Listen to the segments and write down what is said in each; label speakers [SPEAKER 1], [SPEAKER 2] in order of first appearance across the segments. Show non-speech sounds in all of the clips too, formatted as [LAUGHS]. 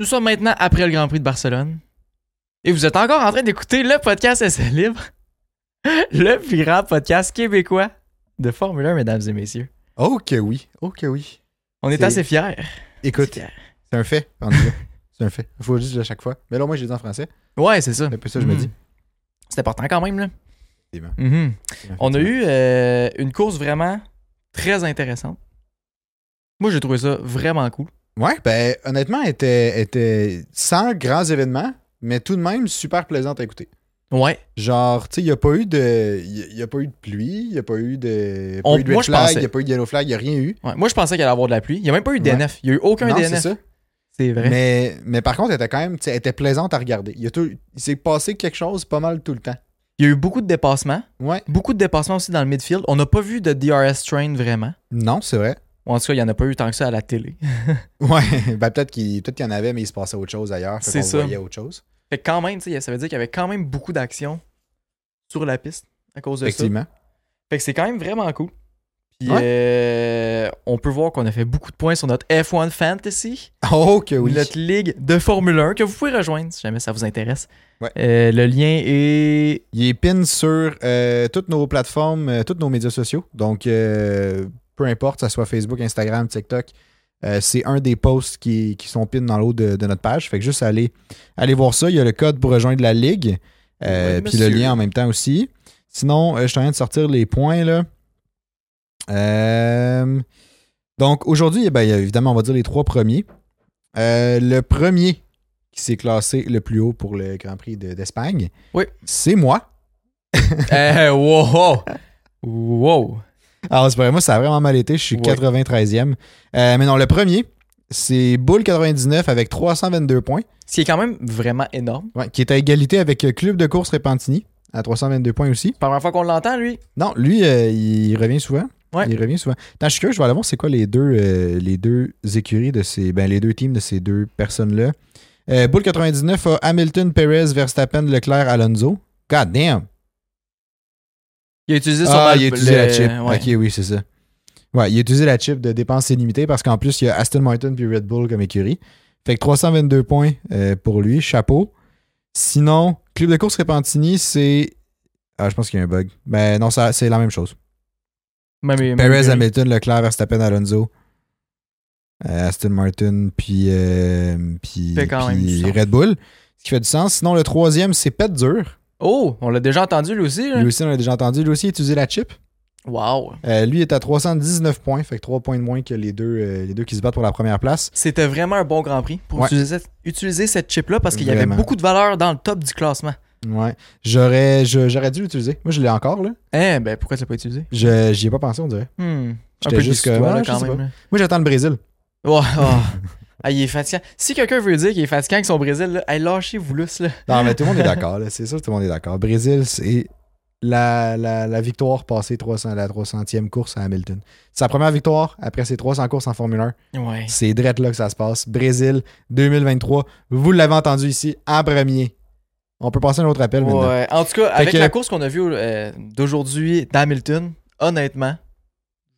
[SPEAKER 1] Nous sommes maintenant après le Grand Prix de Barcelone. Et vous êtes encore en train d'écouter le podcast Essai Libre, [LAUGHS] le plus grand podcast québécois de Formule 1, mesdames et messieurs.
[SPEAKER 2] Oh que oui, oh que oui.
[SPEAKER 1] On est,
[SPEAKER 2] C'est-
[SPEAKER 1] assez fiers.
[SPEAKER 2] Écoute,
[SPEAKER 1] Fiers.
[SPEAKER 2] c'est un fait, en effet. C'est un fait. Faut juste le dire à chaque fois. Mais là, moi, je les dis en français.
[SPEAKER 1] Ouais, c'est ça.
[SPEAKER 2] C'est un peu ça, je me
[SPEAKER 1] Mhm.
[SPEAKER 2] dis.
[SPEAKER 1] C'est important quand même, là.
[SPEAKER 2] Effectivement.
[SPEAKER 1] Mhm. On a eu euh, une course vraiment très intéressante. Moi, j'ai trouvé ça vraiment cool.
[SPEAKER 2] Ouais, ben, honnêtement, elle était, elle était sans grands événements, mais tout de même super plaisante à écouter.
[SPEAKER 1] Ouais.
[SPEAKER 2] Genre, tu sais, il n'y a pas eu de. Il y a pas eu de pluie, il n'y a pas eu de. Pas
[SPEAKER 1] On-
[SPEAKER 2] eu de
[SPEAKER 1] moi,
[SPEAKER 2] red
[SPEAKER 1] je
[SPEAKER 2] flag,
[SPEAKER 1] pensais.
[SPEAKER 2] il n'y a pas eu de yellow flag, il n'y a rien eu.
[SPEAKER 1] ouais. Moi, je pensais qu'il allait avoir de la pluie. Il n'y a même pas eu de
[SPEAKER 2] Ouais.
[SPEAKER 1] DNF. Il n'y a eu aucun
[SPEAKER 2] non, c'est
[SPEAKER 1] DNF.
[SPEAKER 2] ça.
[SPEAKER 1] C'est vrai.
[SPEAKER 2] Mais, mais par contre, elle était quand même. tu sais, Elle était plaisante à regarder. Il, y a tout- il s'est passé quelque chose pas mal tout le temps.
[SPEAKER 1] Il y a eu beaucoup de dépassements.
[SPEAKER 2] Ouais.
[SPEAKER 1] Beaucoup de dépassements aussi dans le midfield. On n'a pas vu de DRS train vraiment.
[SPEAKER 2] Non, c'est vrai.
[SPEAKER 1] Ou En tout cas, il n'y en a pas eu tant que ça à la télé. [LAUGHS]
[SPEAKER 2] Ouais, [LAUGHS] ben peut-être qu'il peut y en avait, mais il se passait autre chose ailleurs.
[SPEAKER 1] C'est
[SPEAKER 2] C'est
[SPEAKER 1] ça.
[SPEAKER 2] ça. voyait autre chose.
[SPEAKER 1] Fait que quand même, tu sais, ça veut dire qu'il y avait quand même beaucoup d'action sur la piste à cause de ça.
[SPEAKER 2] Effectivement. [LAUGHS]
[SPEAKER 1] Fait que c'est quand même vraiment cool. Puis
[SPEAKER 2] Ouais.
[SPEAKER 1] euh, on peut voir qu'on a fait beaucoup de points sur notre F1 Fantasy,
[SPEAKER 2] Oh que oui.
[SPEAKER 1] notre ligue de Formule 1 que vous pouvez rejoindre si jamais ça vous intéresse.
[SPEAKER 2] Ouais.
[SPEAKER 1] Euh, le lien
[SPEAKER 2] [LAUGHS]
[SPEAKER 1] est.
[SPEAKER 2] Il est pin sur euh, toutes nos plateformes, euh, tous nos médias sociaux. Donc, euh, peu importe, ça soit Facebook, Instagram, TikTok, euh, c'est un des posts qui, qui sont pins dans l'eau de, de notre page. Fait que juste aller, aller voir ça. Il y a le code pour rejoindre la ligue. Euh,
[SPEAKER 1] Oui,
[SPEAKER 2] puis le
[SPEAKER 1] monsieur.
[SPEAKER 2] lien en même temps aussi. Sinon, euh, je suis en train de sortir les points là. Euh, donc aujourd'hui, eh ben, évidemment, on va dire les trois premiers. Euh, le premier qui s'est classé le plus haut pour le Grand Prix de- d'Espagne,
[SPEAKER 1] Oui.
[SPEAKER 2] c'est moi.
[SPEAKER 1] Eh, wow! Wow!
[SPEAKER 2] Alors, Ah, c'est vrai, moi, ça a vraiment mal été. Je suis
[SPEAKER 1] Oui.
[SPEAKER 2] 93e. Euh, mais non, le premier, c'est Bull 99 avec 322 points,
[SPEAKER 1] Ce qui est quand même vraiment énorme.
[SPEAKER 2] ouais, qui est à égalité avec euh, Club de course Repentini à 322 points aussi.
[SPEAKER 1] Première fois qu'on l'entend, lui.
[SPEAKER 2] Non, lui, euh, il revient souvent.
[SPEAKER 1] Ouais.
[SPEAKER 2] Il revient souvent. Attends, je suis curieux, je vais aller voir c'est quoi les deux, euh, les deux écuries de ces. Ben, les deux teams de ces deux personnes-là. Euh, Bull 99 a Hamilton, Perez, Verstappen, Leclerc, Alonso. God damn!
[SPEAKER 1] Il a utilisé son
[SPEAKER 2] Ah,
[SPEAKER 1] mal-
[SPEAKER 2] il a utilisé
[SPEAKER 1] le-
[SPEAKER 2] la chip.
[SPEAKER 1] ben, ouais.
[SPEAKER 2] Ok, oui, c'est ça. Ouais, il a utilisé la chip de dépenses illimitées parce qu'en plus, il y a Aston Martin puis Red Bull comme écurie. Fait que 322 points euh, pour lui, chapeau. Sinon, club de course Repentini, c'est. Ah, je pense qu'il y a un bug. Ben non, ça, c'est la même chose.
[SPEAKER 1] Même- même
[SPEAKER 2] Perez,
[SPEAKER 1] lui.
[SPEAKER 2] Hamilton, Leclerc, Verstappen, Alonso. Euh, Aston Martin, puis, euh, puis,
[SPEAKER 1] Fait quand même
[SPEAKER 2] puis
[SPEAKER 1] du sens.
[SPEAKER 2] Red Bull. Ce qui fait du sens. Sinon, le troisième, c'est Pet Dur.
[SPEAKER 1] Oh, on l'a déjà entendu, lui aussi. là.
[SPEAKER 2] Lui aussi, on l'a déjà entendu. Lui aussi, il a utilisé la chip.
[SPEAKER 1] Wow.
[SPEAKER 2] Euh, lui est à 319 points, fait que 3 points de moins que les deux, euh, les deux qui se battent pour la première place.
[SPEAKER 1] C'était vraiment un bon Grand Prix pour
[SPEAKER 2] Ouais.
[SPEAKER 1] utiliser, cette- utiliser cette chip-là parce qu'il y avait
[SPEAKER 2] Vraiment.
[SPEAKER 1] beaucoup de valeur dans le top du classement.
[SPEAKER 2] Ouais. J'aurais, je- j'aurais dû l'utiliser. Moi, je l'ai encore, là.
[SPEAKER 1] Eh, ben pourquoi tu l'as pas utilisé?
[SPEAKER 2] Je, j'y ai pas pensé, on dirait.
[SPEAKER 1] Hmm. Un
[SPEAKER 2] J'étais
[SPEAKER 1] peu
[SPEAKER 2] juste
[SPEAKER 1] juste
[SPEAKER 2] comme,
[SPEAKER 1] toi, là,
[SPEAKER 2] ah, je
[SPEAKER 1] quand
[SPEAKER 2] sais
[SPEAKER 1] même.
[SPEAKER 2] pas.
[SPEAKER 1] là.
[SPEAKER 2] Moi, j'attends le Brésil.
[SPEAKER 1] Ouais, ah.
[SPEAKER 2] [LAUGHS]
[SPEAKER 1] Ah, il est fatigant. Si quelqu'un veut dire qu'il est fatigant avec son Brésil, là, hey, lâchez-vous lousse, là.
[SPEAKER 2] Non, mais tout le monde est d'accord, là. C'est sûr que tout le monde est d'accord. Brésil, c'est la, la, la victoire passée 300, la 300e course à Hamilton. C'est sa première victoire après ses 300 courses en Formule 1.
[SPEAKER 1] Ouais.
[SPEAKER 2] C'est drette là que ça se passe. Brésil 2023. Vous l'avez entendu ici en premier. On peut passer à un autre appel maintenant.
[SPEAKER 1] Ouais. En tout cas, avec
[SPEAKER 2] que-
[SPEAKER 1] la course qu'on a vue euh, d'aujourd'hui d'Hamilton, honnêtement,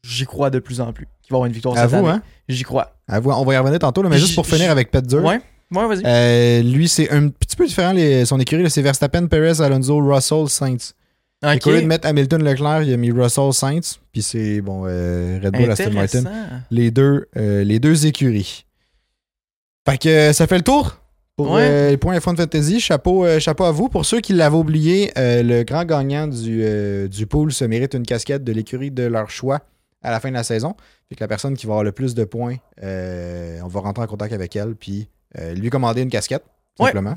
[SPEAKER 1] j'y crois de plus en plus qu'il va avoir une victoire
[SPEAKER 2] À
[SPEAKER 1] cette
[SPEAKER 2] vous,
[SPEAKER 1] année.
[SPEAKER 2] hein?
[SPEAKER 1] J'y crois.
[SPEAKER 2] À vous. On va y revenir tantôt, là, mais
[SPEAKER 1] Puis
[SPEAKER 2] juste
[SPEAKER 1] j-
[SPEAKER 2] pour finir
[SPEAKER 1] j-
[SPEAKER 2] avec Pet Dur.
[SPEAKER 1] Ouais, ouais, vas-y.
[SPEAKER 2] Euh, lui, c'est un petit peu différent. les- son écurie, là, c'est Verstappen, Perez, Alonso, Russell, Sainz. Et
[SPEAKER 1] Ok.
[SPEAKER 2] Au lieu de mettre Hamilton, Leclerc, il a mis Russell, Sainz. Puis c'est bon, euh, Red Bull, Aston Martin.
[SPEAKER 1] Intéressant.
[SPEAKER 2] Les deux, euh, les deux écuries. Fait que euh, ça fait le tour pour
[SPEAKER 1] Ouais.
[SPEAKER 2] euh, les points F1 Fantasy. Chapeau, euh, chapeau à vous. Pour ceux qui l'avaient oublié, euh, le grand gagnant du, euh, du pool se mérite une casquette de l'écurie de leur choix à la fin de la saison. Fait que la personne qui va avoir le plus de points, euh, on va rentrer en contact avec elle puis euh, lui commander une casquette, tout
[SPEAKER 1] Ouais.
[SPEAKER 2] simplement.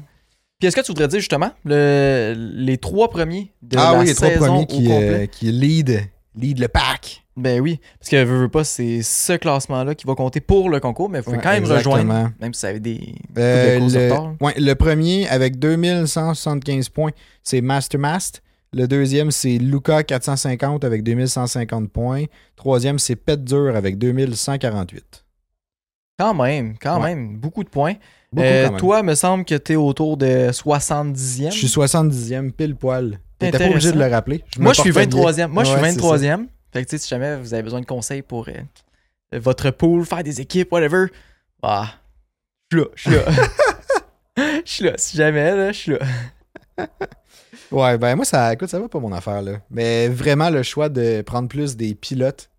[SPEAKER 1] Puis est-ce que tu voudrais dire justement le- les trois premiers de
[SPEAKER 2] ah
[SPEAKER 1] la
[SPEAKER 2] oui, les trois
[SPEAKER 1] saison
[SPEAKER 2] premiers
[SPEAKER 1] au
[SPEAKER 2] qui, euh,
[SPEAKER 1] complet?
[SPEAKER 2] qui lead, lead le pack.
[SPEAKER 1] Ben oui, parce que veux, veux pas, c'est ce classement-là qui va compter pour le concours, mais vous pouvez
[SPEAKER 2] Ouais,
[SPEAKER 1] quand même
[SPEAKER 2] exactement.
[SPEAKER 1] rejoindre, même si ça avait des des
[SPEAKER 2] Euh,
[SPEAKER 1] courses de
[SPEAKER 2] le,
[SPEAKER 1] retard.
[SPEAKER 2] ouais, le premier avec 2175 points, c'est Mastermast. Le deuxième, c'est Luca 450 avec 2150 points. Troisième, c'est Pet Dur avec 2148.
[SPEAKER 1] Quand même, quand
[SPEAKER 2] Ouais.
[SPEAKER 1] même, beaucoup de points.
[SPEAKER 2] Beaucoup
[SPEAKER 1] Euh,
[SPEAKER 2] quand même.
[SPEAKER 1] Toi, me semble que tu es autour de 70e.
[SPEAKER 2] je suis 70e pile poil. T'étais pas obligé de le rappeler. me
[SPEAKER 1] Moi, je suis
[SPEAKER 2] portais
[SPEAKER 1] 23e. Moi, je suis
[SPEAKER 2] Ouais, c'est ça.
[SPEAKER 1] 23e. Fait que tu sais, si jamais vous avez besoin de conseils pour euh, votre pool, faire des équipes, whatever, bah, suis là, je suis là. Je suis là, si jamais, là, je suis là.
[SPEAKER 2] [LAUGHS] Ouais, ben moi, ça, écoute, ça va pas mon affaire, là. Mais vraiment, le choix de prendre plus des pilotes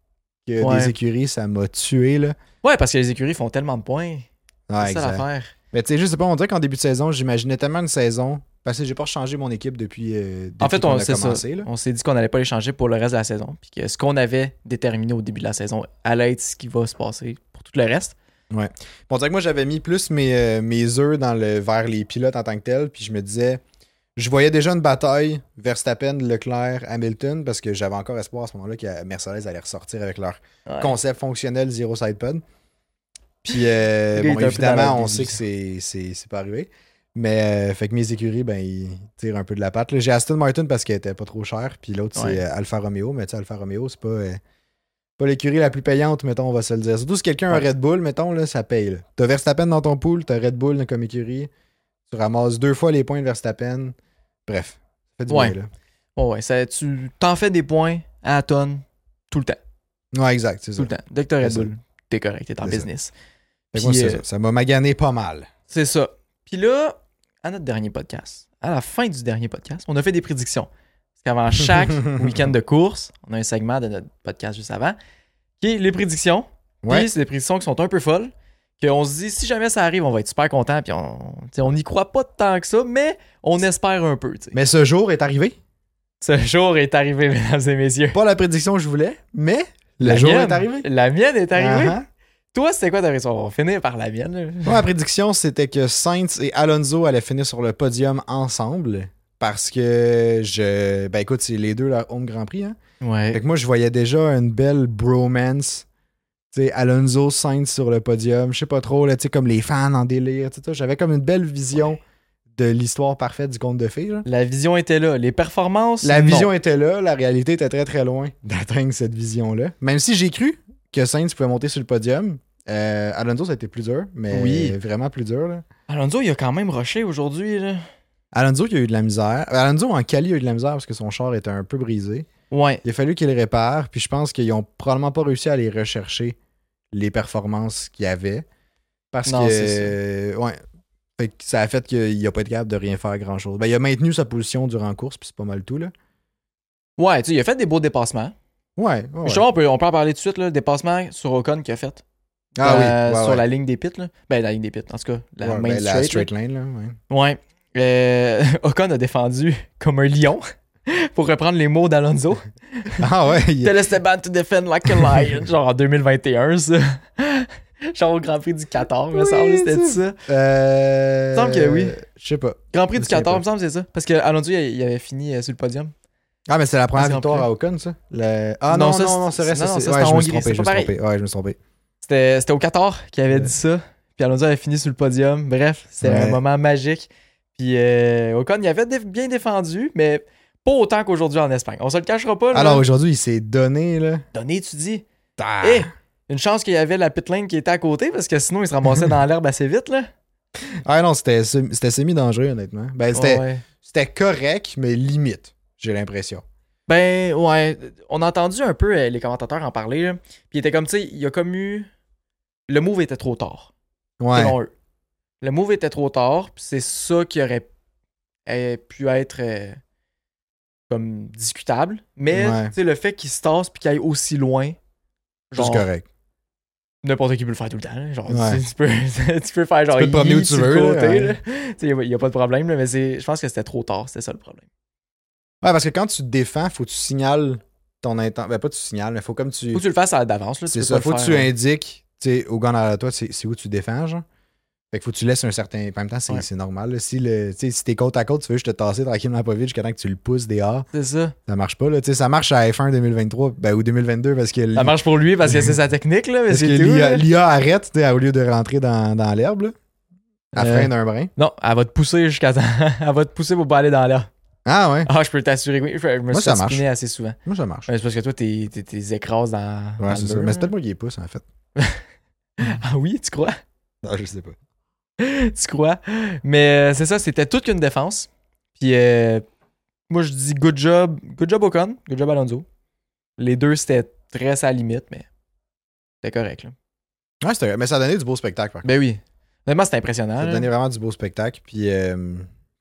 [SPEAKER 2] que
[SPEAKER 1] Ouais.
[SPEAKER 2] des écuries, ça m'a tué, là.
[SPEAKER 1] Ouais, parce que les écuries font tellement de points.
[SPEAKER 2] Ouais,
[SPEAKER 1] c'est ça
[SPEAKER 2] exact.
[SPEAKER 1] l'affaire.
[SPEAKER 2] Mais tu sais, je sais pas, on dirait qu'en début de saison, j'imaginais tellement une saison. Parce que j'ai pas changé mon équipe depuis, euh, depuis
[SPEAKER 1] En fait,
[SPEAKER 2] qu'on
[SPEAKER 1] on,
[SPEAKER 2] a
[SPEAKER 1] c'est ça.
[SPEAKER 2] commencé, là.
[SPEAKER 1] on s'est dit qu'on n'allait pas les changer pour le reste de la saison. Puis que ce qu'on avait déterminé au début de la saison allait être ce qui va se passer pour tout le reste.
[SPEAKER 2] Bon, on dirait que moi, j'avais mis plus mes, euh, mes œufs dans le, vers les pilotes en tant que tels, puis je me disais, je voyais déjà une bataille Verstappen, Leclerc, Hamilton, parce que j'avais encore espoir à ce moment-là que Mercedes allait ressortir avec leur
[SPEAKER 1] Ouais.
[SPEAKER 2] concept fonctionnel zero side pod. Puis,
[SPEAKER 1] [LAUGHS] Le
[SPEAKER 2] euh,
[SPEAKER 1] gars, il
[SPEAKER 2] bon,
[SPEAKER 1] est un peu dans la
[SPEAKER 2] évidemment, on sait que c'est- c'est c'est pas arrivé. Mais, euh, fait que mes écuries, ben, ils tirent un peu de la patte. là. J'ai Aston Martin parce qu'elle était pas trop chère, puis l'autre, c'est
[SPEAKER 1] Ouais.
[SPEAKER 2] euh, Alfa Romeo. Mais tu sais, Alfa Romeo, c'est pas, euh, pas l'écurie la plus payante, mettons, on va se le dire. Surtout si quelqu'un
[SPEAKER 1] Ouais.
[SPEAKER 2] a Red Bull, mettons, là, ça paye. là. T'as Verstappen dans ton pool, t'as Red Bull comme écurie, tu ramasses deux fois les points de Verstappen. Bref, ça fait du
[SPEAKER 1] Ouais.
[SPEAKER 2] bien,
[SPEAKER 1] Ouais, ouais, ça, tu t'en fais des points à la tonne tout le temps.
[SPEAKER 2] là. Ouais, exact, c'est
[SPEAKER 1] Tout
[SPEAKER 2] ça.
[SPEAKER 1] le temps. Dès que t'as Red
[SPEAKER 2] C'est ça.
[SPEAKER 1] Bull, t'es correct, t'es en
[SPEAKER 2] C'est ça.
[SPEAKER 1] business.
[SPEAKER 2] Fait que moi,
[SPEAKER 1] Puis,
[SPEAKER 2] c'est
[SPEAKER 1] euh,
[SPEAKER 2] ça. Ça m'a magané pas mal.
[SPEAKER 1] C'est ça. Puis là, à notre dernier podcast, à la fin du dernier podcast, on a fait des prédictions. Parce qu'avant
[SPEAKER 2] [LAUGHS]
[SPEAKER 1] chaque week-end de course, on a un segment de notre podcast juste avant, qui est les prédictions.
[SPEAKER 2] Ouais.
[SPEAKER 1] Puis c'est des prédictions qui sont un peu folles, qu'on se dit, si jamais ça arrive, on va être super content, puis on tu sais, on n'y croit pas tant que ça, mais on espère un peu. tu sais.
[SPEAKER 2] Mais ce jour est arrivé.
[SPEAKER 1] Ce jour est arrivé, [LAUGHS] mesdames et messieurs.
[SPEAKER 2] Pas la prédiction que je voulais, mais le
[SPEAKER 1] La
[SPEAKER 2] jour
[SPEAKER 1] mienne-
[SPEAKER 2] est arrivé.
[SPEAKER 1] La mienne est arrivée.
[SPEAKER 2] Uh-huh.
[SPEAKER 1] Toi, c'était quoi ta prédiction? On va finir par la mienne. là.
[SPEAKER 2] Moi, ma prédiction, c'était que Sainz et Alonso allaient finir sur le podium ensemble. Parce que je. Ben écoute, c'est les deux leur home Grand Prix. Hein.
[SPEAKER 1] Ouais.
[SPEAKER 2] Fait que moi, je voyais déjà une belle bromance. Tu sais, Alonso Sainz sur le podium. Je sais pas trop, là, tu sais, comme les fans en délire. tu sais, J'avais comme une belle vision de l'histoire parfaite du conte de fées. là.
[SPEAKER 1] La vision était là. Les performances.
[SPEAKER 2] La
[SPEAKER 1] non.
[SPEAKER 2] vision était là, la réalité était très très loin d'atteindre cette vision-là. Même si j'ai cru que Sainz pouvait monter sur le podium, euh, Alonso ça a été plus dur, mais
[SPEAKER 1] Oui.
[SPEAKER 2] vraiment plus dur. là.
[SPEAKER 1] Alonso, il a quand même rushé aujourd'hui. là.
[SPEAKER 2] Alonso qui a eu de la misère. euh, Alonso en quali a eu de la misère parce que son char était un peu brisé.
[SPEAKER 1] Ouais.
[SPEAKER 2] Il a fallu qu'il le répare, puis je pense qu'ils ont probablement pas réussi à aller rechercher les performances qu'il y avait. Parce
[SPEAKER 1] Non,
[SPEAKER 2] que
[SPEAKER 1] c'est ça.
[SPEAKER 2] euh, ouais. Fait que ça a fait qu'il a pas été capable de rien faire grand chose. il a maintenu sa position durant la course, puis c'est pas mal tout là.
[SPEAKER 1] Ouais, tu sais, il a fait des beaux dépassements.
[SPEAKER 2] Ouais, ouais, ouais.
[SPEAKER 1] Je trouve on peut, on peut en parler tout de suite, là, le dépassement sur Ocon qu'il a fait.
[SPEAKER 2] Ah oui,
[SPEAKER 1] Euh,
[SPEAKER 2] ouais,
[SPEAKER 1] sur
[SPEAKER 2] ouais.
[SPEAKER 1] la ligne des pits, là. Ben, la ligne des pits, en tout cas. La
[SPEAKER 2] Ouais,
[SPEAKER 1] main
[SPEAKER 2] ben,
[SPEAKER 1] straight. là.
[SPEAKER 2] lane, là, ouais. [LAUGHS]
[SPEAKER 1] Ouais. Euh, [LAUGHS] Ocon a défendu [LAUGHS] comme un lion, pour reprendre les mots
[SPEAKER 2] [LAUGHS]
[SPEAKER 1] d'Alonso.
[SPEAKER 2] Ah ouais, il-
[SPEAKER 1] Tell Esteban to defend like a
[SPEAKER 2] [LAUGHS]
[SPEAKER 1] lion. Genre en 2021, ça. [LAUGHS] Genre au Grand Prix du 14, me
[SPEAKER 2] Oui,
[SPEAKER 1] semble, c'était ça.
[SPEAKER 2] c'est- euh...
[SPEAKER 1] Il me semble que oui.
[SPEAKER 2] Je sais pas.
[SPEAKER 1] Grand Prix
[SPEAKER 2] Je
[SPEAKER 1] du
[SPEAKER 2] me souviens
[SPEAKER 1] 14,
[SPEAKER 2] pas.
[SPEAKER 1] me semble, c'est ça. Parce que Alonso, il- il avait fini euh, sur le podium.
[SPEAKER 2] Ah, mais c'est la première
[SPEAKER 1] Grand
[SPEAKER 2] victoire
[SPEAKER 1] Prix.
[SPEAKER 2] à Ocon, ça. Le- Ah non,
[SPEAKER 1] Non,
[SPEAKER 2] non,
[SPEAKER 1] ça,
[SPEAKER 2] non,
[SPEAKER 1] c'est-
[SPEAKER 2] c'est vrai, ça,
[SPEAKER 1] non, non,
[SPEAKER 2] c'est-
[SPEAKER 1] ça,
[SPEAKER 2] Ouais,
[SPEAKER 1] c'est
[SPEAKER 2] je
[SPEAKER 1] en
[SPEAKER 2] me
[SPEAKER 1] Hongrie,
[SPEAKER 2] suis trompé,
[SPEAKER 1] c'est
[SPEAKER 2] je
[SPEAKER 1] pas
[SPEAKER 2] me suis trompé. Ouais, je me suis trompé.
[SPEAKER 1] C'était c'était au 14 qu'il avait
[SPEAKER 2] Ouais.
[SPEAKER 1] dit ça. Puis Alonso avait fini sur le podium. Bref, c'était un
[SPEAKER 2] Ouais.
[SPEAKER 1] moment magique. Puis euh, Ocon, il avait dé- bien défendu, mais pas autant qu'aujourd'hui en Espagne. On se le cachera pas. Là.
[SPEAKER 2] Alors aujourd'hui, il s'est donné, là.
[SPEAKER 1] Donné, tu dis.
[SPEAKER 2] Ah.
[SPEAKER 1] Eh, une chance qu'il y avait la pit lane qui était à côté, parce que sinon, il se ramassait dans l'herbe assez vite. là.
[SPEAKER 2] Ah non, c'était sem- c'était semi-dangereux, honnêtement. Ben, [LAUGHS] c'était
[SPEAKER 1] Ouais.
[SPEAKER 2] c'était correct, mais limite, j'ai l'impression.
[SPEAKER 1] Ben ouais, on a entendu un peu euh, les commentateurs en parler. là. Puis il était comme, tu sais, il y a comme eu. Le move était trop tard,
[SPEAKER 2] Ouais.
[SPEAKER 1] selon eux. Le move était trop tard, puis c'est ça qui aurait euh, pu être euh, comme discutable. Mais
[SPEAKER 2] Ouais.
[SPEAKER 1] tu sais, le fait qu'il se tasse puis qu'il aille aussi loin,
[SPEAKER 2] Juste
[SPEAKER 1] genre,
[SPEAKER 2] correct.
[SPEAKER 1] n'importe qui peut le faire tout le temps. là. Genre,
[SPEAKER 2] Ouais.
[SPEAKER 1] tu, tu peux, [LAUGHS] tu peux faire genre.
[SPEAKER 2] peux te promener où tu
[SPEAKER 1] sur le
[SPEAKER 2] veux, là,
[SPEAKER 1] côté,
[SPEAKER 2] ouais.
[SPEAKER 1] là. [LAUGHS] Tu sais, Il n'y a, pas de problème, là, mais c'est- je pense que c'était trop tard, c'était ça le problème.
[SPEAKER 2] Ouais, parce que quand tu te défends, faut que tu signales ton intent. Ben, pas tu signales, mais faut comme tu.
[SPEAKER 1] Faut que tu le fasses à- d'avance. là, tu
[SPEAKER 2] C'est
[SPEAKER 1] peux
[SPEAKER 2] ça.
[SPEAKER 1] pas
[SPEAKER 2] Faut
[SPEAKER 1] le
[SPEAKER 2] que
[SPEAKER 1] faire,
[SPEAKER 2] tu
[SPEAKER 1] euh,
[SPEAKER 2] indiques tu sais, au gars derrière toi, c'est c'est où tu défends, genre. Fait que faut que tu laisses un certain. En même temps, c'est
[SPEAKER 1] Ouais.
[SPEAKER 2] c'est normal. là. Si, le, tu sais, si t'es côte à côte, tu veux juste te tasser tranquillement pas vite jusqu'à temps que tu le pousses dehors,
[SPEAKER 1] C'est ça.
[SPEAKER 2] ça marche pas. Là. Tu sais, Ça marche à F1 2023 ben, ou 2022 parce que,
[SPEAKER 1] Ça marche pour lui parce que c'est sa technique, là. Mais
[SPEAKER 2] parce que
[SPEAKER 1] c'est tout,
[SPEAKER 2] l'IA
[SPEAKER 1] là.
[SPEAKER 2] l'IA arrête tu sais, au lieu de rentrer dans, dans l'herbe. là. Elle
[SPEAKER 1] Euh.
[SPEAKER 2] freine un brin.
[SPEAKER 1] Non, elle va te pousser jusqu'à temps. [LAUGHS] Elle va te pousser pour pas aller dans l'air.
[SPEAKER 2] Ah ouais,
[SPEAKER 1] Ah, je peux t'assurer, oui. Je je me
[SPEAKER 2] Moi,
[SPEAKER 1] suis
[SPEAKER 2] ça
[SPEAKER 1] spiné assez souvent.
[SPEAKER 2] moi ça marche.
[SPEAKER 1] Ouais, C'est parce que toi, t'es t'es- t'es écrases dans.
[SPEAKER 2] Ouais,
[SPEAKER 1] dans
[SPEAKER 2] c'est
[SPEAKER 1] le
[SPEAKER 2] ça.
[SPEAKER 1] mur,
[SPEAKER 2] Mais c'est
[SPEAKER 1] là.
[SPEAKER 2] peut-être moi qui les pousse en fait.
[SPEAKER 1] Ah oui, tu crois?
[SPEAKER 2] Non, Ah, je sais pas.
[SPEAKER 1] tu crois? Mais euh, c'est ça, c'était toute qu'une défense. Puis euh, moi, je dis good job. Good job Ocon, good job Alonso. Les deux, c'était très à la limite, mais c'était correct, là.
[SPEAKER 2] Ouais, c'était- mais ça a donné du beau spectacle par contre.
[SPEAKER 1] Ben oui. Honnêtement, c'est impressionnant.
[SPEAKER 2] Ça
[SPEAKER 1] là.
[SPEAKER 2] donnait vraiment du beau spectacle. Puis, euh,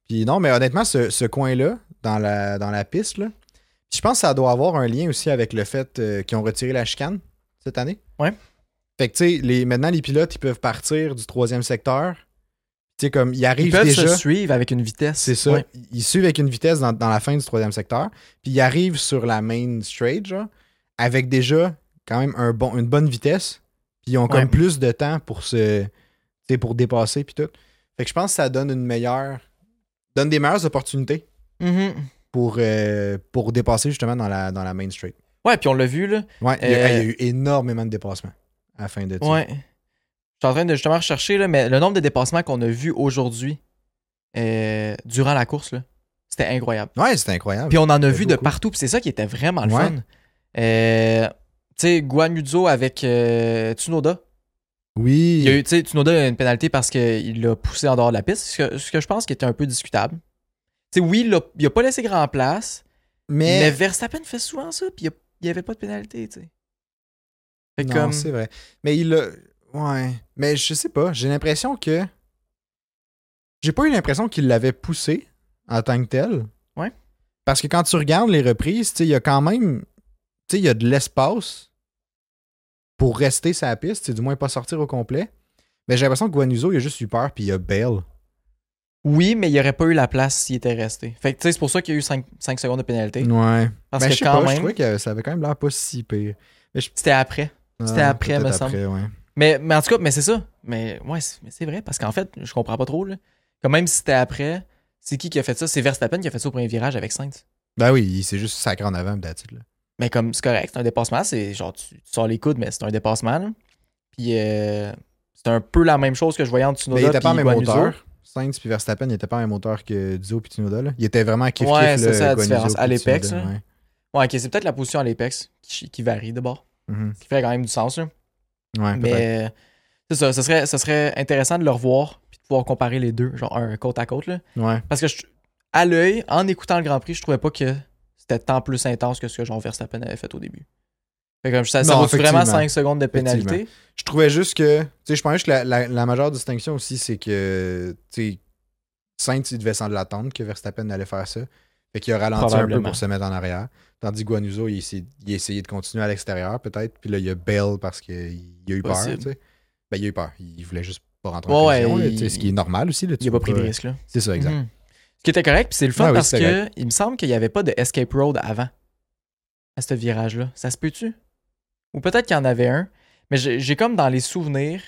[SPEAKER 2] puis non, mais honnêtement, ce, ce coin-là, dans la, dans la piste, là, puis je pense que ça doit avoir un lien aussi avec le fait euh, qu'ils ont retiré la chicane cette année.
[SPEAKER 1] Ouais.
[SPEAKER 2] Fait que, tu sais, les, maintenant, les pilotes, ils peuvent partir du troisième secteur. Tu sais, comme, ils arrivent
[SPEAKER 1] Ils peuvent
[SPEAKER 2] déjà.
[SPEAKER 1] se suivre avec une vitesse.
[SPEAKER 2] C'est ça.
[SPEAKER 1] Ouais.
[SPEAKER 2] Ils suivent avec une vitesse dans, dans la fin du troisième secteur. Puis ils arrivent sur la main straight, genre, avec déjà quand même un bon, une bonne vitesse. Puis ils ont comme
[SPEAKER 1] Ouais.
[SPEAKER 2] plus de temps pour se. tu sais, pour dépasser puis tout. Fait que je pense que ça donne une meilleure. donne des meilleures opportunités
[SPEAKER 1] Mhm.
[SPEAKER 2] pour, euh, pour dépasser justement dans la, dans la main straight.
[SPEAKER 1] Ouais, puis on l'a vu, là.
[SPEAKER 2] Ouais, il, y a,
[SPEAKER 1] Euh,
[SPEAKER 2] hey, il y a eu énormément de dépassements à la fin de
[SPEAKER 1] Ouais. Je suis en train de justement rechercher, là, mais le nombre de dépassements qu'on a vus aujourd'hui euh, durant la course, là, c'était incroyable.
[SPEAKER 2] Ouais, c'était incroyable.
[SPEAKER 1] Puis on en a
[SPEAKER 2] c'était
[SPEAKER 1] vu de
[SPEAKER 2] beaucoup.
[SPEAKER 1] partout, puis c'est ça qui était vraiment le
[SPEAKER 2] Ouais.
[SPEAKER 1] fun. Euh, tu sais, Guanuzo avec euh, Tsunoda.
[SPEAKER 2] oui.
[SPEAKER 1] Il y a eu, tu sais, Tsunoda a eu une pénalité parce qu'il l'a poussé en dehors de la piste, ce que, ce que je pense qui était un peu discutable. Tu sais, oui, il l'a- il a pas laissé grand place, mais,
[SPEAKER 2] mais.
[SPEAKER 1] Verstappen fait souvent ça, puis il y a- il y avait pas de pénalité, tu sais. Fait
[SPEAKER 2] Non,
[SPEAKER 1] comme-
[SPEAKER 2] c'est vrai. Mais il a. Ouais. Mais je sais pas. J'ai l'impression que. J'ai pas eu l'impression qu'il l'avait poussé en tant que tel.
[SPEAKER 1] Ouais.
[SPEAKER 2] Parce que quand tu regardes les reprises, tu sais, il y a quand même. Tu sais, il y a de l'espace pour rester sa piste, tu sais, du moins pas sortir au complet. Mais j'ai l'impression que Guanuzo, il a juste eu peur, puis il a Bell.
[SPEAKER 1] Oui, mais il n'y aurait pas eu la place s'il était resté. Fait que tu sais, c'est pour ça qu'il y a eu 5, secondes de pénalité.
[SPEAKER 2] Ouais.
[SPEAKER 1] Parce
[SPEAKER 2] Mais Ben, je
[SPEAKER 1] que
[SPEAKER 2] sais
[SPEAKER 1] quand
[SPEAKER 2] pas, je
[SPEAKER 1] même,
[SPEAKER 2] trouvais que ça avait quand même l'air pas si pire.
[SPEAKER 1] c'était après. C'était
[SPEAKER 2] Ah,
[SPEAKER 1] après,
[SPEAKER 2] peut-être
[SPEAKER 1] me semble.
[SPEAKER 2] après, ouais.
[SPEAKER 1] Mais, mais en tout cas, mais c'est ça. Mais ouais, c'est mais c'est vrai, parce qu'en fait, je comprends pas trop. Là. Quand même si c'était après, c'est qui qui a fait ça? C'est Verstappen qui a fait ça au premier virage avec Sainz.
[SPEAKER 2] Ben oui, il s'est juste sacré en avant, d'attitude. là.
[SPEAKER 1] Mais comme c'est correct, c'est un dépassement, c'est genre tu, tu sors les coudes, mais c'est un dépassement. là. Puis euh, c'est un peu la même chose que je voyais en Tsunoda.
[SPEAKER 2] Mais il était pas en
[SPEAKER 1] puis
[SPEAKER 2] même
[SPEAKER 1] Guanuzo.
[SPEAKER 2] hauteur. Sainz puis Verstappen, il était pas en même hauteur que Dio puis Tsunoda. Là. Il était vraiment kiff kiff
[SPEAKER 1] Ouais, c'est
[SPEAKER 2] là,
[SPEAKER 1] ça la
[SPEAKER 2] Guanyu,
[SPEAKER 1] différence.
[SPEAKER 2] Zhou,
[SPEAKER 1] À
[SPEAKER 2] puis
[SPEAKER 1] l'Apex,
[SPEAKER 2] Tsunoda,
[SPEAKER 1] là.
[SPEAKER 2] ouais.
[SPEAKER 1] Ouais, ok, c'est peut-être la position à l'apex qui, qui varie d'abord.
[SPEAKER 2] Mhm.
[SPEAKER 1] Ce qui fait quand même du sens. Là.
[SPEAKER 2] Ouais, peut-être.
[SPEAKER 1] Mais euh, c'est ça, ce serait, ce serait intéressant de le revoir puis de pouvoir comparer les deux, genre un côte à côte. Là.
[SPEAKER 2] Ouais.
[SPEAKER 1] Parce que je- à l'œil, en écoutant le Grand Prix, je trouvais pas que c'était tant plus intense que ce que Jean Verstappen avait fait au début. Fait comme ça, ça
[SPEAKER 2] Non,
[SPEAKER 1] vaut vraiment
[SPEAKER 2] effectivement.
[SPEAKER 1] 5 secondes de pénalité.
[SPEAKER 2] Je trouvais juste que. Tu sais, je pense que la, la- la majeure distinction aussi, c'est que. Tu sais, Sainz, il devait s'en l'attendre que Verstappen allait faire ça. Fait qu'il a ralenti un peu
[SPEAKER 1] Probablement.
[SPEAKER 2] pour se mettre en arrière. Tandis que Guanuzo, il, essaie- il a essayé de continuer à l'extérieur, peut-être. Puis là, il a Bell parce qu'il a eu peur.
[SPEAKER 1] Possible.
[SPEAKER 2] tu sais. Ben, il a eu peur. Il voulait juste pas rentrer en
[SPEAKER 1] Ouais,
[SPEAKER 2] collision,
[SPEAKER 1] ouais,
[SPEAKER 2] là, tu sais,
[SPEAKER 1] il-
[SPEAKER 2] ce qui est normal aussi. là, tu
[SPEAKER 1] Il a
[SPEAKER 2] peux
[SPEAKER 1] pas pris de risque. Là.
[SPEAKER 2] C'est ça, exact.
[SPEAKER 1] Mhm. Ce qui était correct, puis c'est le fun
[SPEAKER 2] Ouais, oui,
[SPEAKER 1] parce
[SPEAKER 2] c'est
[SPEAKER 1] que il me semble qu'il n'y avait pas de escape road avant à ce virage-là. Ça se peut-tu? Ou peut-être qu'il y en avait un. Mais j'ai j'ai comme dans les souvenirs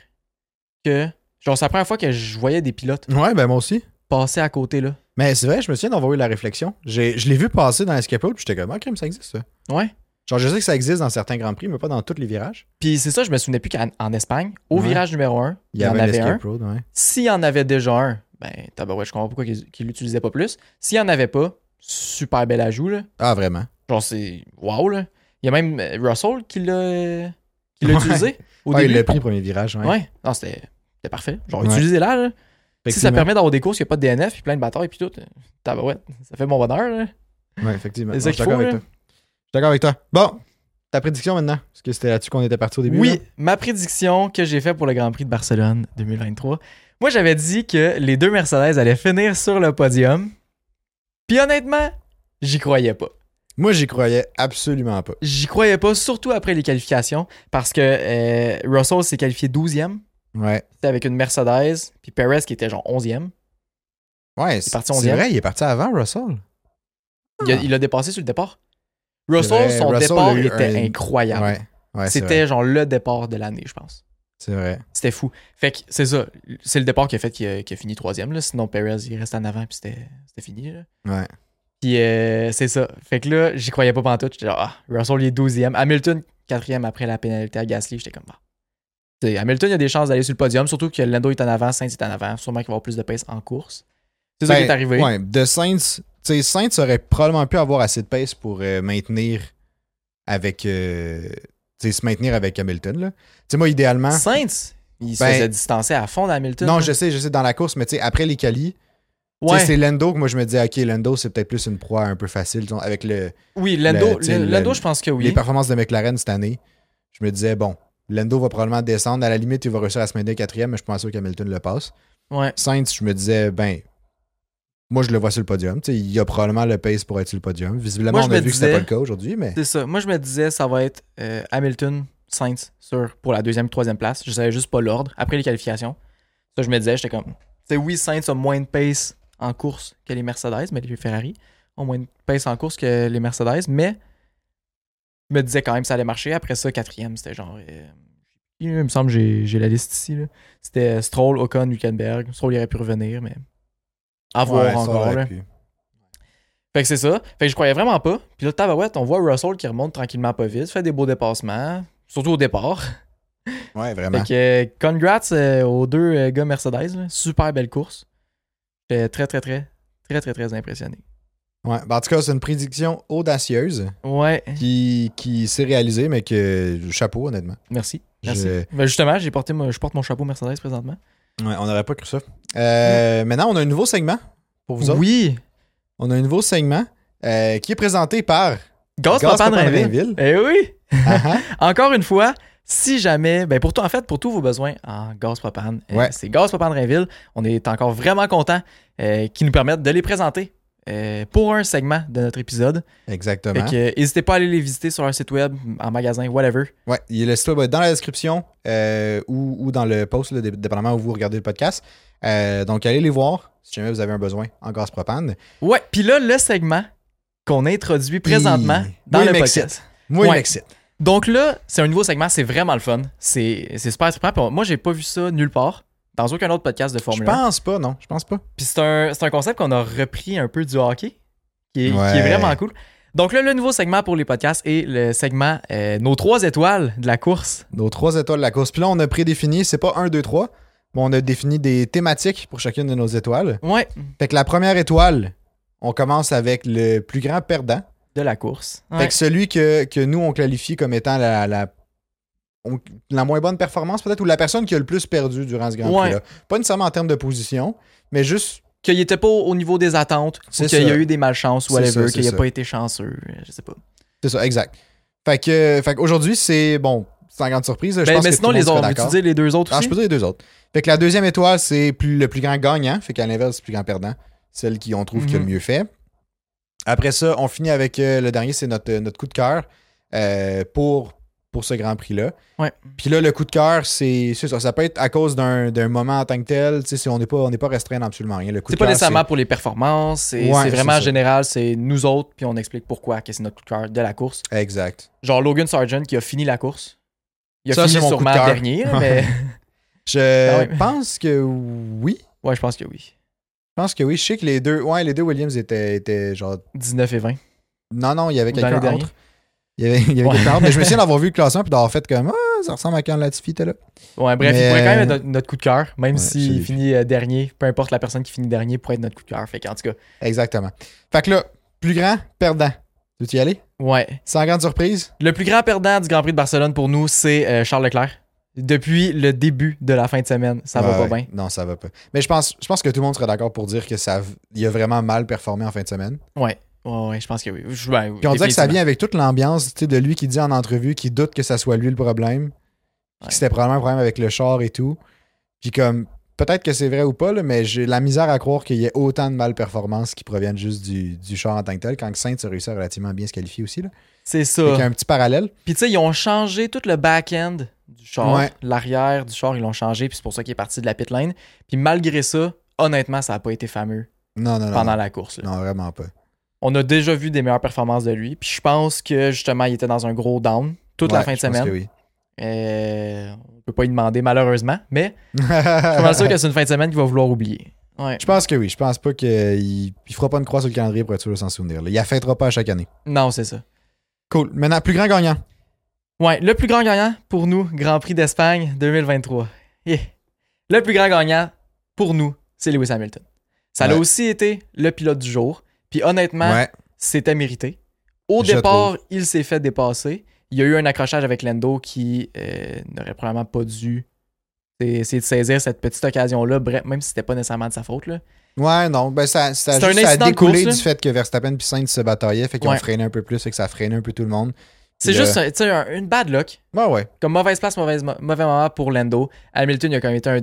[SPEAKER 1] que. Genre, c'est la première fois que je voyais des pilotes
[SPEAKER 2] Ouais, ben moi aussi.
[SPEAKER 1] passer à côté là.
[SPEAKER 2] Mais c'est vrai, je me souviens d'avoir eu la réflexion. J'ai- je l'ai vu passer dans l'escape road, puis j'étais comme, ah, crime, ça existe, ça.
[SPEAKER 1] Ouais.
[SPEAKER 2] Genre, je sais que ça existe dans certains Grands Prix, mais pas dans tous les virages.
[SPEAKER 1] Puis c'est ça, je me souvenais plus qu'en en Espagne, au
[SPEAKER 2] Ouais.
[SPEAKER 1] virage numéro 1, il y en
[SPEAKER 2] un
[SPEAKER 1] avait un.
[SPEAKER 2] escape road, ouais.
[SPEAKER 1] S'il y en avait déjà un, ben tabarouette, je comprends pas pourquoi qu'ils qu'ils l'utilisaient pas plus. S'il y en avait pas, super bel ajout là.
[SPEAKER 2] Ah, vraiment.
[SPEAKER 1] Genre c'est wow là. Il y a même euh, Russell qui l'a qui l'a
[SPEAKER 2] Ouais.
[SPEAKER 1] utilisé au
[SPEAKER 2] Ouais, Ah, il
[SPEAKER 1] début.
[SPEAKER 2] l'a pris premier virage, ouais.
[SPEAKER 1] ouais. Non, c'était c'était parfait. Genre
[SPEAKER 2] Ouais.
[SPEAKER 1] utilisez-la là. Si ça
[SPEAKER 2] Effectivement.
[SPEAKER 1] permet d'avoir des courses, il n'y a pas de DNF puis plein de batailles puis tout. euh, Tabarouette, ça fait mon bonheur là.
[SPEAKER 2] Ouais, effectivement.
[SPEAKER 1] C'est ça
[SPEAKER 2] Non, je suis
[SPEAKER 1] qu'il
[SPEAKER 2] d'accord
[SPEAKER 1] faut,
[SPEAKER 2] avec
[SPEAKER 1] là.
[SPEAKER 2] toi. Je suis d'accord avec toi. Bon, ta prédiction maintenant, parce que c'était là-dessus qu'on était parti au début.
[SPEAKER 1] Oui,
[SPEAKER 2] là.
[SPEAKER 1] ma prédiction que j'ai faite pour le Grand Prix de Barcelone 2023. Moi, j'avais dit que les deux Mercedes allaient finir sur le podium. Puis honnêtement, j'y croyais pas.
[SPEAKER 2] Moi, j'y croyais absolument pas.
[SPEAKER 1] J'y croyais pas, surtout après les qualifications, parce que euh, Russell s'est qualifié 12e.
[SPEAKER 2] Ouais.
[SPEAKER 1] C'était avec une Mercedes, puis Perez qui était genre 11e.
[SPEAKER 2] Ouais, c'est
[SPEAKER 1] parti
[SPEAKER 2] c'est
[SPEAKER 1] onzième.
[SPEAKER 2] vrai, il est parti avant Russell.
[SPEAKER 1] Il a,
[SPEAKER 2] Ah.
[SPEAKER 1] il l'a dépassé sur le départ. Russell,
[SPEAKER 2] vrai,
[SPEAKER 1] son
[SPEAKER 2] Russell a
[SPEAKER 1] départ
[SPEAKER 2] eu
[SPEAKER 1] était
[SPEAKER 2] un-
[SPEAKER 1] incroyable.
[SPEAKER 2] Ouais. Ouais, c'est vrai.
[SPEAKER 1] C'était genre le départ de l'année, je pense.
[SPEAKER 2] C'est vrai.
[SPEAKER 1] C'était fou. Fait que c'est ça. C'est le départ qui a fait qu'il a, qu'il a fini troisième. Là. Sinon, Perez, il reste en avant, puis c'était c'était fini. Là.
[SPEAKER 2] Ouais.
[SPEAKER 1] Puis euh, c'est ça. Fait que là, j'y croyais pas pantoute. J'étais genre, ah, Russell, il est 12e. Hamilton, 4e après la pénalité à Gasly. J'étais comme, bah. T'sais, Hamilton, il a des chances d'aller sur le podium, surtout que Lando est en avant, Sainz est en avant. Sûrement qu'il va avoir plus de pace en course. C'est ça
[SPEAKER 2] Ben,
[SPEAKER 1] qui est arrivé.
[SPEAKER 2] Ouais, de Saints, tu sais, Saints aurait probablement pu avoir assez de pace pour euh, maintenir avec. euh, tu sais, se maintenir avec Hamilton, là. Tu sais, moi, idéalement.
[SPEAKER 1] Sainz, il se
[SPEAKER 2] Hein? Ben,
[SPEAKER 1] faisait distancer à fond d'Hamilton.
[SPEAKER 2] Non,
[SPEAKER 1] là.
[SPEAKER 2] je sais, je sais, dans la course, mais tu sais, après les qualis, tu sais,
[SPEAKER 1] Ouais.
[SPEAKER 2] c'est Lando que moi, je me dis, OK, Lando, c'est peut-être plus une proie un peu facile. disons, avec le,
[SPEAKER 1] Oui, Lando,
[SPEAKER 2] le- tu sais,
[SPEAKER 1] Lando,
[SPEAKER 2] le-
[SPEAKER 1] je pense que
[SPEAKER 2] les
[SPEAKER 1] oui.
[SPEAKER 2] performances de McLaren cette année, je me disais, bon, Lando va probablement descendre. À la limite, il va réussir à se mener quatrième, mais je suis pas sûr qu'Hamilton le passe.
[SPEAKER 1] Ouais.
[SPEAKER 2] Sainz, je me disais, ben, moi, je le vois sur le podium. Tu sais, il a probablement le pace pour être sur le podium. Visiblement,
[SPEAKER 1] Moi, je
[SPEAKER 2] on a
[SPEAKER 1] me
[SPEAKER 2] vu que c'était
[SPEAKER 1] disais-
[SPEAKER 2] pas le cas aujourd'hui, mais
[SPEAKER 1] C'est ça. Moi, je me disais, ça va être euh, Hamilton, Sainz sur, pour la deuxième, troisième place. Je savais juste pas l'ordre. Après les qualifications, ça, je me disais, j'étais comme. C'est oui, Sainz a moins de pace en course que les Mercedes, mais les Ferrari ont moins de pace en course que les Mercedes, mais je me disais quand même que ça allait marcher. Après ça, quatrième, c'était genre. euh, il me semble que j'ai- j'ai la liste ici. là. C'était euh, Stroll, Ocon, Hülkenberg. Stroll il aurait pu revenir, mais. À voir
[SPEAKER 2] Ouais, ça
[SPEAKER 1] encore.
[SPEAKER 2] aurait
[SPEAKER 1] là.
[SPEAKER 2] pu.
[SPEAKER 1] Fait que c'est ça. Fait que je croyais vraiment pas. Puis là, tabarouette, on voit Russell qui remonte tranquillement pas vite, fait des beaux dépassements, surtout au départ.
[SPEAKER 2] Ouais, vraiment.
[SPEAKER 1] Fait que euh, congrats euh, aux deux euh, gars Mercedes. là. Super belle course. J'étais très, très, très, très, très, très impressionné.
[SPEAKER 2] Ouais. Ben, en tout cas, c'est une prédiction audacieuse
[SPEAKER 1] Ouais,
[SPEAKER 2] qui, qui s'est réalisée, mais que chapeau, honnêtement.
[SPEAKER 1] merci. Merci.
[SPEAKER 2] Je-
[SPEAKER 1] Ben, justement, j'ai porté mon- je porte mon chapeau Mercedes présentement.
[SPEAKER 2] Ouais, on n'aurait pas cru ça. Euh, Maintenant, on a un nouveau segment pour vous autres.
[SPEAKER 1] Oui,
[SPEAKER 2] On a un nouveau segment euh, qui est présenté par
[SPEAKER 1] Gaz
[SPEAKER 2] Gaz
[SPEAKER 1] Papin de
[SPEAKER 2] Papin de
[SPEAKER 1] Rainville.
[SPEAKER 2] Rainville.
[SPEAKER 1] Eh oui! [LAUGHS]
[SPEAKER 2] Ah, ah.
[SPEAKER 1] Encore une fois, si jamais, ben pour tout- en fait, pour tous vos besoins en gaz propane, euh,
[SPEAKER 2] Ouais.
[SPEAKER 1] c'est Gaz Propane Rainville. On est encore vraiment contents euh, qu'ils nous permettent de les présenter euh, pour un segment de notre épisode.
[SPEAKER 2] ah, Exactement.
[SPEAKER 1] Fait que, euh, n'hésitez pas à aller les visiter sur leur site web, en magasin, whatever.
[SPEAKER 2] Ouais, il- le site web va être dans la description euh, ou, ou dans le post, là, dé- dépendamment où vous regardez le podcast. Euh, donc, allez les voir si jamais vous avez un besoin en gaz propane.
[SPEAKER 1] Ouais, puis là, le segment qu'on introduit présentement
[SPEAKER 2] Hi.
[SPEAKER 1] dans
[SPEAKER 2] Moi,
[SPEAKER 1] le
[SPEAKER 2] il
[SPEAKER 1] podcast.
[SPEAKER 2] m'excite. Moi,
[SPEAKER 1] Ouais.
[SPEAKER 2] il m'excite.
[SPEAKER 1] Donc là, c'est un nouveau segment, c'est vraiment le fun. C'est c'est super trippant. Puis on- Moi, j'ai pas vu ça nulle part, dans aucun autre podcast de
[SPEAKER 2] Je
[SPEAKER 1] Formule 1.
[SPEAKER 2] pense pas, non. Je pense pas.
[SPEAKER 1] Puis c'est un, c'est un concept qu'on a repris un peu du hockey, qui est, qui est
[SPEAKER 2] Ouais.
[SPEAKER 1] vraiment cool. Donc là, le nouveau segment pour les podcasts est le segment euh, Nos trois étoiles de la course.
[SPEAKER 2] Nos trois étoiles de la course. Puis là, on a prédéfini, c'est pas 1, 2, 3, mais on a défini des thématiques pour chacune de nos étoiles.
[SPEAKER 1] Ouais,
[SPEAKER 2] Fait que la première étoile, on commence avec le plus grand perdant.
[SPEAKER 1] de la course.
[SPEAKER 2] Fait
[SPEAKER 1] Ouais.
[SPEAKER 2] que celui que, que nous, on qualifie comme étant la, la, on- la moins bonne performance, peut-être, ou la personne qui a le plus perdu durant ce Grand
[SPEAKER 1] Ouais.
[SPEAKER 2] Prix-là. Pas nécessairement en termes de position, mais juste,
[SPEAKER 1] Qu'il n'était pas au niveau des attentes, ou
[SPEAKER 2] C'est
[SPEAKER 1] qu'il y a
[SPEAKER 2] ça.
[SPEAKER 1] eu des malchances, ou
[SPEAKER 2] C'est
[SPEAKER 1] whatever,
[SPEAKER 2] ça, c'est
[SPEAKER 1] qu'il n'a
[SPEAKER 2] ça.
[SPEAKER 1] pas été chanceux, euh, je sais pas.
[SPEAKER 2] c'est ça, exact. Fait que, fait qu'aujourd'hui, c'est, bon, sans grande surprise, je
[SPEAKER 1] Ben,
[SPEAKER 2] pense
[SPEAKER 1] mais
[SPEAKER 2] que
[SPEAKER 1] sinon,
[SPEAKER 2] tout le
[SPEAKER 1] les
[SPEAKER 2] monde
[SPEAKER 1] autres,
[SPEAKER 2] sera
[SPEAKER 1] veux-tu
[SPEAKER 2] d'accord.
[SPEAKER 1] dire les deux autres
[SPEAKER 2] Ah,
[SPEAKER 1] aussi?
[SPEAKER 2] je peux dire les deux autres. Fait que la deuxième étoile, c'est plus, le plus grand gagnant. Fait qu'à l'inverse, c'est le plus grand perdant. Celle qui, on trouve, qui a le
[SPEAKER 1] Mhm.
[SPEAKER 2] mieux fait. Après ça, on finit avec euh, le dernier, c'est notre, euh, notre coup de cœur euh, pour, pour ce Grand Prix-là.
[SPEAKER 1] Ouais.
[SPEAKER 2] Puis là, le coup de cœur, c'est c'est ça. Ça peut être à cause d'un d'un moment en tant que tel. Tu sais, c'est- on n'est pas, on n'est pas restreint dans absolument rien. Le coup
[SPEAKER 1] C'est
[SPEAKER 2] de
[SPEAKER 1] pas
[SPEAKER 2] cœur,
[SPEAKER 1] nécessairement pour les performances, c'est
[SPEAKER 2] Ouais,
[SPEAKER 1] c'est
[SPEAKER 2] c'est
[SPEAKER 1] vraiment
[SPEAKER 2] ça.
[SPEAKER 1] général, c'est nous autres, puis on explique pourquoi, que c'est notre coup de cœur de la course.
[SPEAKER 2] c'est- Exact.
[SPEAKER 1] Genre Logan Sargent qui a fini la course. Il a
[SPEAKER 2] Ça,
[SPEAKER 1] fini
[SPEAKER 2] c'est mon coup de
[SPEAKER 1] sûrement
[SPEAKER 2] cœur. [LAUGHS]
[SPEAKER 1] dernier, mais
[SPEAKER 2] Je
[SPEAKER 1] Ah oui.
[SPEAKER 2] pense que oui.
[SPEAKER 1] ouais, je pense que oui.
[SPEAKER 2] Je pense que oui. Je sais que les deux, ouais, les deux Williams étaient, étaient genre. 19
[SPEAKER 1] 19 et 20.
[SPEAKER 2] Non, non, il y avait
[SPEAKER 1] Ou dans les
[SPEAKER 2] quelqu'un
[SPEAKER 1] derniers.
[SPEAKER 2] d'autre. Il y avait, il y avait
[SPEAKER 1] Ouais.
[SPEAKER 2] quelqu'un d'autre. Mais je
[SPEAKER 1] [LAUGHS]
[SPEAKER 2] me souviens d'avoir vu le classement puis d'avoir fait comme Ah, ça ressemble à quand Latifi était là.
[SPEAKER 1] Ouais, bref,
[SPEAKER 2] Mais-
[SPEAKER 1] il pourrait quand même être notre- notre coup de cœur, même
[SPEAKER 2] Ouais, je l'ai
[SPEAKER 1] s'il
[SPEAKER 2] vu.
[SPEAKER 1] finit euh, dernier. Peu importe la personne qui finit dernier pourrait être notre coup de cœur. Fait qu'en tout cas,
[SPEAKER 2] Exactement. Fait que là, plus grand, perdant. Tu veux y aller?
[SPEAKER 1] ouais.
[SPEAKER 2] Sans grande surprise?
[SPEAKER 1] Le plus grand perdant du Grand Prix de Barcelone pour nous, c'est euh, Charles Leclerc. Depuis le début de la fin de semaine, ça va
[SPEAKER 2] Ouais,
[SPEAKER 1] pas
[SPEAKER 2] ouais.
[SPEAKER 1] bien.
[SPEAKER 2] Non, ça va pas. Mais je pense, je pense que tout le monde serait d'accord pour dire que ça v- il a vraiment mal performé en fin de semaine.
[SPEAKER 1] Ouais. Ouais, ouais, je pense que oui. Je- ben,
[SPEAKER 2] Puis on dirait que ça
[SPEAKER 1] définitivement.
[SPEAKER 2] vient avec toute l'ambiance tu sais, de lui qui dit en entrevue qu'il doute que ça soit lui le problème. puis
[SPEAKER 1] Ouais.
[SPEAKER 2] que C'était probablement un problème avec le char et tout. Puis comme peut-être que c'est vrai ou pas, là, mais j'ai la misère à croire qu'il y ait autant de mal-performances qui proviennent juste du, du char en tant que tel, quand que Sainz a réussi à relativement bien se qualifier aussi. Là.
[SPEAKER 1] C'est ça.
[SPEAKER 2] Fait qu'il y a un petit parallèle.
[SPEAKER 1] Puis tu sais, ils ont changé tout le back-end du char,
[SPEAKER 2] Ouais.
[SPEAKER 1] l'arrière du char, ils l'ont changé, puis c'est pour ça qu'il est parti de la pit lane. Puis malgré ça, honnêtement, ça n'a pas été fameux
[SPEAKER 2] Non, non, non.
[SPEAKER 1] pendant
[SPEAKER 2] non.
[SPEAKER 1] la course. là.
[SPEAKER 2] Non, vraiment pas.
[SPEAKER 1] On a déjà vu des meilleures performances de lui, puis je pense que justement, il était dans un gros down toute la
[SPEAKER 2] Ouais,
[SPEAKER 1] fin de
[SPEAKER 2] je pense
[SPEAKER 1] semaine.
[SPEAKER 2] que oui.
[SPEAKER 1] Euh, on peut pas y demander malheureusement, mais je suis pas mal sûr
[SPEAKER 2] je
[SPEAKER 1] que c'est une fin de semaine qu'il va vouloir oublier. Ouais.
[SPEAKER 2] pense que oui. [LAUGHS] Je pense pas qu'il il fera pas une croix sur le calendrier pour être sûr de s'en souvenir. là. Il la fêtera pas à chaque année.
[SPEAKER 1] Non, c'est ça.
[SPEAKER 2] Cool. Maintenant, plus grand gagnant.
[SPEAKER 1] Ouais, le plus grand gagnant pour nous, Grand Prix d'Espagne 2023. Yeah. Le plus grand gagnant pour nous, c'est Lewis Hamilton. Ça l'a
[SPEAKER 2] Ouais.
[SPEAKER 1] aussi été le pilote du jour. Puis honnêtement,
[SPEAKER 2] Ouais.
[SPEAKER 1] c'était mérité. Au
[SPEAKER 2] Je
[SPEAKER 1] départ, il s'est fait dépasser. Il y a eu un accrochage avec Lando qui euh, n'aurait probablement pas dû essayer de saisir cette petite occasion-là, bref, même si c'était pas nécessairement de sa faute. Là.
[SPEAKER 2] Ouais, non, ben ça, ça,
[SPEAKER 1] C'est un
[SPEAKER 2] juste, ça a
[SPEAKER 1] incident de
[SPEAKER 2] découlé
[SPEAKER 1] course, là.
[SPEAKER 2] du fait que Verstappen et Sainz se bataillaient, fait qu'ils
[SPEAKER 1] Ouais.
[SPEAKER 2] ont freiné un peu plus, fait que ça freinait un peu tout le monde.
[SPEAKER 1] C'est
[SPEAKER 2] Il y a-
[SPEAKER 1] juste un- tu sais, un- une bad luck.
[SPEAKER 2] Ouais, ouais.
[SPEAKER 1] Comme mauvaise place, mauvaise, mo- mauvais moment pour Lando. Hamilton, il a quand même été un,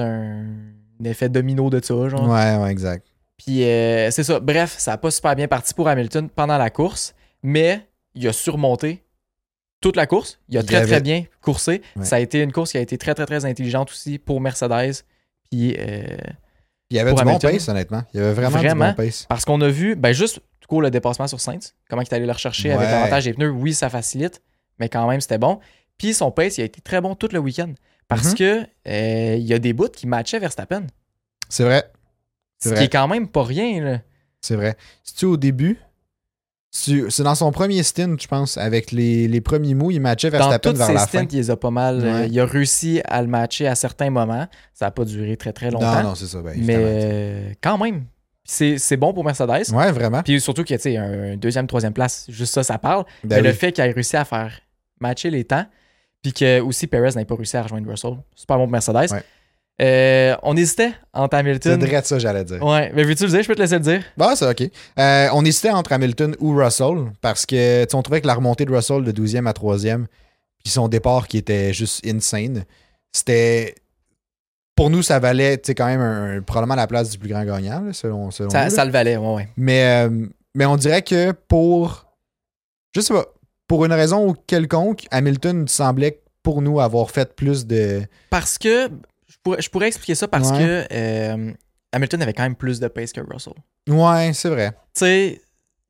[SPEAKER 1] un- un effet domino de ça, genre.
[SPEAKER 2] Ouais, ouais, exact.
[SPEAKER 1] Puis euh, c'est ça. Bref, ça n'a pas super bien parti pour Hamilton pendant la course, mais il a surmonté toute la course. Il a
[SPEAKER 2] Il
[SPEAKER 1] très,
[SPEAKER 2] avait-
[SPEAKER 1] très bien coursé.
[SPEAKER 2] Ouais.
[SPEAKER 1] Ça a été une course qui a été très, très, très intelligente aussi pour Mercedes. Puis euh,
[SPEAKER 2] Il y avait
[SPEAKER 1] Pour
[SPEAKER 2] du
[SPEAKER 1] Hamilton.
[SPEAKER 2] bon pace, honnêtement. Il y avait vraiment,
[SPEAKER 1] Vraiment.
[SPEAKER 2] du bon pace.
[SPEAKER 1] parce qu'on a vu, ben juste tout court, le dépassement sur Sainz, comment il est allé le rechercher avec
[SPEAKER 2] Ouais.
[SPEAKER 1] l'avantage des pneus. Oui, ça facilite, mais quand même, c'était bon. Puis son pace, il a été très bon tout le week-end parce
[SPEAKER 2] Mhm.
[SPEAKER 1] que euh, il y a des bouts qui matchaient Verstappen.
[SPEAKER 2] C'est vrai,
[SPEAKER 1] Ce
[SPEAKER 2] C'est
[SPEAKER 1] qui
[SPEAKER 2] vrai.
[SPEAKER 1] est quand même pas rien. Là.
[SPEAKER 2] c'est vrai. Si tu au début, c'est c'est dans son premier stint, je pense, avec les, les premiers mots, il matchait
[SPEAKER 1] dans
[SPEAKER 2] Verstappen
[SPEAKER 1] toutes
[SPEAKER 2] vers
[SPEAKER 1] ses
[SPEAKER 2] la
[SPEAKER 1] stints,
[SPEAKER 2] fin.
[SPEAKER 1] il les a pas mal.
[SPEAKER 2] Ouais.
[SPEAKER 1] euh, il a réussi à le matcher à certains moments. Ça n'a pas duré très très longtemps.
[SPEAKER 2] Non, non, c'est ça. ben,
[SPEAKER 1] mais
[SPEAKER 2] évidemment.
[SPEAKER 1] euh, quand même, Puis c'est c'est bon pour Mercedes.
[SPEAKER 2] Ouais, vraiment.
[SPEAKER 1] Puis surtout qu'il y a tu sais, un deuxième, troisième place, juste ça, ça parle.
[SPEAKER 2] Ben
[SPEAKER 1] mais le
[SPEAKER 2] oui.
[SPEAKER 1] fait qu'il ait réussi à faire matcher les temps, puis que aussi Perez n'ait pas réussi à rejoindre Russell, super bon pour Mercedes.
[SPEAKER 2] Ouais.
[SPEAKER 1] Euh, on hésitait entre
[SPEAKER 2] C'est
[SPEAKER 1] Hamilton.
[SPEAKER 2] vrai de ça, j'allais dire.
[SPEAKER 1] Ouais, mais veux-tu le dire Je peux te laisser le dire.
[SPEAKER 2] Bah, c'est OK. Euh, on hésitait entre Hamilton ou Russell parce que tu sais, on trouvait que la remontée de Russell de 12e à 3e, puis son départ qui était juste insane, c'était. Pour nous, ça valait tu sais, quand même un- probablement la place du plus grand gagnant, là, selon, selon
[SPEAKER 1] Ça,
[SPEAKER 2] nous, là.
[SPEAKER 1] ça le valait, ouais, ouais.
[SPEAKER 2] Mais, euh, mais on dirait que pour. Je sais pas. Pour une raison quelconque, Hamilton semblait pour nous avoir fait plus de.
[SPEAKER 1] Parce que, je pourrais, je pourrais expliquer ça parce
[SPEAKER 2] Ouais.
[SPEAKER 1] que euh, Hamilton avait quand même plus de pace que Russell.
[SPEAKER 2] Ouais, c'est vrai.
[SPEAKER 1] tu sais,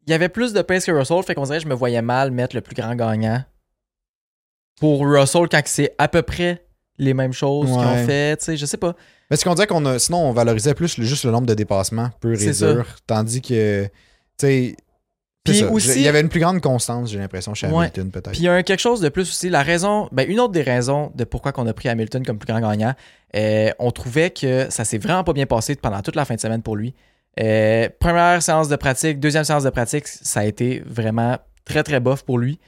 [SPEAKER 1] il y avait plus de pace que Russell, fait qu'on dirait que je me voyais mal mettre le plus grand gagnant pour Russell quand que c'est à peu près les mêmes choses qu'ils ont
[SPEAKER 2] Ouais.
[SPEAKER 1] fait, tu sais, je sais pas.
[SPEAKER 2] Mais ce qu'on dirait qu'on a. Sinon, on valorisait plus le- juste le nombre de dépassements, peu et
[SPEAKER 1] C'est ça.
[SPEAKER 2] dur. Tandis que. Tu sais. c'est
[SPEAKER 1] Puis
[SPEAKER 2] ça.
[SPEAKER 1] aussi-
[SPEAKER 2] Il y avait une plus grande constance, j'ai l'impression, chez
[SPEAKER 1] Ouais.
[SPEAKER 2] Hamilton, peut-être.
[SPEAKER 1] Puis il y a un quelque chose de plus aussi, la raison, ben une autre des raisons de pourquoi qu'on a pris Hamilton comme plus grand gagnant, euh, on trouvait que ça s'est vraiment pas bien passé pendant toute la fin de semaine pour lui. Euh, première séance de pratique, deuxième séance de pratique, ça a été vraiment très très bof pour lui.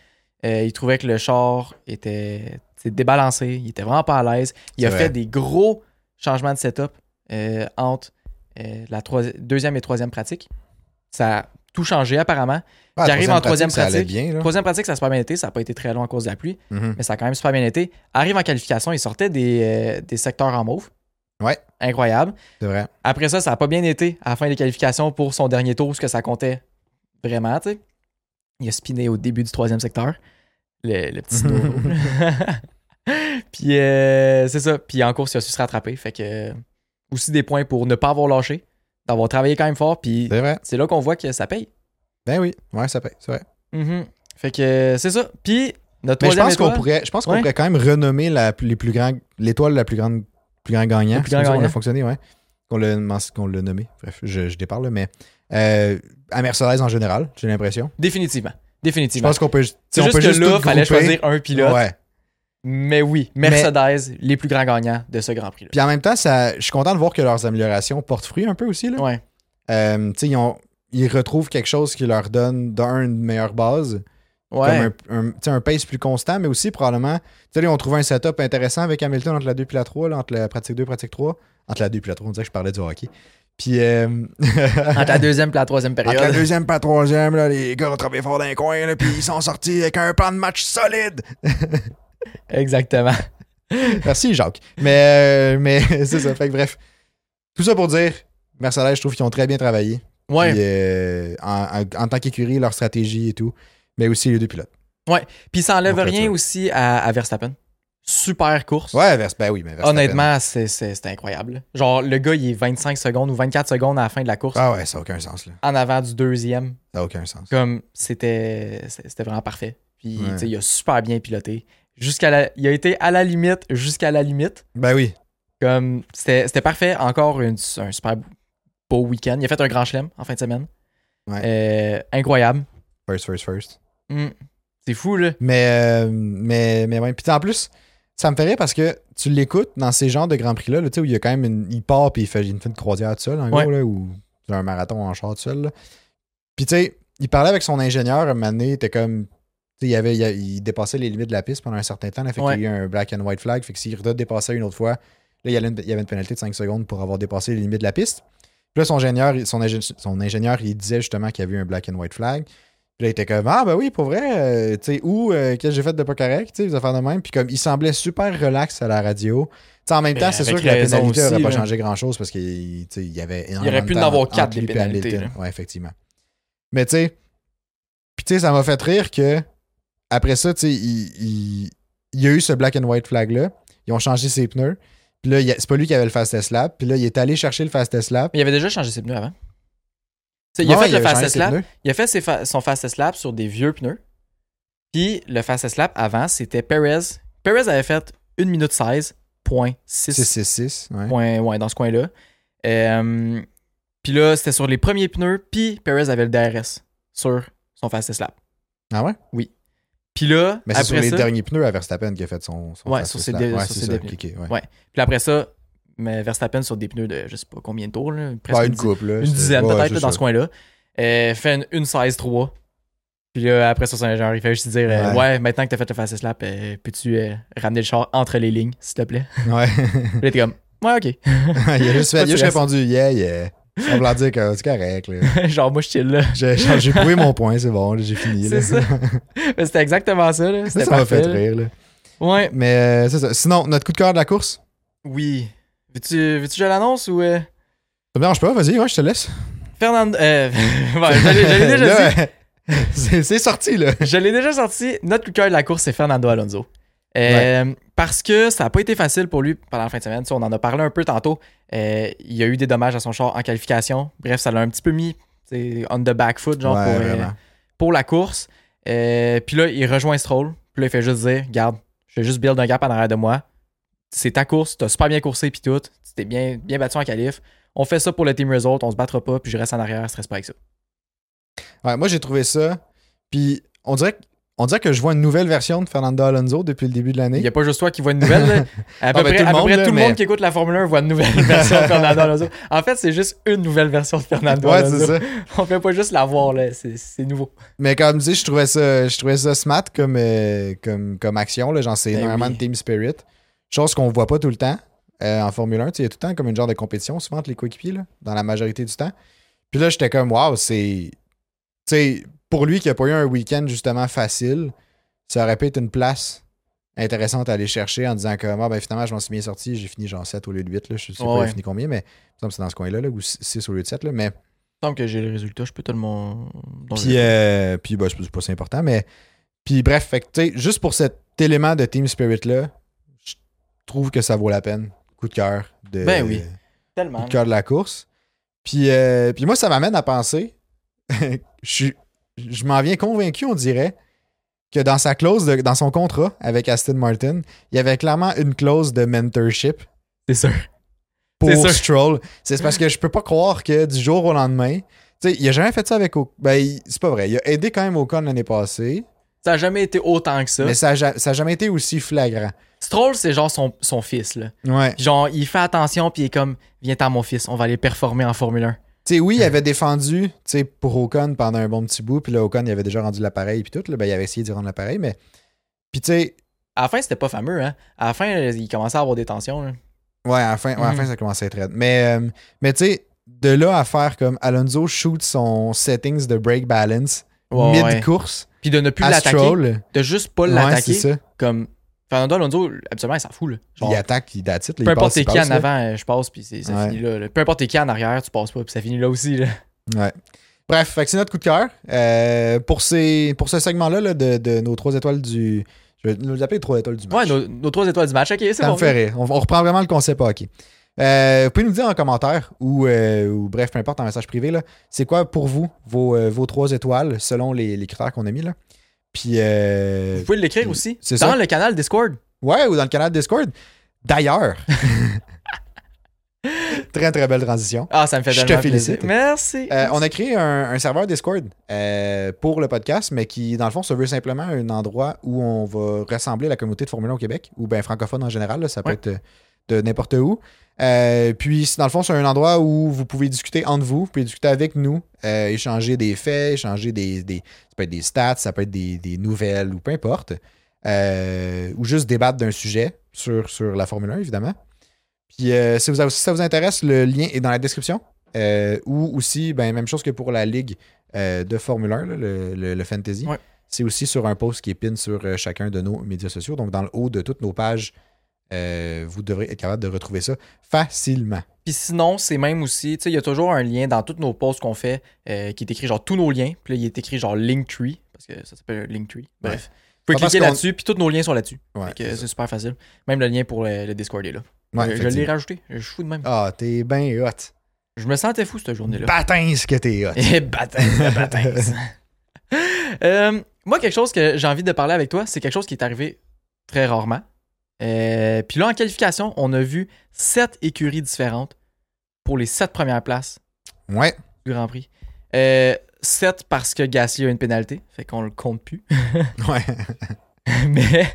[SPEAKER 1] Euh, il trouvait que le char était tu sais, débalancé, il était vraiment pas à l'aise. Il a
[SPEAKER 2] C'est
[SPEAKER 1] fait
[SPEAKER 2] vrai.
[SPEAKER 1] des gros changements de setup euh, entre euh, la troi- deuxième et troisième pratique. Ça a tout changé apparemment.
[SPEAKER 2] Ah,
[SPEAKER 1] il arrive en troisième
[SPEAKER 2] Ça allait
[SPEAKER 1] pratique.
[SPEAKER 2] bien, là.
[SPEAKER 1] Troisième pratique, ça a super bien été. Ça n'a pas été très long à cause de la pluie,
[SPEAKER 2] Mhm.
[SPEAKER 1] mais ça a quand même super bien été. Arrive en qualification, il sortait des, euh, des secteurs en mauve.
[SPEAKER 2] Ouais.
[SPEAKER 1] Incroyable.
[SPEAKER 2] C'est vrai.
[SPEAKER 1] Après ça, ça n'a pas bien été à la fin des qualifications pour son dernier tour, ce que ça comptait vraiment, tu sais. Il a spiné au début du troisième secteur, le, le petit
[SPEAKER 2] [LAUGHS]
[SPEAKER 1] tour. [LAUGHS] Puis euh, c'est ça. Puis en course, il a su se rattraper. Fait que euh, aussi des points pour ne pas avoir lâché, d'avoir travaillé quand même fort. Puis
[SPEAKER 2] C'est vrai.
[SPEAKER 1] c'est là qu'on voit que ça paye.
[SPEAKER 2] Ben oui. Ouais, ça paye. C'est vrai.
[SPEAKER 1] Mhm. Fait que euh, c'est ça. Puis notre
[SPEAKER 2] Mais je
[SPEAKER 1] troisième
[SPEAKER 2] pense qu'on
[SPEAKER 1] étoile-
[SPEAKER 2] pourrait, je pense qu'on
[SPEAKER 1] Ouais.
[SPEAKER 2] pourrait quand même renommer la, les plus grands, l'étoile la plus grande, plus grand gagnant.
[SPEAKER 1] Le plus grand
[SPEAKER 2] C'est comme ça qu'on
[SPEAKER 1] gagnant.
[SPEAKER 2] a fonctionné, ouais. Qu'on l'a, qu'on l'a nommé. Bref, je, je déparle, mais euh, à Mercedes en général, j'ai l'impression.
[SPEAKER 1] Définitivement.
[SPEAKER 2] Je
[SPEAKER 1] Définitivement.
[SPEAKER 2] pense qu'on peut, ju-
[SPEAKER 1] C'est
[SPEAKER 2] on
[SPEAKER 1] juste
[SPEAKER 2] peut
[SPEAKER 1] que
[SPEAKER 2] juste
[SPEAKER 1] là,
[SPEAKER 2] tout
[SPEAKER 1] fallait
[SPEAKER 2] grouper.
[SPEAKER 1] choisir un pilote.
[SPEAKER 2] Ouais.
[SPEAKER 1] Mais oui, Mercedes, les plus grands gagnants de ce Grand Prix-là.
[SPEAKER 2] Puis en même temps, ça, je suis content de voir que leurs améliorations portent fruit un peu aussi. Là.
[SPEAKER 1] Ouais.
[SPEAKER 2] Euh, tu sais, ils, ont- ils retrouvent quelque chose qui leur donne d'un une meilleure base,
[SPEAKER 1] Ouais.
[SPEAKER 2] comme un, un, tu sais, un pace plus constant, mais aussi probablement. Tu sais, là, ils ont trouvé un setup intéressant avec Hamilton entre la 2 et la 3, là, entre la pratique 2 et pratique 3. Entre la 2 et la 3, on dirait que je parlais du hockey.
[SPEAKER 1] [LAUGHS]
[SPEAKER 2] Puis. euh,
[SPEAKER 1] Entre la deuxième et la troisième
[SPEAKER 2] Entre la
[SPEAKER 1] période.
[SPEAKER 2] deuxième et la troisième, là, les gars ont travaillé fort dans les coins, là, puis ils sont sortis avec un plan de match solide.
[SPEAKER 1] Exactement.
[SPEAKER 2] Merci, Jacques. Mais, euh, mais [LAUGHS] c'est ça. Fait que bref, tout ça pour dire, Mercedes, je trouve qu'ils ont très bien travaillé.
[SPEAKER 1] Ouais.
[SPEAKER 2] Puis, euh, en, en- en tant qu'écurie, leur stratégie et tout. Mais aussi les deux pilotes.
[SPEAKER 1] Puis ça enlève
[SPEAKER 2] Donc,
[SPEAKER 1] rien
[SPEAKER 2] là-dessus.
[SPEAKER 1] aussi à, à Verstappen. Super course.
[SPEAKER 2] Ouais, Vers- ben oui, mais Verstappen.
[SPEAKER 1] Honnêtement, c'est- c'est c'est incroyable. Genre, le gars, il est 25 secondes ou 24 secondes à la fin de la course,
[SPEAKER 2] Ah ouais, ça n'a aucun sens. Là.
[SPEAKER 1] en avant du deuxième.
[SPEAKER 2] Ça n'a aucun sens.
[SPEAKER 1] Comme, c'était c'était vraiment parfait. Puis,
[SPEAKER 2] Ouais.
[SPEAKER 1] tu sais, il a super bien piloté. Jusqu'à la- Il a été à la limite, jusqu'à la limite.
[SPEAKER 2] Ben oui.
[SPEAKER 1] Comme c'était c'était parfait, encore une- un super beau week-end. Il a fait un grand chelem en fin de semaine. Euh, incroyable.
[SPEAKER 2] First, first, first.
[SPEAKER 1] Mm. C'est fou, là.
[SPEAKER 2] Mais, euh, mais, mais ouais. Puis en plus, ça me fait rire parce que tu l'écoutes dans ces genres de Grand Prix-là, là, tu sais, où il y a quand même une. Il part puis il fait une fin de croisière tout seul, en
[SPEAKER 1] Ouais.
[SPEAKER 2] gros, là, ou un marathon en char tout seul. là. Puis tu sais, il parlait avec son ingénieur un moment donné, il était comme. tu sais, Il, avait, il, a- il dépassait les limites de la piste pendant un certain temps. Là, fait
[SPEAKER 1] Ouais.
[SPEAKER 2] qu'il y a eu un black and white flag. Fait que s'il redépassait une autre fois, là, il y, allait une- il y avait une pénalité de 5 secondes pour avoir dépassé les limites de la piste. Puis là, son ingénieur, son, ingé- son ingénieur, il disait justement qu'il y avait eu un black and white flag. Puis là, il était comme Ah, ben oui, pour vrai. euh, tu sais, ou euh, qu'est-ce que j'ai fait de pas correct, tu sais, les affaires de même. Puis comme il semblait super relax à la radio. Tu sais, en même
[SPEAKER 1] Ben,
[SPEAKER 2] temps, c'est
[SPEAKER 1] avec
[SPEAKER 2] sûr que la
[SPEAKER 1] raison
[SPEAKER 2] pénalité
[SPEAKER 1] aussi,
[SPEAKER 2] n'aurait pas
[SPEAKER 1] là.
[SPEAKER 2] changé grand-chose parce qu'il tu sais, il y avait énormément
[SPEAKER 1] aurait pu
[SPEAKER 2] de
[SPEAKER 1] en
[SPEAKER 2] temps
[SPEAKER 1] avoir
[SPEAKER 2] entre
[SPEAKER 1] quatre, des
[SPEAKER 2] lui et
[SPEAKER 1] pénalités,
[SPEAKER 2] Hamilton. Ouais, effectivement. Mais tu sais, puis tu sais, ça m'a fait rire que après ça, tu sais, il, il- il y a eu ce black and white flag-là. Ils ont changé ses pneus. Puis là, il y a- c'est pas lui qui avait le fastest lap. Puis là, il est allé chercher le fastest lap.
[SPEAKER 1] Mais il avait déjà changé ses pneus avant. Tu sais, il a
[SPEAKER 2] Ouais,
[SPEAKER 1] fait le
[SPEAKER 2] avait changé
[SPEAKER 1] fastest
[SPEAKER 2] ses
[SPEAKER 1] lap.
[SPEAKER 2] pneus.
[SPEAKER 1] Il a fait ses fa- son fastest lap sur des vieux pneus. Puis le fastest lap avant, c'était Perez. Perez avait fait 1 minute 16.6.
[SPEAKER 2] 6-6-6. ouais.
[SPEAKER 1] Ouais, ouais, dans ce coin-là. Euh, puis là, c'était sur les premiers pneus. Puis Perez avait le DRS sur son fastest lap.
[SPEAKER 2] Ah ouais?
[SPEAKER 1] Puis là,
[SPEAKER 2] Mais c'est
[SPEAKER 1] après
[SPEAKER 2] sur les
[SPEAKER 1] ça,
[SPEAKER 2] derniers pneus à Verstappen qui a fait son. son
[SPEAKER 1] Ouais,
[SPEAKER 2] fastest
[SPEAKER 1] sur ses
[SPEAKER 2] lap.
[SPEAKER 1] dé-
[SPEAKER 2] Ouais,
[SPEAKER 1] sur
[SPEAKER 2] c'est
[SPEAKER 1] ses
[SPEAKER 2] ça,
[SPEAKER 1] derniers.
[SPEAKER 2] ok, ouais.
[SPEAKER 1] Ouais, puis après ça, mais Verstappen sur des pneus de je sais pas combien de tours, là, presque
[SPEAKER 2] Ouais,
[SPEAKER 1] une,
[SPEAKER 2] une coupe, là.
[SPEAKER 1] une
[SPEAKER 2] c'est-
[SPEAKER 1] dizaine
[SPEAKER 2] ouais,
[SPEAKER 1] peut-être
[SPEAKER 2] c'est
[SPEAKER 1] là, dans
[SPEAKER 2] ça.
[SPEAKER 1] ce coin-là. Euh, fait une, une 16-3. Puis là, après ça, c'est genre, il fait juste dire euh, ouais.
[SPEAKER 2] Ouais.
[SPEAKER 1] maintenant que t'as fait le fastest lap, euh, peux-tu euh, ramener le char entre les lignes, s'il te plaît [LAUGHS]
[SPEAKER 2] Ouais. [LAUGHS]
[SPEAKER 1] Puis là, t'es comme Ouais, ok. [LAUGHS]
[SPEAKER 2] il a juste, fait,
[SPEAKER 1] Toi,
[SPEAKER 2] il a
[SPEAKER 1] tu restes-
[SPEAKER 2] juste répondu, yeah, yeah. On va dire que c'est correct,
[SPEAKER 1] [LAUGHS]
[SPEAKER 2] là.
[SPEAKER 1] genre, moi, je chill là.
[SPEAKER 2] J'ai j'ai prouvé mon point, c'est bon, là, j'ai fini.
[SPEAKER 1] C'est
[SPEAKER 2] là.
[SPEAKER 1] ça. Mais C'était exactement ça, là.
[SPEAKER 2] [LAUGHS] Ça,
[SPEAKER 1] C'était
[SPEAKER 2] ça m'a
[SPEAKER 1] parfait,
[SPEAKER 2] fait
[SPEAKER 1] là.
[SPEAKER 2] rire, là.
[SPEAKER 1] Ouais.
[SPEAKER 2] Mais euh, c'est ça. Sinon, notre coup de cœur de la course.
[SPEAKER 1] Oui. Veux-tu veux que je l'annonce ou. euh,
[SPEAKER 2] Ça me dérange pas, vas-y, ouais, je te laisse.
[SPEAKER 1] Fernando. Euh... [LAUGHS] bon, je l'ai je l'ai déjà dit.
[SPEAKER 2] [LAUGHS] Là, euh, [LAUGHS] c'est- C'est sorti, là.
[SPEAKER 1] Je l'ai déjà sorti. Notre coup de cœur de la course, c'est Fernando Alonso. Euh, Parce que ça n'a pas été facile pour lui pendant la fin de semaine. Tu sais, on en a parlé un peu tantôt. Euh, il y a eu des dommages à son char en qualification. Bref, ça l'a un petit peu mis tu sais, on the back foot genre,
[SPEAKER 2] Ouais,
[SPEAKER 1] pour, euh,
[SPEAKER 2] vraiment.
[SPEAKER 1] pour la course. Euh, puis là, il rejoint Stroll. Puis là, il fait juste dire Garde, je vais juste build un gap en arrière de moi. C'est ta course. Tu as super bien coursé. Puis tout. Tu t'es bien, bien battu en qualif. On fait ça pour le team result. On se battra pas. Puis je reste en arrière. Stress pas avec ça.
[SPEAKER 2] Ouais, moi, j'ai trouvé ça. Puis, on dirait, que- on dirait que je vois une nouvelle version de Fernando Alonso depuis le début de l'année.
[SPEAKER 1] Il n'y a pas juste toi qui vois une nouvelle. [LAUGHS] là. À peu
[SPEAKER 2] Ah, ben,
[SPEAKER 1] près,
[SPEAKER 2] tout
[SPEAKER 1] tout,
[SPEAKER 2] le
[SPEAKER 1] le,
[SPEAKER 2] monde,
[SPEAKER 1] monde,
[SPEAKER 2] là,
[SPEAKER 1] tout le
[SPEAKER 2] mais-
[SPEAKER 1] monde qui écoute la Formule 1 voit une nouvelle [LAUGHS] version de Fernando Alonso. En fait, c'est juste une nouvelle version de Fernando
[SPEAKER 2] ouais,
[SPEAKER 1] Alonso.
[SPEAKER 2] c'est ça.
[SPEAKER 1] On peut pas juste la voir, là. C'est, c'est nouveau.
[SPEAKER 2] Mais comme tu dis, je trouvais ça, je trouvais ça smart comme, euh, comme, comme action. Là, genre, c'est
[SPEAKER 1] Ben
[SPEAKER 2] énormément
[SPEAKER 1] oui.
[SPEAKER 2] de Team Spirit. Chose qu'on voit pas tout le temps euh, en Formule 1. Tu sais, Il y a tout le temps comme une genre de compétition, souvent entre les coéquipiers, là, dans la majorité du temps. Puis là, j'étais comme, waouh, c'est. Tu sais, pour lui qui a pas eu un week-end justement facile, ça aurait pu être une place intéressante à aller chercher en disant comme, ah ben finalement, je m'en suis bien sorti, j'ai fini genre 7 au lieu de 8. Là, je sais
[SPEAKER 1] Ouais,
[SPEAKER 2] pas,
[SPEAKER 1] ouais.
[SPEAKER 2] j'ai fini combien, mais il me semble que c'est dans ce coin-là, là, ou 6 au lieu de 7. Là,
[SPEAKER 1] Il
[SPEAKER 2] mais
[SPEAKER 1] me semble que j'ai le résultat. Je peux tellement. dans
[SPEAKER 2] puis,
[SPEAKER 1] le-
[SPEAKER 2] euh, puis bah, je sais pas si c'est important, mais. Puis, bref, fait que, tu sais, juste pour cet élément de Team Spirit-là, je trouve que ça vaut la peine. Coup de cœur de,
[SPEAKER 1] Ben oui,
[SPEAKER 2] coup
[SPEAKER 1] tellement.
[SPEAKER 2] de, cœur de la course. Puis, euh, puis moi, ça m'amène à penser. [LAUGHS] je suis- je m'en viens convaincu, on dirait, que dans sa clause, de- dans son contrat avec Aston Martin, il y avait clairement une clause de mentorship
[SPEAKER 1] C'est sûr. C'est
[SPEAKER 2] pour
[SPEAKER 1] ça.
[SPEAKER 2] Stroll. C'est parce que je peux pas croire que du jour au lendemain, tu sais, il a jamais fait ça avec Ocon. Ben, il- c'est pas vrai. Il a aidé quand même Ocon l'année passée,
[SPEAKER 1] Ça n'a jamais été autant que ça.
[SPEAKER 2] mais ça a, ja- ça a jamais été aussi flagrant.
[SPEAKER 1] Stroll, c'est genre son, son fils, là.
[SPEAKER 2] Ouais.
[SPEAKER 1] Genre, il fait attention, puis il est comme Viens-t'en, mon fils, on va aller performer en Formule 1.
[SPEAKER 2] Tu sais, oui, il avait défendu, tu sais, pour Ocon pendant un bon petit bout, puis là, Ocon, il avait déjà rendu l'appareil, puis tout, là, ben, il avait essayé d'y rendre l'appareil, mais. Puis, tu sais,
[SPEAKER 1] À la fin, c'était pas fameux, hein. À la fin, il commençait à avoir des tensions, là.
[SPEAKER 2] ouais, à la fin, ouais, à la
[SPEAKER 1] Mhm.
[SPEAKER 2] fin, ça commençait à être raide. Mais, euh, mais tu sais, de là à faire comme Alonso shoot son settings de break balance
[SPEAKER 1] Ouais, ouais.
[SPEAKER 2] mid-course
[SPEAKER 1] Puis de ne plus
[SPEAKER 2] à
[SPEAKER 1] l'attaquer.
[SPEAKER 2] Stroll.
[SPEAKER 1] De juste pas
[SPEAKER 2] Ouais, c'est
[SPEAKER 1] l'attaquer.
[SPEAKER 2] ça.
[SPEAKER 1] comme Fernando Alonso, absolument, il s'en fout, là. Genre,
[SPEAKER 2] Il attaque, il datite,
[SPEAKER 1] peu importe qui en avant, euh, je passe, puis c'est- ça
[SPEAKER 2] Ouais.
[SPEAKER 1] finit là, là. Peu importe qui en arrière, tu passes pas, puis ça finit là aussi. là.
[SPEAKER 2] Bref, fait que c'est notre coup de cœur. Euh, pour, ces, pour ce segment-là là, de, de nos trois étoiles du. Je vais nous appeler les trois étoiles du match.
[SPEAKER 1] Ouais, nos, nos trois étoiles du match, ok, c'est
[SPEAKER 2] Bah, Ça
[SPEAKER 1] bon.
[SPEAKER 2] me fait rire. On, on reprend vraiment le concept hockey. Euh, vous pouvez nous dire en commentaire ou, euh, ou bref, peu importe, en message privé, là, c'est quoi pour vous vos, euh, vos trois étoiles selon les, les critères qu'on a mis là. Puis, euh,
[SPEAKER 1] Vous pouvez l'écrire aussi
[SPEAKER 2] C'est
[SPEAKER 1] dans
[SPEAKER 2] ça.
[SPEAKER 1] le canal Discord.
[SPEAKER 2] ouais, ou dans le canal Discord. D'ailleurs, [LAUGHS] très très belle transition.
[SPEAKER 1] Ah, ça me fait
[SPEAKER 2] Je te
[SPEAKER 1] tellement
[SPEAKER 2] félicite.
[SPEAKER 1] plaisir. Merci.
[SPEAKER 2] Euh, on a créé un, un serveur Discord euh, pour le podcast, mais qui, dans le fond, se veut simplement un endroit où on va rassembler la communauté de Formule 1 au Québec, ou bien francophone en général, là, ça peut
[SPEAKER 1] Ouais.
[SPEAKER 2] être euh, de n'importe où. Euh, puis, c'est- dans le fond, c'est un endroit où vous pouvez discuter entre vous, vous pouvez discuter avec nous, euh, échanger des faits, échanger des, des- Ça peut être des stats, ça peut être des, des nouvelles, ou peu importe. Euh, ou juste débattre d'un sujet sur, sur la Formule 1, évidemment. Puis, euh, si, vous- si ça vous intéresse, le lien est dans la description. Euh, ou aussi, ben, même chose que pour la ligue euh, de Formule 1, là, le, le- le Fantasy.
[SPEAKER 1] Ouais.
[SPEAKER 2] C'est aussi sur un post qui est pin sur euh, chacun de nos médias sociaux. Donc, dans le haut de toutes nos pages, euh, vous devrez être capable de retrouver ça facilement.
[SPEAKER 1] Puis sinon, c'est même aussi, tu sais, il y a toujours un lien dans tous nos posts qu'on fait euh, qui est écrit genre tous nos liens. Puis là, il est écrit genre Linktree, parce que ça s'appelle Linktree. Bref. Vous
[SPEAKER 2] Ouais,
[SPEAKER 1] pouvez
[SPEAKER 2] parce
[SPEAKER 1] cliquer
[SPEAKER 2] qu'on-
[SPEAKER 1] là-dessus, puis tous nos liens sont là-dessus.
[SPEAKER 2] Ouais,
[SPEAKER 1] Fait que
[SPEAKER 2] c'est ça.
[SPEAKER 1] c'est super facile. Même le lien pour le, le Discord est là. Euh,
[SPEAKER 2] Ouais,
[SPEAKER 1] je je l'ai
[SPEAKER 2] effectivement.
[SPEAKER 1] rajouté. Je suis fou de même.
[SPEAKER 2] Ah, t'es bien hot.
[SPEAKER 1] Je me sentais fou cette journée-là.
[SPEAKER 2] Patince que t'es hot.
[SPEAKER 1] [LAUGHS] Eh, bâtisse, bâtisse. Euh, moi, quelque chose que j'ai envie de parler avec toi, c'est quelque chose qui est arrivé très rarement. Euh, Puis là, en qualification, on a vu sept écuries différentes pour les sept premières places [LAUGHS]
[SPEAKER 2] Ouais.
[SPEAKER 1] du Grand Prix. Euh, sept parce que Gasly a une pénalité, fait qu'on le compte plus.
[SPEAKER 2] Ouais.
[SPEAKER 1] [LAUGHS] Mais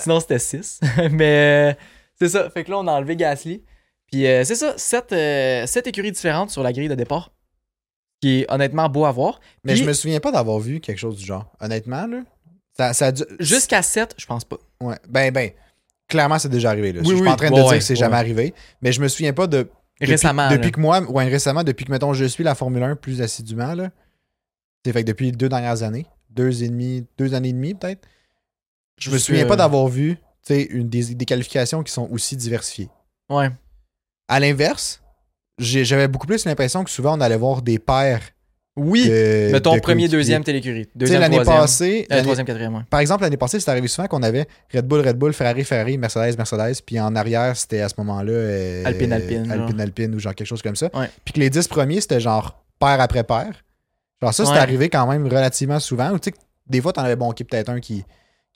[SPEAKER 1] sinon, c'était 6. [LAUGHS] Mais euh, c'est ça. Fait que là, on a enlevé Gasly. Puis euh, c'est ça, 7, écuries différentes sur la grille de départ. Qui est honnêtement beau à voir.
[SPEAKER 2] Mais
[SPEAKER 1] Puis-
[SPEAKER 2] je me souviens pas d'avoir vu quelque chose du genre. Honnêtement, là. Ça, ça a dû-
[SPEAKER 1] Jusqu'à 7, je pense pas.
[SPEAKER 2] Ouais. Ben, ben. Clairement, c'est déjà arrivé. Là.
[SPEAKER 1] Oui,
[SPEAKER 2] je suis
[SPEAKER 1] oui.
[SPEAKER 2] pas en train de
[SPEAKER 1] Ouais,
[SPEAKER 2] dire
[SPEAKER 1] ouais,
[SPEAKER 2] que c'est
[SPEAKER 1] ouais.
[SPEAKER 2] jamais arrivé. Mais je me souviens pas de. depuis-
[SPEAKER 1] Récemment.
[SPEAKER 2] Depuis,
[SPEAKER 1] là.
[SPEAKER 2] que moi, ouais, récemment, depuis que, mettons, je suis la Formule 1 plus assidûment, là. C'est fait que depuis les deux dernières années, deux et demi, deux années et demie peut-être, je me
[SPEAKER 1] Juste,
[SPEAKER 2] souviens
[SPEAKER 1] euh,
[SPEAKER 2] pas d'avoir vu, tu sais, une des, des qualifications qui sont aussi diversifiées.
[SPEAKER 1] Ouais.
[SPEAKER 2] À l'inverse, j'ai- j'avais beaucoup plus l'impression que souvent on allait voir des paires.
[SPEAKER 1] Oui.
[SPEAKER 2] de-
[SPEAKER 1] Mettons
[SPEAKER 2] de
[SPEAKER 1] premier,
[SPEAKER 2] coéquipiers.
[SPEAKER 1] deuxième, telle écurie.
[SPEAKER 2] Tu sais,
[SPEAKER 1] Deuxième,
[SPEAKER 2] l'année
[SPEAKER 1] troisième.
[SPEAKER 2] passée,
[SPEAKER 1] Euh,
[SPEAKER 2] l'année-
[SPEAKER 1] troisième, quatrième, ouais.
[SPEAKER 2] par exemple, l'année passée, c'est arrivé souvent qu'on avait Red Bull, Red Bull, Ferrari, Ferrari, Mercedes, Mercedes, puis en arrière, c'était à ce moment-là euh,
[SPEAKER 1] Alpine, Alpine, genre.
[SPEAKER 2] Alpine, Alpine, ou genre quelque chose comme ça.
[SPEAKER 1] Ouais.
[SPEAKER 2] Puis que les 10 premiers, c'était genre paire après paire. Genre ça, c'est
[SPEAKER 1] Ouais.
[SPEAKER 2] arrivé quand même relativement souvent. Ou tu sais, que des fois, t'en avais bon, ok, peut-être un qui,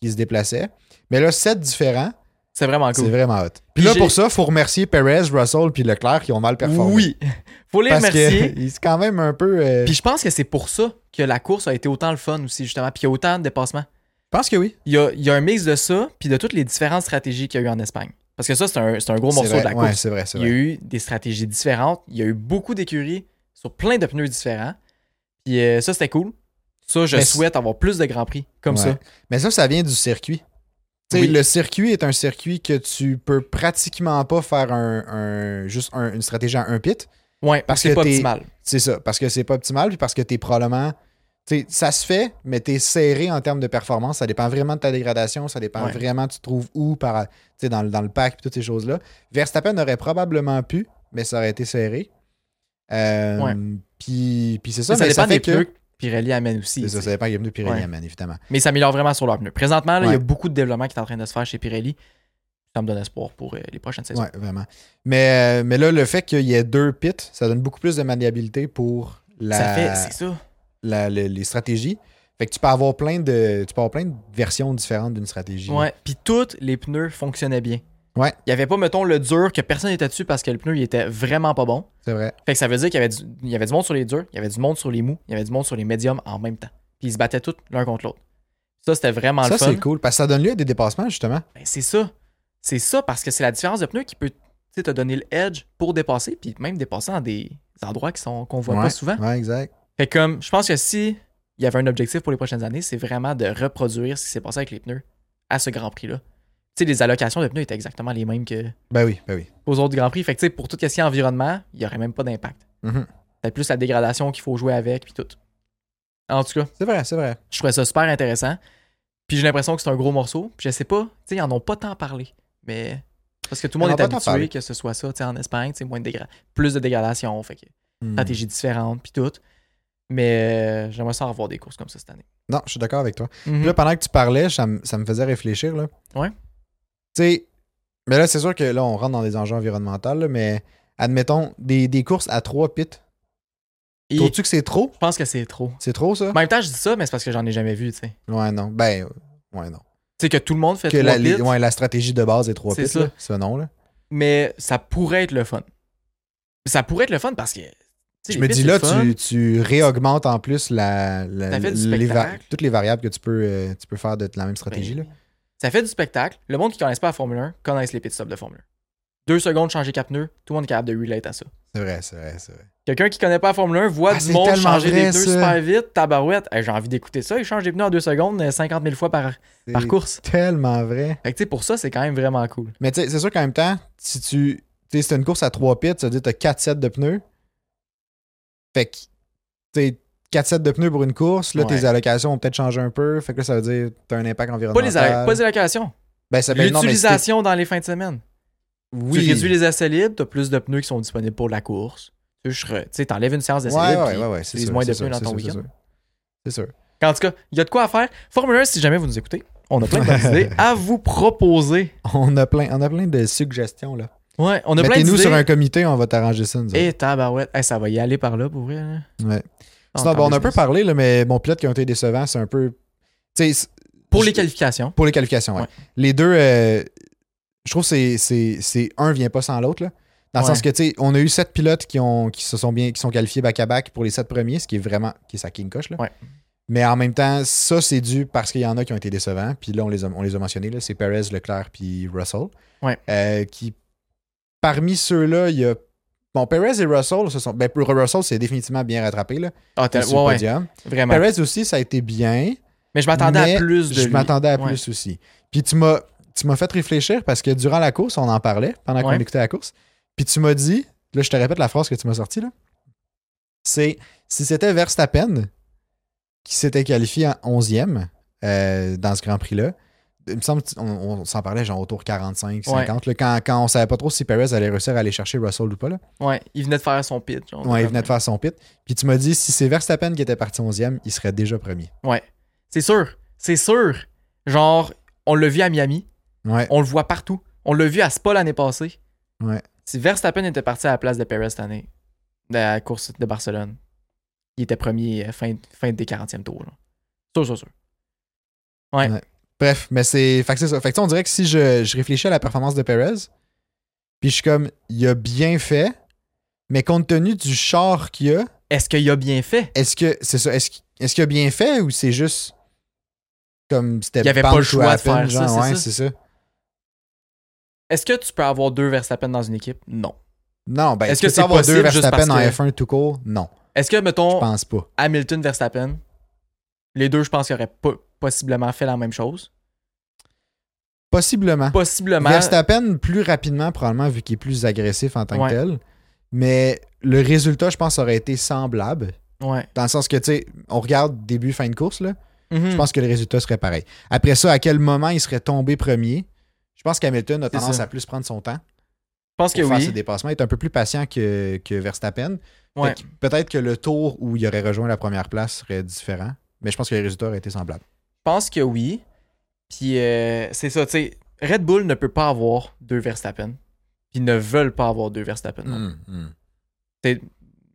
[SPEAKER 2] qui se déplaçait. Mais là, 7 différents,
[SPEAKER 1] C'est vraiment
[SPEAKER 2] c'est
[SPEAKER 1] Ah, cool.
[SPEAKER 2] vraiment hot.
[SPEAKER 1] Puis
[SPEAKER 2] Puis là,
[SPEAKER 1] j'ai-
[SPEAKER 2] pour ça, faut remercier Perez, Russell, puis Leclerc qui ont mal performé.
[SPEAKER 1] Oui. [LAUGHS] Faut les
[SPEAKER 2] Parce [LAUGHS]
[SPEAKER 1] remercier.
[SPEAKER 2] que c'est quand même un peu. euh,
[SPEAKER 1] Puis je pense que c'est pour ça que la course a été autant le fun aussi, justement. Puis il y a autant de dépassements.
[SPEAKER 2] je pense que oui.
[SPEAKER 1] il y a, il y a un mix de ça, puis de toutes les différentes stratégies qu'il y a eu en Espagne. Parce que ça, c'est un, c'est un gros
[SPEAKER 2] C'est
[SPEAKER 1] morceau
[SPEAKER 2] vrai,
[SPEAKER 1] de la
[SPEAKER 2] ouais,
[SPEAKER 1] course.
[SPEAKER 2] c'est vrai, c'est
[SPEAKER 1] il y a
[SPEAKER 2] vrai.
[SPEAKER 1] eu des stratégies différentes. Il y a eu beaucoup d'écuries sur plein de pneus différents. Puis euh, ça, c'était cool. Ça, je
[SPEAKER 2] Mais c'est-
[SPEAKER 1] souhaite avoir plus de grands prix comme
[SPEAKER 2] Ouais.
[SPEAKER 1] ça.
[SPEAKER 2] Mais ça, ça vient du circuit. Tu sais,
[SPEAKER 1] Oui.
[SPEAKER 2] Le circuit est un circuit que tu peux pratiquement pas faire un, un- juste un- une stratégie à un pit.
[SPEAKER 1] Ouais, parce
[SPEAKER 2] Parce
[SPEAKER 1] que c'est
[SPEAKER 2] que
[SPEAKER 1] pas
[SPEAKER 2] t'es-
[SPEAKER 1] optimal.
[SPEAKER 2] C'est ça, parce que c'est pas optimal, puis parce que t'es probablement. tu sais, ça se fait, mais t'es serré en termes de performance. Ça dépend vraiment de ta dégradation, ça dépend
[SPEAKER 1] Ouais.
[SPEAKER 2] vraiment tu te trouves où par, tu sais, dans, le- dans le pack, puis toutes ces choses-là. Verstappen aurait probablement pu, mais ça aurait été serré. Euh,
[SPEAKER 1] Ouais.
[SPEAKER 2] Puis puis c'est ça,
[SPEAKER 1] Ça,
[SPEAKER 2] mais
[SPEAKER 1] dépend
[SPEAKER 2] ça fait
[SPEAKER 1] des
[SPEAKER 2] que.
[SPEAKER 1] pneus que Pirelli amène aussi.
[SPEAKER 2] C'est ça,
[SPEAKER 1] tu sais.
[SPEAKER 2] ça dépend des pneus Pirelli,
[SPEAKER 1] Ouais.
[SPEAKER 2] man, évidemment.
[SPEAKER 1] Mais ça améliore vraiment sur leurs pneus. Présentement, là, il y
[SPEAKER 2] Ouais.
[SPEAKER 1] a beaucoup de développement qui est en train de se faire chez Pirelli. Ça me donne espoir pour euh, les prochaines saisons.
[SPEAKER 2] Ouais, vraiment. Mais, euh, mais là, le fait qu'il y ait deux pits, ça donne beaucoup plus de maniabilité pour la,
[SPEAKER 1] Ça fait, c'est ça.
[SPEAKER 2] la- le- les stratégies. Fait que tu peux avoir plein de, tu peux avoir plein de versions différentes d'une stratégie.
[SPEAKER 1] Ouais, puis tous les pneus fonctionnaient bien.
[SPEAKER 2] Ouais.
[SPEAKER 1] Il y avait pas, mettons, le dur que personne n'était dessus parce que le pneu il était vraiment pas bon.
[SPEAKER 2] C'est vrai.
[SPEAKER 1] Fait que ça veut dire qu'il y, avait du- il y avait du monde sur les durs, il y avait du monde sur les mous, il y avait du monde sur les médiums en même temps. Puis ils se battaient tous l'un contre l'autre. Ça, c'était vraiment
[SPEAKER 2] ça,
[SPEAKER 1] le fun.
[SPEAKER 2] c'est cool parce que ça donne lieu à des dépassements, justement.
[SPEAKER 1] Ben, c'est ça. C'est ça parce que c'est la différence de pneus qui peut tu sais, te donner le edge pour dépasser, puis même dépasser dans des endroits qui sont qu'on voit
[SPEAKER 2] Ouais.
[SPEAKER 1] pas souvent.
[SPEAKER 2] Ouais, exact.
[SPEAKER 1] Fait que comme je pense que si il y avait un objectif pour les prochaines années, c'est vraiment de reproduire ce qui s'est passé avec les pneus à ce Grand Prix-là. Tu sais, les allocations de pneus étaient exactement les mêmes que
[SPEAKER 2] Ben oui, ben oui.
[SPEAKER 1] aux autres Grands Prix. Fait que, tu sais, pour tout ce qui est environnement, il n'y aurait même pas d'impact.
[SPEAKER 2] Mhm.
[SPEAKER 1] C'est plus la dégradation qu'il faut jouer avec, puis tout. En tout cas,
[SPEAKER 2] C'est vrai, c'est vrai.
[SPEAKER 1] je trouvais ça super intéressant. Puis j'ai l'impression que c'est un gros morceau. Puis je sais pas, tu sais, ils en ont pas tant parlé. Mais parce que tout le
[SPEAKER 2] Ils
[SPEAKER 1] monde
[SPEAKER 2] en
[SPEAKER 1] est
[SPEAKER 2] ont pas tant parlé.
[SPEAKER 1] habitué que ce soit ça, tu sais, en Espagne, tu sais, moins de dégra- plus de dégradation, fait que
[SPEAKER 2] Hmm.
[SPEAKER 1] stratégies différentes, puis tout. Mais euh, j'aimerais ça en revoir des courses comme ça cette année.
[SPEAKER 2] Non, je suis d'accord avec toi.
[SPEAKER 1] Mhm.
[SPEAKER 2] Puis là, pendant que tu parlais, ça, me- ça me faisait réfléchir. Là.
[SPEAKER 1] Ouais.
[SPEAKER 2] Tu sais, mais là, c'est sûr que là, on rentre dans des enjeux environnementaux, là, mais admettons, des, des courses à trois pits.
[SPEAKER 1] Et
[SPEAKER 2] Trouves-tu que c'est trop?
[SPEAKER 1] je pense que c'est trop.
[SPEAKER 2] C'est trop, ça?
[SPEAKER 1] En même temps, je dis ça, mais c'est parce que j'en ai jamais vu, tu sais.
[SPEAKER 2] Ouais, non. Ben, euh, ouais, non.
[SPEAKER 1] Tu sais que tout le monde fait
[SPEAKER 2] Que
[SPEAKER 1] trois
[SPEAKER 2] la, les-
[SPEAKER 1] pits,
[SPEAKER 2] ouais, la stratégie de base des trois
[SPEAKER 1] C'est
[SPEAKER 2] pits,
[SPEAKER 1] ça.
[SPEAKER 2] là, ce nom, là.
[SPEAKER 1] mais ça pourrait être le fun. Ça pourrait être le fun parce que. tu sais,
[SPEAKER 2] Je
[SPEAKER 1] les
[SPEAKER 2] me
[SPEAKER 1] pits,
[SPEAKER 2] dis
[SPEAKER 1] c'est
[SPEAKER 2] là,
[SPEAKER 1] le fun.
[SPEAKER 2] tu, tu réaugmentes en plus la, la-
[SPEAKER 1] Ça fait du
[SPEAKER 2] les va-
[SPEAKER 1] spectacle.
[SPEAKER 2] toutes les variables que tu peux, euh, tu peux faire de la même stratégie.
[SPEAKER 1] Ben,
[SPEAKER 2] là.
[SPEAKER 1] Ça fait du spectacle. Le monde qui ne connaisse pas la Formule 1 connaisse les pit stops de Formule 1. Deux secondes, changer cap pneu, tout le monde est capable de relate à ça.
[SPEAKER 2] C'est vrai, c'est vrai, c'est vrai.
[SPEAKER 1] Quelqu'un qui connaît pas la Formule 1 voit
[SPEAKER 2] Ah,
[SPEAKER 1] du
[SPEAKER 2] c'est
[SPEAKER 1] monde
[SPEAKER 2] tellement
[SPEAKER 1] changer
[SPEAKER 2] vrai,
[SPEAKER 1] des pneus
[SPEAKER 2] ça.
[SPEAKER 1] super vite, tabarouette. Hey, J'ai envie d'écouter ça, il change des pneus en deux secondes euh, 50 000 fois par,
[SPEAKER 2] C'est
[SPEAKER 1] par course.
[SPEAKER 2] tellement vrai.
[SPEAKER 1] Fait que tu sais, pour ça, c'est quand même vraiment cool.
[SPEAKER 2] Mais tu sais, c'est sûr qu'en même temps, si tu. Tu sais, si t'as une course à trois pits, ça veut dire que t'as quatre sets de pneus. Fait que. Tu sais, 4 sets de pneus pour une course, là,
[SPEAKER 1] Ouais.
[SPEAKER 2] tes allocations ont peut-être changé un peu. Fait que là, ça veut dire que t'as un impact
[SPEAKER 1] Pas
[SPEAKER 2] environnemental.
[SPEAKER 1] les, a- pas les allocations.
[SPEAKER 2] Ben, ça- ben, non, mais c'est-
[SPEAKER 1] L'utilisation dans les fins de semaine.
[SPEAKER 2] Oui.
[SPEAKER 1] Tu réduis les essais libres, t'as plus de pneus qui sont disponibles pour la course. Tu sais, je- tu sais, t'enlèves une séance d'essais
[SPEAKER 2] Ouais,
[SPEAKER 1] libres.
[SPEAKER 2] ouais,
[SPEAKER 1] puis-
[SPEAKER 2] ouais, ouais, c'est
[SPEAKER 1] utilises
[SPEAKER 2] sûr,
[SPEAKER 1] moins de
[SPEAKER 2] c'est
[SPEAKER 1] pneus
[SPEAKER 2] sûr,
[SPEAKER 1] dans
[SPEAKER 2] c'est
[SPEAKER 1] ton
[SPEAKER 2] sûr, c'est
[SPEAKER 1] week-end.
[SPEAKER 2] sûr. C'est sûr.
[SPEAKER 1] En tout cas, il y a de quoi à faire. Formule 1, si jamais vous nous écoutez, on a plein de
[SPEAKER 2] [LAUGHS]
[SPEAKER 1] bonnes idées à vous proposer.
[SPEAKER 2] On a plein, on a plein de suggestions, là.
[SPEAKER 1] Ouais, on a plein
[SPEAKER 2] Mettez-nous
[SPEAKER 1] d'idées.
[SPEAKER 2] sur un comité, on va t'arranger ça, nous autres.
[SPEAKER 1] Et tabarouette. Hey, ça va y aller par là pour vrai. hein.
[SPEAKER 2] Ouais.
[SPEAKER 1] On
[SPEAKER 2] Sinon,
[SPEAKER 1] parle
[SPEAKER 2] bon, on a un peu
[SPEAKER 1] business.
[SPEAKER 2] parlé, là, mais bon, pilotes qui ont été décevants, c'est un peu. Tu sais, c'est-
[SPEAKER 1] Pour les qualifications.
[SPEAKER 2] pour les qualifications, ouais.
[SPEAKER 1] Ouais.
[SPEAKER 2] Les deux, euh, je trouve que c'est- c'est c'est- un vient pas sans l'autre, là. Dans le
[SPEAKER 1] Ouais.
[SPEAKER 2] sens que, tu sais, on a eu sept pilotes qui, ont, qui se sont bien, qui sont qualifiés back-à-back pour les sept premiers, ce qui est vraiment, qui est sa king coche, là.
[SPEAKER 1] Ouais.
[SPEAKER 2] Mais en même temps, ça, c'est dû parce qu'il y en a qui ont été décevants. Puis là, on les a, on les a mentionnés, là. C'est Perez, Leclerc, puis Russell.
[SPEAKER 1] Ouais.
[SPEAKER 2] Euh, qui, parmi ceux-là, il y a. Bon, Perez et Russell, se sont. Ben, Russell s'est définitivement bien rattrapé, là.
[SPEAKER 1] Ah, t'as-
[SPEAKER 2] sur le
[SPEAKER 1] ouais, ouais,
[SPEAKER 2] podium.
[SPEAKER 1] vraiment.
[SPEAKER 2] Perez aussi, ça a été bien.
[SPEAKER 1] Mais je m'attendais
[SPEAKER 2] Mais
[SPEAKER 1] à plus de.
[SPEAKER 2] Je
[SPEAKER 1] lui.
[SPEAKER 2] m'attendais à
[SPEAKER 1] Ouais.
[SPEAKER 2] plus aussi. Puis tu m'as, tu m'as fait réfléchir parce que durant la course, on en parlait pendant qu'on
[SPEAKER 1] Ouais.
[SPEAKER 2] écoutait la course. Puis tu m'as dit, là je te répète la phrase que tu m'as sortie là. C'est si c'était Verstappen qui s'était qualifié en 11e euh, dans ce Grand Prix-là, il me semble qu'on on, s'en parlait genre autour 45, 50, là, quand, quand on savait pas trop si Perez allait réussir à aller chercher Russell ou pas. Là.
[SPEAKER 1] Ouais, il venait de faire son pitch. genre.
[SPEAKER 2] Ouais, il venait de faire son pit. Puis tu m'as dit, si c'est Verstappen qui était parti 11e, il serait déjà premier.
[SPEAKER 1] Ouais. C'est sûr. C'est sûr. Genre, on l'a vu à Miami.
[SPEAKER 2] Ouais,
[SPEAKER 1] On le voit partout. On l'a vu à Spa l'année passée.
[SPEAKER 2] Ouais.
[SPEAKER 1] Si Verstappen était parti à la place de Perez cette année, de la course de Barcelone, il était premier euh, fin, fin des 40e tours. là. Sûr, sûr, sûr.
[SPEAKER 2] Bref, mais c'est. Fait que c'est ça. Fait que tu sais, on dirait que si je, je réfléchis à la performance de Perez, puis je suis comme, il a bien fait, mais compte tenu du char qu'il a,
[SPEAKER 1] Est-ce qu'il a bien fait?
[SPEAKER 2] est-ce que. C'est ça. Est-ce, qu'- est-ce qu'il a bien fait ou c'est juste. Comme c'était.
[SPEAKER 1] Il avait pas
[SPEAKER 2] bound
[SPEAKER 1] le
[SPEAKER 2] to
[SPEAKER 1] choix de
[SPEAKER 2] happen,
[SPEAKER 1] faire ça,
[SPEAKER 2] genre,
[SPEAKER 1] c'est
[SPEAKER 2] ouais,
[SPEAKER 1] ça.
[SPEAKER 2] c'est ça.
[SPEAKER 1] Est-ce que tu peux avoir deux Verstappen dans une équipe? Non.
[SPEAKER 2] Non, ben,
[SPEAKER 1] Est-ce
[SPEAKER 2] est-ce que
[SPEAKER 1] que
[SPEAKER 2] tu peux
[SPEAKER 1] c'est
[SPEAKER 2] avoir deux
[SPEAKER 1] possible juste
[SPEAKER 2] Verstappen en
[SPEAKER 1] parce que- Oh.
[SPEAKER 2] F1 tout court Non,
[SPEAKER 1] Est-ce que,
[SPEAKER 2] je
[SPEAKER 1] mettons,
[SPEAKER 2] pense pas.
[SPEAKER 1] Hamilton, Verstappen, les deux, je pense qu'ils auraient po- possiblement fait la même chose.
[SPEAKER 2] Possiblement.
[SPEAKER 1] Possiblement.
[SPEAKER 2] Verstappen plus rapidement, probablement, vu qu'il est plus agressif en tant
[SPEAKER 1] Ouais.
[SPEAKER 2] que tel. Mais le résultat, je pense, aurait été semblable.
[SPEAKER 1] Ouais.
[SPEAKER 2] Dans le sens que, tu sais, on regarde début, fin de course, là.
[SPEAKER 1] Mhm.
[SPEAKER 2] je pense que le résultat serait pareil. Après ça, à quel moment il serait tombé premier Je pense qu'Hamilton a
[SPEAKER 1] C'est
[SPEAKER 2] tendance
[SPEAKER 1] ça.
[SPEAKER 2] à plus prendre son temps
[SPEAKER 1] Je pense
[SPEAKER 2] pour
[SPEAKER 1] que
[SPEAKER 2] faire
[SPEAKER 1] oui.
[SPEAKER 2] ses dépassements, est un peu plus patient que, que Verstappen. Fait
[SPEAKER 1] Ouais.
[SPEAKER 2] que Peut-être que le tour où il aurait rejoint la première place serait différent, mais je pense que les résultats auraient été semblables.
[SPEAKER 1] Je pense que oui. Puis euh, c'est ça, tu sais, Red Bull ne peut pas avoir deux Verstappen. Puis ils ne veulent pas avoir deux Verstappen.
[SPEAKER 2] Hmm.
[SPEAKER 1] hmm. C'est,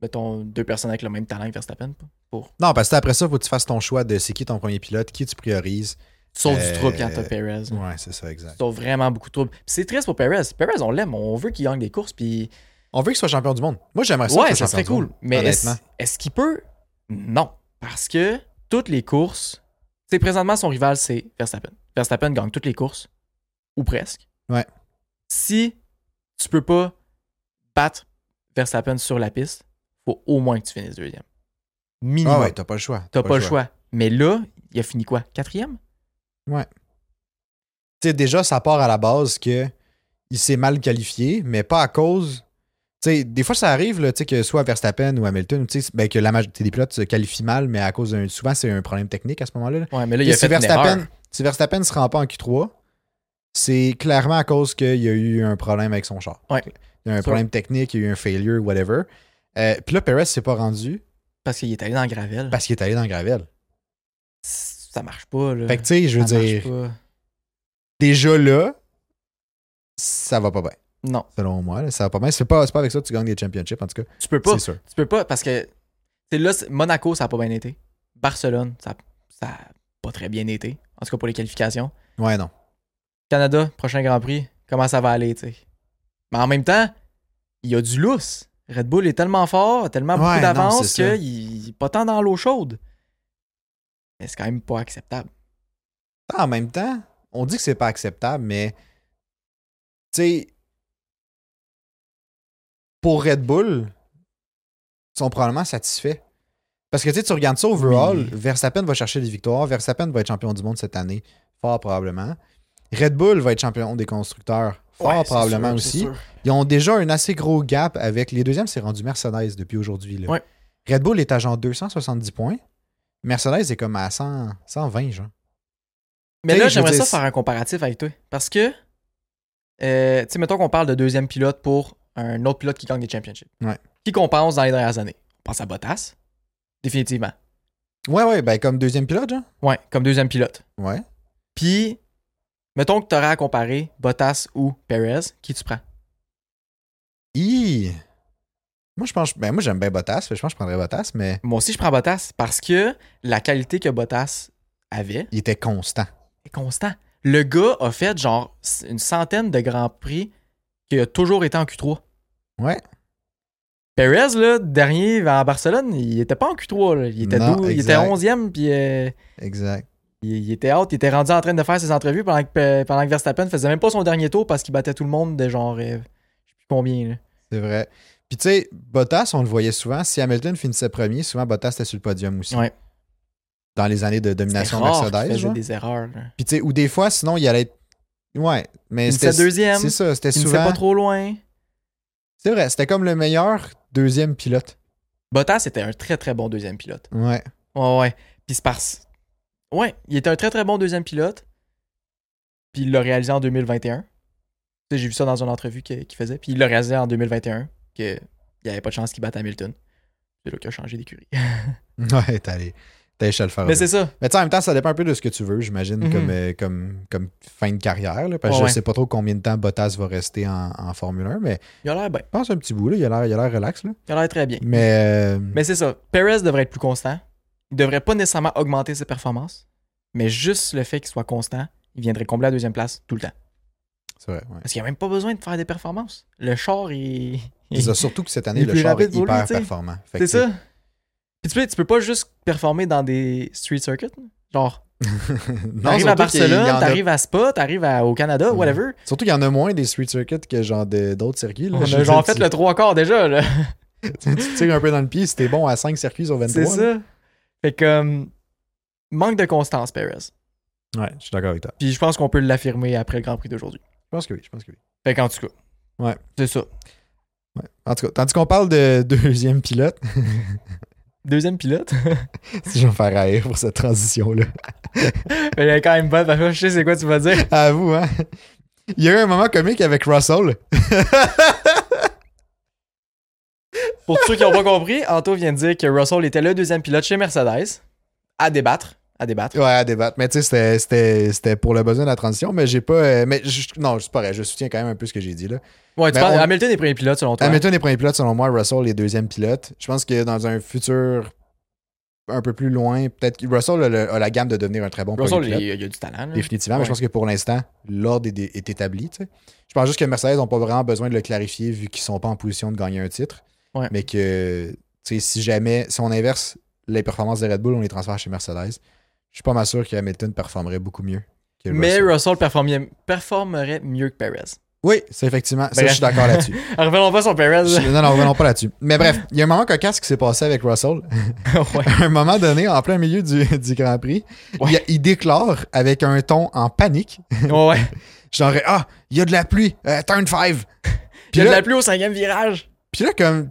[SPEAKER 1] mettons, deux personnes avec le même talent que Verstappen. Pour...
[SPEAKER 2] Non, parce que après ça, faut que tu fasses ton choix de c'est qui ton premier pilote, qui tu priorises.
[SPEAKER 1] Sauf
[SPEAKER 2] Euh,
[SPEAKER 1] du trouble quand t'as Perez. là.
[SPEAKER 2] Ouais, c'est ça, exact.
[SPEAKER 1] Sauf vraiment beaucoup de trouble. Puis c'est triste pour Perez. Perez, on l'aime. On veut qu'il gagne des courses. Puis
[SPEAKER 2] On veut qu'il soit champion du monde. Moi, j'aimerais Ah, ça.
[SPEAKER 1] ouais,
[SPEAKER 2] qu'il
[SPEAKER 1] ça
[SPEAKER 2] soit
[SPEAKER 1] serait
[SPEAKER 2] champion du
[SPEAKER 1] cool.
[SPEAKER 2] monde,
[SPEAKER 1] Mais est-ce
[SPEAKER 2] honnêtement.
[SPEAKER 1] est-ce qu'il peut Non. Parce que toutes les courses. Tu sais, présentement, son rival, c'est Verstappen. Verstappen gagne toutes les courses, ou presque.
[SPEAKER 2] Ouais.
[SPEAKER 1] Si tu peux pas battre Verstappen sur la piste, faut au moins que tu finisses deuxième. Minimum.
[SPEAKER 2] Ah ouais, t'as pas le choix.
[SPEAKER 1] T'as pas le choix. Mais là, il a fini quoi Quatrième
[SPEAKER 2] tu sais, déjà, ça part à la base que il s'est mal qualifié, mais pas à cause. Tu sais, des fois, ça arrive là, tu sais, que soit Verstappen ou Hamilton, tu sais, ben, que la majorité des pilotes se qualifient mal, mais à cause d'un. Souvent, c'est un problème technique à ce moment-là. là.
[SPEAKER 1] Ouais, mais là, il
[SPEAKER 2] Et
[SPEAKER 1] a
[SPEAKER 2] si,
[SPEAKER 1] fait une
[SPEAKER 2] Verstappen,
[SPEAKER 1] erreur.
[SPEAKER 2] si Verstappen ne se rend pas en Q3, c'est clairement à cause qu'il y a eu un problème avec son char.
[SPEAKER 1] Ouais.
[SPEAKER 2] Il y a eu un
[SPEAKER 1] Sûr.
[SPEAKER 2] problème technique, il y a eu un failure, whatever. Euh, Puis là, Perez s'est pas rendu
[SPEAKER 1] Parce qu'il est allé dans le gravel.
[SPEAKER 2] parce qu'il est allé dans le gravel.
[SPEAKER 1] ça marche pas, là.
[SPEAKER 2] Fait que, tu sais, je veux
[SPEAKER 1] Ça marche
[SPEAKER 2] dire,
[SPEAKER 1] pas.
[SPEAKER 2] déjà là, ça va pas bien.
[SPEAKER 1] Non,
[SPEAKER 2] selon moi. là. Ça va pas mal. C'est pas, c'est pas avec ça que tu gagnes des championships, en tout cas.
[SPEAKER 1] tu peux pas.
[SPEAKER 2] C'est sûr.
[SPEAKER 1] Tu peux pas parce que c'est là, c'est- Monaco, ça a pas bien été. Barcelone, ça, ça a pas très bien été. En tout cas pour les qualifications.
[SPEAKER 2] Ouais, non.
[SPEAKER 1] Canada, prochain Grand Prix, comment ça va aller, tu sais. Mais en même temps, il y a du lousse. Red Bull est tellement fort, a tellement
[SPEAKER 2] Ouais,
[SPEAKER 1] beaucoup
[SPEAKER 2] non,
[SPEAKER 1] d'avance
[SPEAKER 2] c'est ça.
[SPEAKER 1] qu'il n'est pas tant dans l'eau chaude. Mais c'est quand même pas acceptable.
[SPEAKER 2] En même temps, on dit que c'est pas acceptable, mais tu sais, pour Red Bull, ils sont probablement satisfaits. Parce que tu sais, tu regardes ça overall,
[SPEAKER 1] Oui.
[SPEAKER 2] Verstappen va chercher des victoires, Verstappen va être champion du monde cette année, fort probablement. Red Bull va être champion des constructeurs, fort
[SPEAKER 1] Ouais, c'est
[SPEAKER 2] probablement
[SPEAKER 1] sûr, c'est
[SPEAKER 2] aussi.
[SPEAKER 1] sûr.
[SPEAKER 2] Ils ont déjà un assez gros gap avec les deuxièmes, c'est rendu Mercedes depuis aujourd'hui. là.
[SPEAKER 1] Ouais.
[SPEAKER 2] Red Bull est à genre 270 points. Mercedes est comme à 100, 120, genre.
[SPEAKER 1] Mais
[SPEAKER 2] Tu sais,
[SPEAKER 1] là,
[SPEAKER 2] je
[SPEAKER 1] j'aimerais
[SPEAKER 2] veux
[SPEAKER 1] ça
[SPEAKER 2] dire,
[SPEAKER 1] faire un comparatif avec toi. Parce que, euh, tu sais, mettons qu'on parle de deuxième pilote pour un autre pilote qui gagne des championships.
[SPEAKER 2] Ouais.
[SPEAKER 1] Qui qu'on pense dans les dernières années On pense à Bottas, définitivement.
[SPEAKER 2] Ouais, ouais, ben comme deuxième pilote, genre.
[SPEAKER 1] Ouais, comme deuxième pilote.
[SPEAKER 2] Ouais.
[SPEAKER 1] Puis, mettons que tu aurais à comparer Bottas ou Perez, qui tu prends
[SPEAKER 2] Hi. Moi, je pense. Ben, moi, j'aime bien Bottas. fait que Je pense que je prendrais Bottas, mais
[SPEAKER 1] Moi aussi, je prends Bottas parce que la qualité que Bottas avait
[SPEAKER 2] il était constant.
[SPEAKER 1] est constant. Le gars a fait genre une centaine de grands prix qui a toujours été en Q3.
[SPEAKER 2] Ouais.
[SPEAKER 1] Perez, là, dernier à Barcelone, il était pas en Q3. là. Il était
[SPEAKER 2] Non,
[SPEAKER 1] 12, il était
[SPEAKER 2] exact.
[SPEAKER 1] 11e, puis euh,
[SPEAKER 2] Exact.
[SPEAKER 1] il, il était out. Il était rendu en train de faire ses entrevues pendant que, pendant que Verstappen faisait même pas son dernier tour parce qu'il battait tout le monde de genre, euh, je sais plus combien. là.
[SPEAKER 2] C'est vrai. Puis tu sais, Bottas, on le voyait souvent. Si Hamilton finissait premier, souvent Bottas était sur le podium aussi.
[SPEAKER 1] Ouais.
[SPEAKER 2] Dans les années de
[SPEAKER 1] C'était
[SPEAKER 2] domination
[SPEAKER 1] rare qu'il
[SPEAKER 2] Mercedes.
[SPEAKER 1] faisait
[SPEAKER 2] genre.
[SPEAKER 1] des erreurs. là.
[SPEAKER 2] Puis tu sais, ou des fois, sinon, il allait être. Ouais. Mais
[SPEAKER 1] Il
[SPEAKER 2] c'était.
[SPEAKER 1] finissait deuxième.
[SPEAKER 2] C'est ça, c'était
[SPEAKER 1] Il ne pas
[SPEAKER 2] souvent.
[SPEAKER 1] trop loin.
[SPEAKER 2] C'est vrai, c'était comme le meilleur deuxième pilote.
[SPEAKER 1] Bottas était un très très bon deuxième pilote.
[SPEAKER 2] Ouais. [LAUGHS]
[SPEAKER 1] Ouais, ouais. Puis c'est parce. Ouais, il était un très très bon deuxième pilote. Puis il l'a réalisé en 2021. Tu sais, J'ai vu ça dans une entrevue que- qu'il faisait. Puis il l'a réalisé en 2021 qu'il n'y avait pas de chance qu'il batte Hamilton. C'est là qu'il a changé d'écurie.
[SPEAKER 2] Ah Ouais, t'es allé. T'es allé chez le faire.
[SPEAKER 1] [LAUGHS] Mais c'est ça.
[SPEAKER 2] Mais tu sais, en même temps, ça dépend un peu de ce que tu veux, j'imagine,
[SPEAKER 1] Mhm.
[SPEAKER 2] comme, euh, comme, comme fin de carrière. là, parce que
[SPEAKER 1] Ouais,
[SPEAKER 2] je
[SPEAKER 1] ouais.
[SPEAKER 2] sais pas trop combien de temps Bottas va rester en, en Formule 1, mais
[SPEAKER 1] Il a l'air bien.
[SPEAKER 2] je pense un petit bout, là, il a l'air il a l'air relax. Là.
[SPEAKER 1] Il a l'air très bien.
[SPEAKER 2] Mais, euh,
[SPEAKER 1] Mais c'est ça. Perez devrait être plus constant. Il devrait pas nécessairement augmenter ses performances. Mais juste le fait qu'il soit constant, il viendrait combler la deuxième place tout le temps.
[SPEAKER 2] c'est vrai. ouais.
[SPEAKER 1] Parce qu'il n'y a même pas besoin de faire des performances. Le char est.
[SPEAKER 2] C'est ça, surtout que cette année,
[SPEAKER 1] il est
[SPEAKER 2] le
[SPEAKER 1] plus
[SPEAKER 2] char est
[SPEAKER 1] rapide pour lui,
[SPEAKER 2] hyper
[SPEAKER 1] tu sais.
[SPEAKER 2] performant. Fait que,
[SPEAKER 1] C'est ça. Puis tu peux, tu peux pas juste performer dans des street circuits. là. Genre,
[SPEAKER 2] [LAUGHS] non,
[SPEAKER 1] t'arrives à
[SPEAKER 2] surtout qu'il y en
[SPEAKER 1] Barcelone,
[SPEAKER 2] a-
[SPEAKER 1] t'arrives à Spa, t'arrives à- au Canada,
[SPEAKER 2] Mhm.
[SPEAKER 1] whatever.
[SPEAKER 2] Surtout qu'il y en a moins des street circuits que genre de- d'autres circuits. là.
[SPEAKER 1] On
[SPEAKER 2] Je
[SPEAKER 1] a
[SPEAKER 2] veux
[SPEAKER 1] genre
[SPEAKER 2] dire,
[SPEAKER 1] fait le trois quarts déjà.
[SPEAKER 2] [LAUGHS]
[SPEAKER 1] là.
[SPEAKER 2] tu, tu tires un peu dans le pied si t'es bon à 5 circuits sur 23.
[SPEAKER 1] C'est
[SPEAKER 2] là.
[SPEAKER 1] ça. Fait que, euh, manque de constance, Perez.
[SPEAKER 2] Ouais, je suis d'accord avec toi.
[SPEAKER 1] Puis je pense qu'on peut l'affirmer après le Grand Prix d'aujourd'hui.
[SPEAKER 2] Je pense que oui, je pense que oui.
[SPEAKER 1] Fait qu'en tout cas.
[SPEAKER 2] Ouais.
[SPEAKER 1] C'est ça.
[SPEAKER 2] Ouais. En tout cas, tandis qu'on parle de [LAUGHS] deuxième pilote,
[SPEAKER 1] Deuxième pilote. [LAUGHS]
[SPEAKER 2] si je vais me faire haïr pour cette transition-là. [LAUGHS]
[SPEAKER 1] Elle est quand même bonne. parce que Je sais c'est quoi tu vas dire.
[SPEAKER 2] À vous, hein? Il y a eu un moment comique avec Russell.
[SPEAKER 1] Pour ceux qui n'ont pas compris, Anto vient de dire que Russell était le deuxième pilote chez Mercedes. À débattre. À débattre.
[SPEAKER 2] Ouais, à débattre. Mais tu sais, c'était- c'était c'était pour le besoin de la transition, mais j'ai pas. euh, mais je- non, c'est pas vrai. Je soutiens quand même un peu ce que j'ai dit là.
[SPEAKER 1] Ouais, tu
[SPEAKER 2] Ben,
[SPEAKER 1] penses-
[SPEAKER 2] on-
[SPEAKER 1] Hamilton est premier pilote selon toi.
[SPEAKER 2] Hamilton est premier pilote selon moi, Russell est deuxième pilote. Je pense que dans un futur un peu plus loin, peut-être que Russell a, le- a la gamme de devenir un très bon premier
[SPEAKER 1] Russell, il,
[SPEAKER 2] pilote.
[SPEAKER 1] il a du talent. là.
[SPEAKER 2] Définitivement, mais
[SPEAKER 1] Ouais.
[SPEAKER 2] je pense que pour l'instant, l'ordre est, est établi. tu sais. Je pense juste que Mercedes n'ont pas vraiment besoin de le clarifier vu qu'ils sont pas en position de gagner un titre.
[SPEAKER 1] Ouais.
[SPEAKER 2] Mais que tu sais, si jamais, si on inverse les performances de Red Bull, on les transfère chez Mercedes, je suis pas mal sûr que Hamilton performerait beaucoup mieux. que
[SPEAKER 1] Mais
[SPEAKER 2] Russell.
[SPEAKER 1] Russell performait- performerait mieux que Perez.
[SPEAKER 2] Oui, c'est effectivement. Ça,
[SPEAKER 1] Bref.
[SPEAKER 2] je suis d'accord là-dessus.
[SPEAKER 1] [LAUGHS] Revenons pas sur Perez.
[SPEAKER 2] [LAUGHS] Je- non, non, revenons pas là-dessus. Mais bref, il y a un moment cocasse qui s'est passé avec Russell. [LAUGHS]
[SPEAKER 1] Ouais.
[SPEAKER 2] À un moment donné, en plein milieu du, du Grand Prix,
[SPEAKER 1] Ouais.
[SPEAKER 2] il, il déclare avec un ton en panique,
[SPEAKER 1] Ouais, ouais.
[SPEAKER 2] genre « Ah, il y a de la pluie, euh, turn 5! »
[SPEAKER 1] [LAUGHS] Il y
[SPEAKER 2] Puis
[SPEAKER 1] a de
[SPEAKER 2] là,
[SPEAKER 1] la pluie au cinquième virage.
[SPEAKER 2] puis là, comme...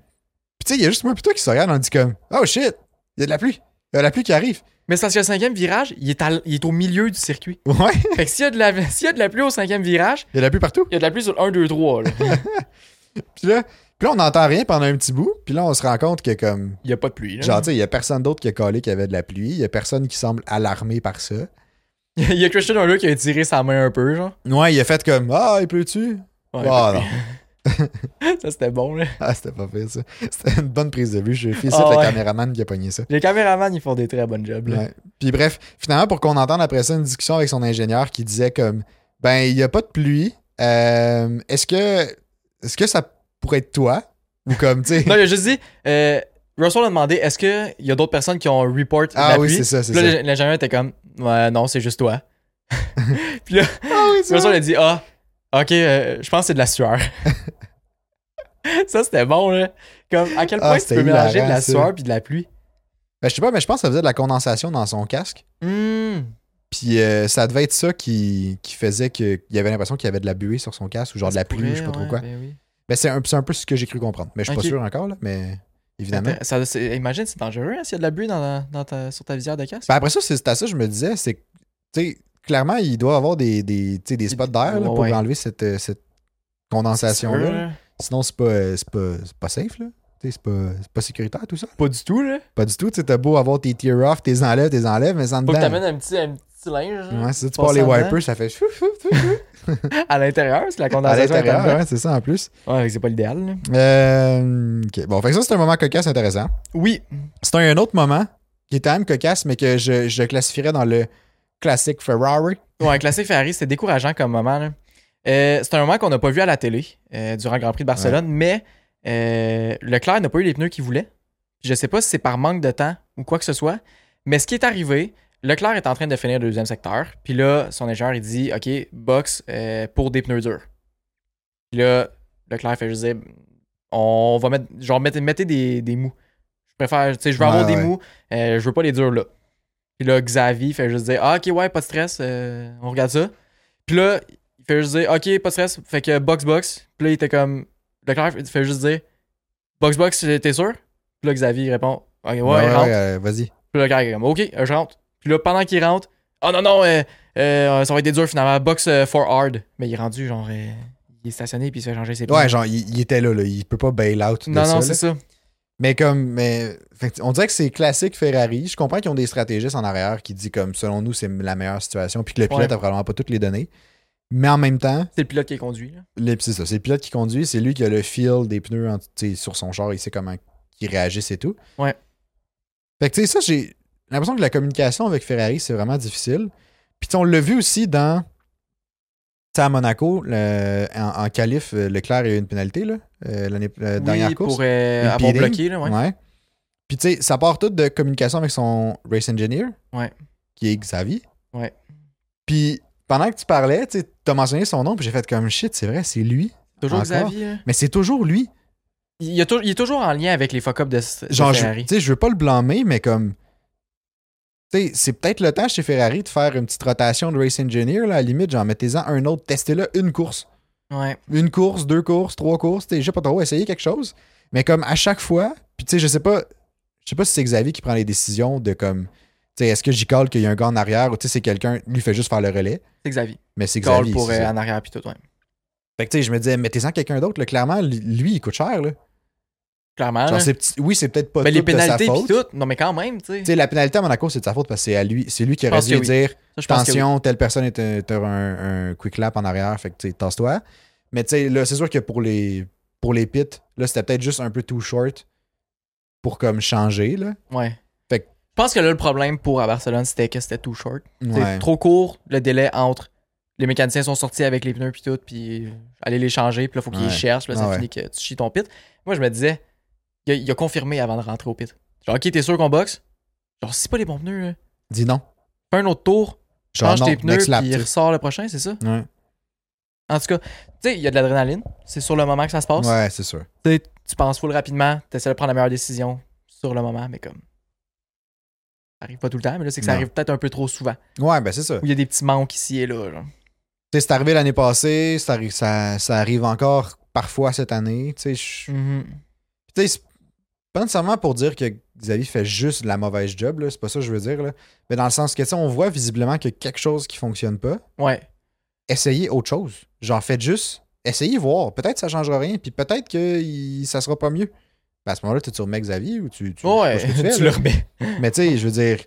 [SPEAKER 2] Puis tu sais, il y a juste moi plutôt qui se regarde, on dit comme « Oh shit, il y a de la pluie, il y a de la pluie qui arrive. [LAUGHS]
[SPEAKER 1] Mais c'est parce que le cinquième virage, il est, à- il est au milieu du circuit. »
[SPEAKER 2] Ouais,
[SPEAKER 1] Fait que s'il y, a de la- s'il y a de la pluie au cinquième virage,
[SPEAKER 2] il y a de la pluie partout.
[SPEAKER 1] il y a de la pluie sur le 1, 2, 3.
[SPEAKER 2] [LAUGHS]
[SPEAKER 1] là.
[SPEAKER 2] Puis là, puis là on n'entend rien pendant un petit bout, puis là, on se rend compte que comme...
[SPEAKER 1] Il y a pas de pluie. là.
[SPEAKER 2] Genre, tu sais, il y a personne d'autre qui a collé qu'il y avait de la pluie, il y a personne qui semble alarmé par ça.
[SPEAKER 1] [LAUGHS] Il y a Christian Horner qui a tiré sa main un peu, genre.
[SPEAKER 2] Ouais, il a fait comme « Ah, il pleut-tu? »
[SPEAKER 1] Ouais, pas
[SPEAKER 2] Ah,
[SPEAKER 1] de pluie. [LAUGHS] ça, c'était bon, là.
[SPEAKER 2] Ah, c'était pas fait ça. [LAUGHS] C'était une bonne prise de vue. Je félicite
[SPEAKER 1] Ah ouais.
[SPEAKER 2] le caméraman qui a pogné ça.
[SPEAKER 1] Les caméramans, ils font des très bonnes jobs, là.
[SPEAKER 2] Ouais. Puis bref, finalement, pour qu'on entende après ça une discussion avec son ingénieur qui disait comme Ben, il n'y a pas de pluie. Euh, est-ce que est-ce que ça pourrait être toi? Ou comme tu sais.
[SPEAKER 1] [LAUGHS] Non, il a juste dit... euh, Russell a demandé, est-ce qu'il y a d'autres personnes qui ont report de
[SPEAKER 2] ah
[SPEAKER 1] la
[SPEAKER 2] oui,
[SPEAKER 1] pluie?
[SPEAKER 2] c'est ça, c'est
[SPEAKER 1] Puis
[SPEAKER 2] ça.
[SPEAKER 1] là, l'ingénieur était comme, ouais, non, c'est juste toi. puis là,
[SPEAKER 2] [LAUGHS] Ah oui, c'est
[SPEAKER 1] Russell
[SPEAKER 2] ça.
[SPEAKER 1] a dit, ah, ok, euh, je pense que c'est de la
[SPEAKER 2] [LAUGHS]
[SPEAKER 1] sueur. ça, c'était bon, là. Comme, à quel
[SPEAKER 2] Ah,
[SPEAKER 1] point tu
[SPEAKER 2] c'était
[SPEAKER 1] peux mélanger de la
[SPEAKER 2] hilarant, ça.
[SPEAKER 1] sueur puis de la pluie?
[SPEAKER 2] Ben, je sais pas, mais je pense que ça faisait de la condensation dans son casque.
[SPEAKER 1] Hmm.
[SPEAKER 2] Puis euh, ça devait être ça qui, qui faisait que- qu'il avait l'impression qu'il y avait de la buée sur son casque ou genre de la pluie ou je sais pas trop
[SPEAKER 1] Ouais,
[SPEAKER 2] quoi.
[SPEAKER 1] ben oui.
[SPEAKER 2] Ben, c'est un, c'est un peu ce que j'ai cru comprendre. Mais je suis
[SPEAKER 1] Ok.
[SPEAKER 2] pas sûr encore, là, mais évidemment.
[SPEAKER 1] Ça- c'est- imagine, c'est dangereux hein, s'il y a de la buée dans la- dans ta- sur ta visière de casque.
[SPEAKER 2] Ben, après ça, c'est c'est à ça que je me disais, c'est que, tu sais, clairement, il doit avoir des, des, tu sais, des spots d'air là,
[SPEAKER 1] Ouais,
[SPEAKER 2] pour
[SPEAKER 1] ouais.
[SPEAKER 2] enlever cette, euh, cette
[SPEAKER 1] C'est sûr, hein.
[SPEAKER 2] condensation-là.
[SPEAKER 1] là.
[SPEAKER 2] Sinon, c'est pas, euh, c'est pas, c'est pas safe, là. Tu sais, C'est pas, c'est pas sécuritaire, tout ça.
[SPEAKER 1] Pas du tout, là.
[SPEAKER 2] Pas du tout. Tu sais, T'as beau avoir tes tear off, tes enlèves, tes enlèves, mais ça ne
[SPEAKER 1] Faut que
[SPEAKER 2] dedans.
[SPEAKER 1] t'amènes un petit, un petit linge là,
[SPEAKER 2] Ouais, c'est ça, tu
[SPEAKER 1] Passe
[SPEAKER 2] pars les
[SPEAKER 1] en dedans.
[SPEAKER 2] wipers, ça fait chou, chou, chou,
[SPEAKER 1] [LAUGHS] à l'intérieur, c'est la
[SPEAKER 2] à
[SPEAKER 1] condensation. est en
[SPEAKER 2] l'intérieur.
[SPEAKER 1] dedans.
[SPEAKER 2] Ouais, c'est ça en plus.
[SPEAKER 1] Ouais, fait que c'est pas l'idéal. là.
[SPEAKER 2] Euh, ok. Bon, fait que ça, c'est un moment cocasse intéressant.
[SPEAKER 1] Oui,
[SPEAKER 2] C'est un, un autre moment qui est quand même cocasse, mais que je, je classifierais dans le classique Ferrari.
[SPEAKER 1] Ouais, classique Ferrari, c'était décourageant comme moment. là. Euh, c'est un moment qu'on n'a pas vu à la télé euh, durant le Grand Prix de Barcelone, mais euh, Leclerc n'a pas eu les pneus qu'il voulait. Je sais pas si c'est par manque de temps ou quoi que ce soit, mais ce qui est arrivé, Leclerc est en train de finir le deuxième secteur, puis là, son ingénieur, il dit OK, box euh, pour des pneus durs. Puis là, Leclerc fait juste dire On va mettre, genre, mettez, mettez des, des mous. Je préfère, tu sais, je veux
[SPEAKER 2] Ouais,
[SPEAKER 1] avoir
[SPEAKER 2] ouais.
[SPEAKER 1] des mous, euh, je veux pas les durs là. Puis là, Xavi fait juste dire Ah, ok, ouais, pas de stress, euh, on regarde ça. Puis là, il fait juste dire Ok, pas de stress, fait que box, box. Puis là, il était comme Leclerc il fait juste dire Box, box, t'es sûr Puis là, Xavi il répond Ok, ouais,
[SPEAKER 2] Ouais, ouais,
[SPEAKER 1] rentre.
[SPEAKER 2] euh, vas-y.
[SPEAKER 1] Puis là, Leclerc est comme Ok, euh, je rentre. Puis là, pendant qu'il rentre Ah non, non, euh, euh, ça va être des durs finalement, box euh, for hard. Mais il est rendu, genre, euh, il est stationné, puis il se fait changer ses pneus.
[SPEAKER 2] Ouais, genre, il, il était là, là. Il peut pas bail out. de
[SPEAKER 1] non, non,
[SPEAKER 2] là.
[SPEAKER 1] c'est ça.
[SPEAKER 2] Mais comme, mais, fait que on dirait que c'est classique Ferrari. Je comprends qu'ils ont des stratégistes en arrière qui disent comme, selon nous, c'est la meilleure situation, puis que le pilote
[SPEAKER 1] Ouais.
[SPEAKER 2] a probablement pas toutes les données. Mais en même temps,
[SPEAKER 1] C'est le pilote qui est conduit. là.
[SPEAKER 2] les- c'est ça, c'est le pilote qui conduit, c'est lui qui a le feel des pneus en- tu sais, sur son char, il sait comment ils réagissent et tout.
[SPEAKER 1] Ouais.
[SPEAKER 2] Fait que tu sais, ça, j'ai l'impression que la communication avec Ferrari, c'est vraiment difficile. Puis tu sais, on l'a vu aussi dans. tu sais, à Monaco, le- en, en qualif, euh, Leclerc a eu une pénalité là, euh, l'année- la
[SPEAKER 1] Oui,
[SPEAKER 2] dernière course.
[SPEAKER 1] pour euh,
[SPEAKER 2] Le
[SPEAKER 1] avoir
[SPEAKER 2] pitting.
[SPEAKER 1] bloqué, là, ouais.
[SPEAKER 2] Ouais. Puis tu sais, ça part tout de communication avec son race engineer,
[SPEAKER 1] Ouais.
[SPEAKER 2] qui est Xavi.
[SPEAKER 1] Ouais.
[SPEAKER 2] Puis pendant que tu parlais, tu sais, t'as mentionné son nom, puis j'ai fait comme shit, c'est vrai, c'est lui.
[SPEAKER 1] Toujours
[SPEAKER 2] Encore?
[SPEAKER 1] Xavi. là.
[SPEAKER 2] Mais c'est toujours lui.
[SPEAKER 1] Il, y a tou- il est toujours en lien avec les fuck-up de, s- de
[SPEAKER 2] Genre, je,
[SPEAKER 1] Ferrari.
[SPEAKER 2] tu sais, je veux pas le blâmer, mais comme. Tu sais, c'est peut-être le temps chez Ferrari de faire une petite rotation de race engineer, là, à la limite, genre, mettez-en un autre, testez-le une course.
[SPEAKER 1] Ouais.
[SPEAKER 2] une course, deux courses, trois courses, tu sais, je sais pas trop, essayer quelque chose. Mais comme à chaque fois, puis tu sais, je sais pas, je sais pas si c'est Xavier qui prend les décisions de comme, tu sais, est-ce que j'y colle qu'il y a un gars en arrière ou tu sais, c'est quelqu'un, lui fait juste faire le relais,
[SPEAKER 1] C'est Xavi.
[SPEAKER 2] mais c'est
[SPEAKER 1] Call
[SPEAKER 2] Xavier.
[SPEAKER 1] pour
[SPEAKER 2] c'est
[SPEAKER 1] euh,
[SPEAKER 2] ça.
[SPEAKER 1] en arrière puis tout, ouais.
[SPEAKER 2] Fait que tu sais, je me disais, mettez-en quelqu'un d'autre, là, clairement, lui- lui, il coûte cher, là.
[SPEAKER 1] Clairement.
[SPEAKER 2] Genre,
[SPEAKER 1] là.
[SPEAKER 2] c'est petit- oui, c'est peut-être pas
[SPEAKER 1] Ah, Mais
[SPEAKER 2] tout
[SPEAKER 1] les
[SPEAKER 2] de sa
[SPEAKER 1] pénalités puis
[SPEAKER 2] faute.
[SPEAKER 1] tout. Non, mais quand même, tu sais.
[SPEAKER 2] Tu sais, la pénalité à Monaco, c'est de sa faute parce que c'est à lui, c'est lui
[SPEAKER 1] Je
[SPEAKER 2] qui aurait
[SPEAKER 1] pense
[SPEAKER 2] dû
[SPEAKER 1] que oui.
[SPEAKER 2] dire,
[SPEAKER 1] Ça, je pense que oui.
[SPEAKER 2] attention, telle personne est un, t'as un, un quick lap en arrière, fait que tu sais, tasse-toi. Mais tu sais, là, c'est sûr que pour les, pour les pits, là, c'était peut-être juste un peu too short pour comme changer, là.
[SPEAKER 1] Ouais.
[SPEAKER 2] Fait que-
[SPEAKER 1] Je pense que là, le problème pour à Barcelone, c'était que c'était too short. C'était
[SPEAKER 2] Ouais.
[SPEAKER 1] trop court le délai entre les mécaniciens sont sortis avec les pneus puis tout, puis euh, aller les changer, puis là, faut qu'ils
[SPEAKER 2] Ouais.
[SPEAKER 1] les cherchent, puis là, ça
[SPEAKER 2] Ah ouais.
[SPEAKER 1] finit que tu chies ton pit. Moi, je me disais, il a, il a confirmé avant de rentrer au pit. Genre, ok, t'es sûr qu'on boxe? Genre, si c'est pas les bons pneus, là,
[SPEAKER 2] Dis non.
[SPEAKER 1] fais un autre tour,
[SPEAKER 2] Genre,
[SPEAKER 1] change
[SPEAKER 2] non,
[SPEAKER 1] tes pneus,
[SPEAKER 2] next lap,
[SPEAKER 1] puis
[SPEAKER 2] tu sais.
[SPEAKER 1] ressort le prochain, c'est ça?
[SPEAKER 2] Ouais,
[SPEAKER 1] En tout cas, tu sais, il y a de l'adrénaline, c'est sur le moment que ça se passe.
[SPEAKER 2] ouais c'est sûr.
[SPEAKER 1] Tu sais, tu penses full rapidement, tu essaies de prendre la meilleure décision sur le moment, mais comme. Ça arrive pas tout le temps, mais là, c'est que ça
[SPEAKER 2] Non.
[SPEAKER 1] arrive peut-être un peu trop souvent.
[SPEAKER 2] Ouais, ben c'est ça.
[SPEAKER 1] Où il y a des petits manques ici et là. genre.
[SPEAKER 2] Tu sais, c'est arrivé l'année passée, ça, arri- ça, ça arrive encore parfois cette année. Tu sais, je- tu sais, c'est pas nécessairement pour dire que Xavier fait juste de la mauvaise job, là, c'est pas ça que je veux dire, là. Mais dans le sens que, tu sais, on voit visiblement que quelque chose qui fonctionne pas.
[SPEAKER 1] Ouais.
[SPEAKER 2] essayez autre chose. Genre, faites juste, essayez voir. Peut-être que ça changera rien, puis peut-être que il- ça sera pas mieux. Ben, à ce moment-là, tu tu remets Xavier ou tu, tu,
[SPEAKER 1] ouais,
[SPEAKER 2] je sais pas ce que tu
[SPEAKER 1] [LAUGHS]
[SPEAKER 2] fais,
[SPEAKER 1] tu le
[SPEAKER 2] là.
[SPEAKER 1] remets.
[SPEAKER 2] Mais tu sais, je veux dire,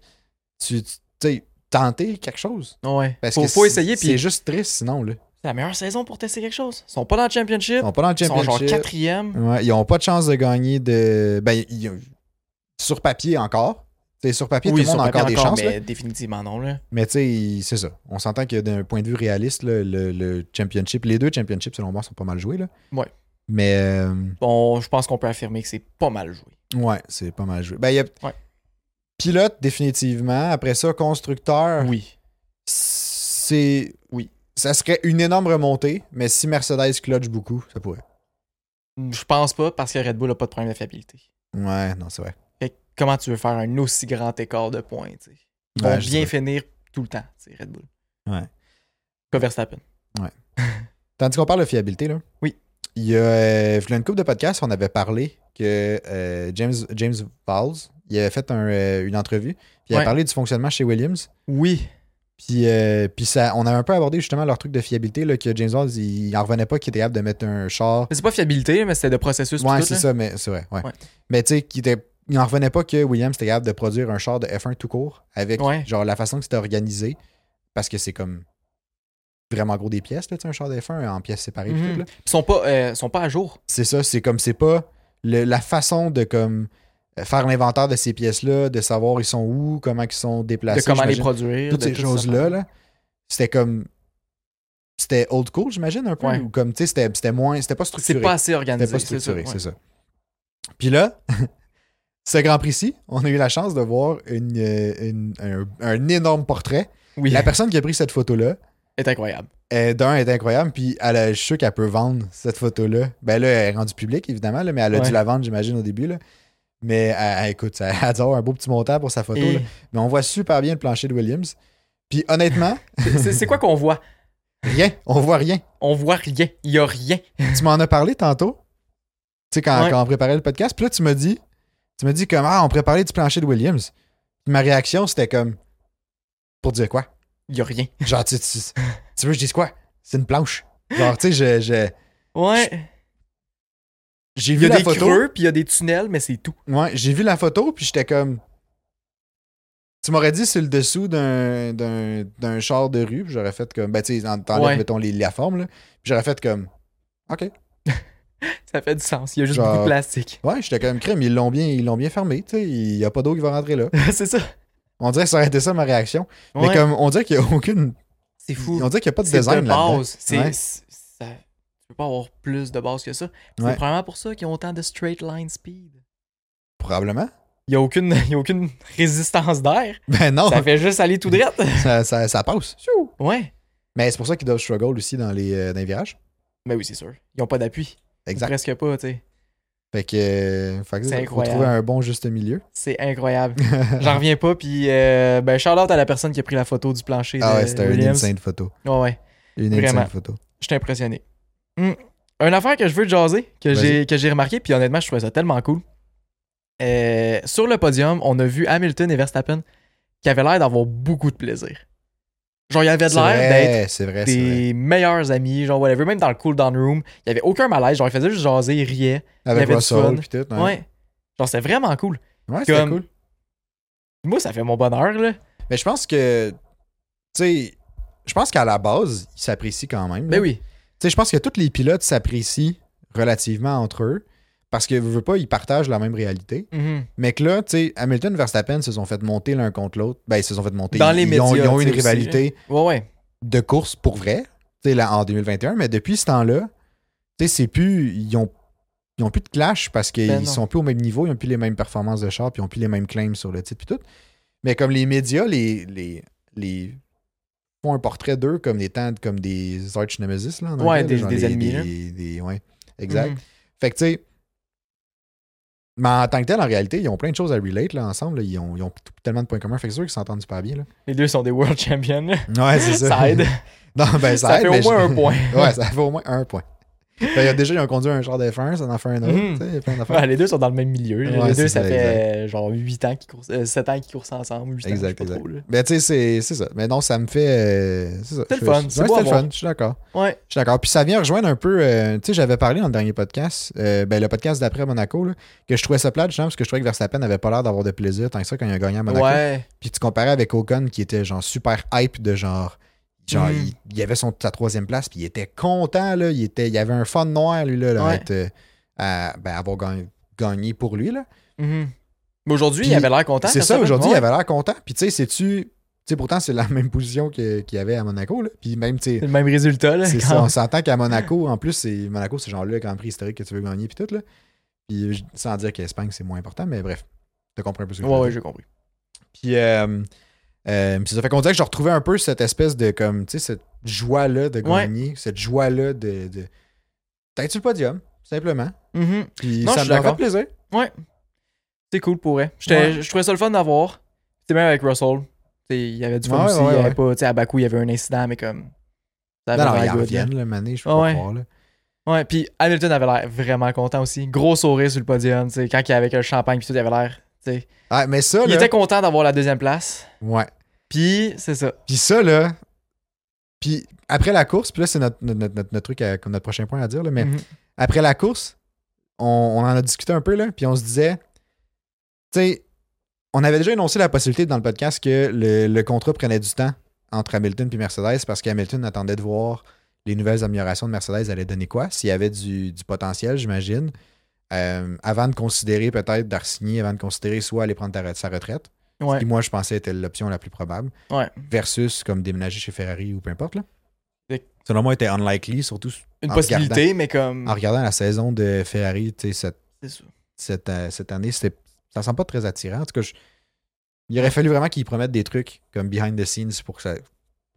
[SPEAKER 2] tu, tu tu sais, tenter quelque chose.
[SPEAKER 1] Ouais.
[SPEAKER 2] Parce
[SPEAKER 1] faut,
[SPEAKER 2] que
[SPEAKER 1] faut
[SPEAKER 2] c'est-
[SPEAKER 1] essayer,
[SPEAKER 2] C'est
[SPEAKER 1] puis c'est
[SPEAKER 2] juste triste sinon, là.
[SPEAKER 1] la meilleure saison pour tester quelque chose. Ils sont pas dans le championship,
[SPEAKER 2] Ils sont pas dans le
[SPEAKER 1] ils sont genre
[SPEAKER 2] championship.
[SPEAKER 1] quatrième.
[SPEAKER 2] Ouais, ils ont pas de chance de gagner de. Ben, ils ont- sur papier encore. Tu sais, sur papier, tout le
[SPEAKER 1] sont
[SPEAKER 2] monde a encore des chances. là.
[SPEAKER 1] mais définitivement non. Là.
[SPEAKER 2] Mais tu sais, c'est ça. On s'entend que d'un point de vue réaliste, là, le, le championship, les deux championships, selon moi, sont pas mal joués. Là.
[SPEAKER 1] Ouais.
[SPEAKER 2] Mais euh,
[SPEAKER 1] Bon, je pense qu'on peut affirmer que c'est pas mal joué.
[SPEAKER 2] ouais, c'est pas mal joué. Ben, il y a
[SPEAKER 1] Ouais.
[SPEAKER 2] pilote, définitivement. Après ça, constructeur,
[SPEAKER 1] Oui.
[SPEAKER 2] c'est.
[SPEAKER 1] Oui.
[SPEAKER 2] Ça serait une énorme remontée, mais si Mercedes clutch beaucoup, ça pourrait.
[SPEAKER 1] Je pense pas parce que Red Bull a pas de problème de fiabilité.
[SPEAKER 2] Ouais, non, c'est vrai.
[SPEAKER 1] Fait que comment tu veux faire un aussi grand écart de points, tu sais? Ils
[SPEAKER 2] Ouais,
[SPEAKER 1] vont
[SPEAKER 2] Ben, je
[SPEAKER 1] bien
[SPEAKER 2] sais.
[SPEAKER 1] finir tout le temps, tu sais, Red Bull.
[SPEAKER 2] Ouais.
[SPEAKER 1] Pas Verstappen.
[SPEAKER 2] Tandis qu'on parle de fiabilité, là.
[SPEAKER 1] Oui.
[SPEAKER 2] Il y a euh, v'là une couple de podcasts, on avait parlé que euh, James, James Valls, il avait fait un, euh, une entrevue, puis il avait
[SPEAKER 1] Ouais.
[SPEAKER 2] parlé du fonctionnement chez Williams.
[SPEAKER 1] Oui.
[SPEAKER 2] Puis, euh, puis ça, on a un peu abordé justement leur truc de fiabilité, là, que James Valls, il, il en revenait pas qu'il était capable de mettre un char.
[SPEAKER 1] Mais c'est pas fiabilité, mais c'était de processus.
[SPEAKER 2] Ouais,
[SPEAKER 1] pis tout,
[SPEAKER 2] c'est
[SPEAKER 1] là.
[SPEAKER 2] ça, mais c'est vrai. Ouais.
[SPEAKER 1] Ouais.
[SPEAKER 2] Mais tu sais, qu'il était- il en revenait pas que Williams était capable de produire un char de F1 tout court avec
[SPEAKER 1] Ouais.
[SPEAKER 2] genre la façon que c'était organisé, parce que c'est comme vraiment gros des pièces, là, tu sais, un char de F1 en pièces séparées. puis
[SPEAKER 1] Mhm.
[SPEAKER 2] tout, là.
[SPEAKER 1] Ils sont pas, euh, sont pas à jour.
[SPEAKER 2] C'est ça, c'est comme c'est pas le- la façon de comme euh, faire l'inventaire de ces pièces-là, de savoir ils sont où, comment ils sont déplacés.
[SPEAKER 1] de comment les
[SPEAKER 2] j'imagine.
[SPEAKER 1] produire.
[SPEAKER 2] Toutes
[SPEAKER 1] de
[SPEAKER 2] ces
[SPEAKER 1] tout ça.
[SPEAKER 2] choses-là, là, c'était comme. C'était old school, j'imagine, un peu.
[SPEAKER 1] Ouais.
[SPEAKER 2] Ou comme, tu sais, c'était- c'était moins. C'était pas
[SPEAKER 1] C'est
[SPEAKER 2] structuré.
[SPEAKER 1] pas assez organisé.
[SPEAKER 2] C'était pas
[SPEAKER 1] c'est ça,
[SPEAKER 2] structuré,
[SPEAKER 1] ouais.
[SPEAKER 2] c'est ça. Puis là, [LAUGHS] ce Grand Prix-ci, on a eu la chance de voir une, euh, une- un, un énorme portrait.
[SPEAKER 1] Oui,
[SPEAKER 2] La personne qui a pris cette photo-là,
[SPEAKER 1] c'est incroyable.
[SPEAKER 2] euh, d'un, est incroyable, puis elle a, je suis sûr qu'elle peut vendre cette photo-là. Ben là, elle est rendue publique, évidemment, là, mais elle a
[SPEAKER 1] Ouais.
[SPEAKER 2] dû la vendre, j'imagine, au début. Là. Mais elle- elle- écoute, ça, [LAUGHS] elle a dû avoir un beau petit montant pour sa photo.
[SPEAKER 1] Et
[SPEAKER 2] là. Mais on voit super bien le plancher de Williams. Puis honnêtement,
[SPEAKER 1] [LAUGHS]
[SPEAKER 2] [LAUGHS]
[SPEAKER 1] c'est c'est quoi qu'on voit?
[SPEAKER 2] rien, on voit rien.
[SPEAKER 1] On voit rien. Il y a rien.
[SPEAKER 2] tu m'en as parlé tantôt. Tu sais, quand,
[SPEAKER 1] Ouais.
[SPEAKER 2] quand on préparait le podcast. Puis là, tu m'as dit, tu m'as dit comme, ah, on préparait du plancher de Williams. Puis ma réaction, c'était comme, pour dire quoi?
[SPEAKER 1] Il y a rien.
[SPEAKER 2] Genre, tu, tu- tu veux que je dise quoi? C'est une planche. Genre, tu sais, je- je-
[SPEAKER 1] Ouais.
[SPEAKER 2] j'ai
[SPEAKER 1] Il
[SPEAKER 2] vu
[SPEAKER 1] y a
[SPEAKER 2] la
[SPEAKER 1] des
[SPEAKER 2] photo.
[SPEAKER 1] creux, puis il y a des tunnels, mais c'est tout.
[SPEAKER 2] Ouais, j'ai vu la photo, puis j'étais comme, tu m'aurais dit c'est le dessous d'un, d'un, d'un char de rue, puis j'aurais fait comme, ben, tu sais, en t'enlèves,
[SPEAKER 1] Ouais.
[SPEAKER 2] mettons, les, la forme, là. Puis j'aurais fait comme, OK.
[SPEAKER 1] Ça fait du sens. Il y a juste
[SPEAKER 2] Genre-
[SPEAKER 1] beaucoup de plastique. [LAUGHS]
[SPEAKER 2] Ouais, j'étais comme crème, ils l'ont bien, ils l'ont bien fermé, tu sais, il n'y a pas d'eau qui va rentrer là.
[SPEAKER 1] c'est ça.
[SPEAKER 2] On dirait que ça aurait été ça ma réaction. Mais
[SPEAKER 1] Ouais.
[SPEAKER 2] comme on dirait qu'il n'y a aucune.
[SPEAKER 1] C'est fou.
[SPEAKER 2] On dirait qu'il n'y a pas de
[SPEAKER 1] C'est de
[SPEAKER 2] design là.
[SPEAKER 1] base. C'est,
[SPEAKER 2] Ouais.
[SPEAKER 1] c'est- ça- tu peux pas avoir plus de base que ça. C'est
[SPEAKER 2] Ouais.
[SPEAKER 1] probablement pour ça qu'ils ont autant de straight line speed.
[SPEAKER 2] Probablement. [LAUGHS]
[SPEAKER 1] Il n'y a, aucune- [LAUGHS] il y a aucune résistance d'air.
[SPEAKER 2] Ben non,
[SPEAKER 1] Ça fait juste aller tout droit.
[SPEAKER 2] [LAUGHS] ça, ça- ça passe. Chou.
[SPEAKER 1] Ouais.
[SPEAKER 2] Mais c'est pour ça qu'ils doivent struggle aussi dans les, euh, dans les virages.
[SPEAKER 1] Mais Ben oui, c'est sûr. Ils n'ont pas d'appui.
[SPEAKER 2] Exact.
[SPEAKER 1] Presque pas, tu sais.
[SPEAKER 2] Fait que, euh, fait que
[SPEAKER 1] C'est
[SPEAKER 2] ça, faut
[SPEAKER 1] incroyable.
[SPEAKER 2] trouver un bon juste milieu.
[SPEAKER 1] C'est
[SPEAKER 2] [LAUGHS]
[SPEAKER 1] incroyable. J'en reviens pas. Puis, euh, ben, shout out à la personne qui a pris la photo du plancher.
[SPEAKER 2] ah
[SPEAKER 1] de
[SPEAKER 2] ouais, c'était une
[SPEAKER 1] Williams.
[SPEAKER 2] insane photo.
[SPEAKER 1] Ouais, ouais.
[SPEAKER 2] Une
[SPEAKER 1] Vraiment.
[SPEAKER 2] insane photo.
[SPEAKER 1] Je suis impressionné. Hmm. Une affaire que je veux te jaser, que
[SPEAKER 2] Vas-y.
[SPEAKER 1] j'ai, que j'ai remarqué, puis honnêtement, je trouvais ça tellement cool. Euh, sur le podium, on a vu Hamilton et Verstappen qui avaient l'air d'avoir beaucoup de plaisir. Genre, il avait
[SPEAKER 2] C'est
[SPEAKER 1] l'air d'être
[SPEAKER 2] vrai, c'est vrai, c'est vrai.
[SPEAKER 1] des meilleurs amis, genre whatever, même dans le cool down room, il y avait aucun malaise, genre il faisait juste jaser, il riait.
[SPEAKER 2] Avec
[SPEAKER 1] avait du fun.
[SPEAKER 2] Russell puis tout.
[SPEAKER 1] Ouais.
[SPEAKER 2] Ouais,
[SPEAKER 1] Genre c'était vraiment cool.
[SPEAKER 2] ouais c'était
[SPEAKER 1] Comme-
[SPEAKER 2] cool.
[SPEAKER 1] Moi, ça fait mon bonheur là.
[SPEAKER 2] Mais je pense que, tu sais, je pense qu'à la base, ils s'apprécient quand même. là.
[SPEAKER 1] Ben oui.
[SPEAKER 2] Tu sais, je pense que tous les pilotes s'apprécient relativement entre eux parce que, veux, veux pas, ils partagent la même réalité.
[SPEAKER 1] Mhm.
[SPEAKER 2] Mais que là, tu sais, Hamilton et Verstappen se sont fait monter l'un contre l'autre. Ben, ils se sont fait monter.
[SPEAKER 1] Dans
[SPEAKER 2] Ils-
[SPEAKER 1] les
[SPEAKER 2] ils ont-
[SPEAKER 1] médias,
[SPEAKER 2] ils ont eu
[SPEAKER 1] tu
[SPEAKER 2] une
[SPEAKER 1] sais, aussi,
[SPEAKER 2] rivalité
[SPEAKER 1] Ouais, ouais.
[SPEAKER 2] de course pour vrai, tu sais, là, en 2021. Mais depuis ce temps-là, tu sais, c'est plus. Ils ont, ils ont plus de clash parce qu'ils
[SPEAKER 1] Ben non.
[SPEAKER 2] sont plus au même niveau, ils ont plus les mêmes performances de char, puis ils ont plus les mêmes claims sur le titre, puis tout. Mais comme les médias, les. les, les font un portrait d'eux comme des temps comme des arch nemesis là en
[SPEAKER 1] Ouais,
[SPEAKER 2] anglais,
[SPEAKER 1] des-
[SPEAKER 2] là, genre
[SPEAKER 1] des
[SPEAKER 2] les-
[SPEAKER 1] ennemis, là.
[SPEAKER 2] des- des- ouais exact
[SPEAKER 1] Mhm.
[SPEAKER 2] fait que tu sais. Mais en tant que tel, en réalité, ils ont plein de choses à relate là, ensemble. là. Ils, ont, ils ont tout- tellement de points communs. Fait que c'est sûr qu'ils s'entendent super bien. Là.
[SPEAKER 1] Les deux sont des world [LAUGHS] champions. là.
[SPEAKER 2] Ouais, [LAUGHS] c'est ça.
[SPEAKER 1] Ça aide.
[SPEAKER 2] [LAUGHS] non, ben, ça,
[SPEAKER 1] Ça
[SPEAKER 2] aide,
[SPEAKER 1] fait au
[SPEAKER 2] mais je-
[SPEAKER 1] moins un point.
[SPEAKER 2] [LAUGHS] ouais, ça fait au moins un point. Fait que, euh, déjà, ils ont conduit un genre de F1, ça en fait un autre.
[SPEAKER 1] Mhm.
[SPEAKER 2] tu sais, plein d'affaires.
[SPEAKER 1] Ouais, les deux sont dans le même milieu.
[SPEAKER 2] Ouais,
[SPEAKER 1] les deux,
[SPEAKER 2] c'est
[SPEAKER 1] ça,
[SPEAKER 2] ça,
[SPEAKER 1] fait euh, genre 8 ans qu'ils courent, 7 ans qu'ils courent ensemble. 8 ans,
[SPEAKER 2] Exact,
[SPEAKER 1] je sais pas
[SPEAKER 2] exact.
[SPEAKER 1] trop, là.
[SPEAKER 2] Ben, tu sais, c'est- c'est ça. Mais non, ça me fait. euh, c'est ça.
[SPEAKER 1] C'est le
[SPEAKER 2] Je-
[SPEAKER 1] fun,
[SPEAKER 2] je-
[SPEAKER 1] c'est
[SPEAKER 2] ouais,
[SPEAKER 1] beau à
[SPEAKER 2] le
[SPEAKER 1] voir.
[SPEAKER 2] fun, je suis d'accord.
[SPEAKER 1] Ouais.
[SPEAKER 2] Je suis d'accord. Puis ça vient rejoindre un peu. euh, tu sais, j'avais parlé dans le dernier podcast, euh, ben, le podcast d'après Monaco, là, que je trouvais ça plate, genre, parce que je trouvais que Verstappen n'avait pas l'air d'avoir de plaisir tant que ça quand il a gagné à Monaco.
[SPEAKER 1] Ouais.
[SPEAKER 2] Puis tu comparais avec Ocon qui était genre super hype de genre. Genre,
[SPEAKER 1] Mm.
[SPEAKER 2] il, il avait son, sa troisième place, puis il était content, là. Il, était, il avait un fun noir, lui, là, là, à
[SPEAKER 1] Ouais.
[SPEAKER 2] être, euh, à, ben, avoir gagné, gagné pour lui, là.
[SPEAKER 1] Mhm. Mais aujourd'hui,
[SPEAKER 2] Puis,
[SPEAKER 1] il avait l'air content.
[SPEAKER 2] C'est ça,
[SPEAKER 1] Verstappen.
[SPEAKER 2] aujourd'hui, il
[SPEAKER 1] Ouais.
[SPEAKER 2] avait l'air content. Puis, tu sais, c'est-tu. Tu sais, pourtant, c'est la [LAUGHS] même position que- qu'il y avait à Monaco, là. Puis
[SPEAKER 1] [LAUGHS]
[SPEAKER 2] même, tu sais,
[SPEAKER 1] C'est le même résultat. Là,
[SPEAKER 2] c'est
[SPEAKER 1] quand-
[SPEAKER 2] ça, on s'entend qu'à Monaco, en plus, c'est Monaco, c'est genre le Grand Prix historique que tu veux gagner, puis tout, là. Puis, je- sans dire qu'Espagne, c'est moins important, mais bref. Tu comprends un peu ce que je veux
[SPEAKER 1] Ouais,
[SPEAKER 2] dire.
[SPEAKER 1] ouais, j'ai compris.
[SPEAKER 2] Puis, euh, euh, puis ça fait qu'on dirait que je retrouvais un peu cette espèce de comme, tu sais, cette joie-là de
[SPEAKER 1] Ouais.
[SPEAKER 2] gagner, cette joie-là de. de... D'être sur le podium, simplement.
[SPEAKER 1] Mhm.
[SPEAKER 2] Puis
[SPEAKER 1] Non, je
[SPEAKER 2] ça
[SPEAKER 1] suis
[SPEAKER 2] me fait
[SPEAKER 1] d'accord.
[SPEAKER 2] plaisir.
[SPEAKER 1] C'est cool pour elle. J'étais-
[SPEAKER 2] Ouais.
[SPEAKER 1] Je trouvais ça le fun d'avoir. C'est même avec Russell. T'sais, il y avait du fun
[SPEAKER 2] Ouais,
[SPEAKER 1] aussi.
[SPEAKER 2] ouais,
[SPEAKER 1] il y avait
[SPEAKER 2] ouais.
[SPEAKER 1] pas, t'sais, à Bakou, il y avait un incident, mais comme. ça avait
[SPEAKER 2] Non, non,
[SPEAKER 1] vraiment
[SPEAKER 2] ils
[SPEAKER 1] good, là.
[SPEAKER 2] reviennent, là, Mané, je peux
[SPEAKER 1] Ah
[SPEAKER 2] pas
[SPEAKER 1] ouais.
[SPEAKER 2] croire, là.
[SPEAKER 1] Ouais, puis Hamilton avait l'air vraiment content aussi. Gros sourire sur le podium, tu sais, quand il avait avec le champagne, puis tout, il avait l'air. tu sais.
[SPEAKER 2] Ah, mais ça,
[SPEAKER 1] Il
[SPEAKER 2] là.
[SPEAKER 1] était content d'avoir la deuxième place.
[SPEAKER 2] Ouais.
[SPEAKER 1] Puis, c'est ça.
[SPEAKER 2] Puis ça, là. Puis après la course, puis là, c'est notre, notre, notre- notre truc, à- comme notre prochain point à dire, là, mais
[SPEAKER 1] Mhm.
[SPEAKER 2] après la course, on, on en a discuté un peu, là, puis on se disait, tu sais, on avait déjà énoncé la possibilité dans le podcast que le, le contrat prenait du temps entre Hamilton et Mercedes parce qu'Hamilton attendait de voir les nouvelles améliorations de Mercedes allaient donner quoi, s'il y avait du, du potentiel, j'imagine, euh, avant de considérer peut-être d'arsigner, avant de considérer soit aller prendre ta- sa retraite,
[SPEAKER 1] Ouais.
[SPEAKER 2] qui moi je pensais était l'option la plus probable,
[SPEAKER 1] Ouais.
[SPEAKER 2] versus comme déménager chez Ferrari ou peu importe. Là.
[SPEAKER 1] Fait-
[SPEAKER 2] Selon moi, était unlikely, surtout
[SPEAKER 1] Une
[SPEAKER 2] en
[SPEAKER 1] possibilité, mais comme.
[SPEAKER 2] en regardant la saison de Ferrari tu sais, cette,
[SPEAKER 1] C'est ça.
[SPEAKER 2] cette, euh, cette année, c'était- ça semble pas très attirant. En tout cas, je- il aurait fallu vraiment qu'ils promettent des trucs comme behind the scenes pour que ça,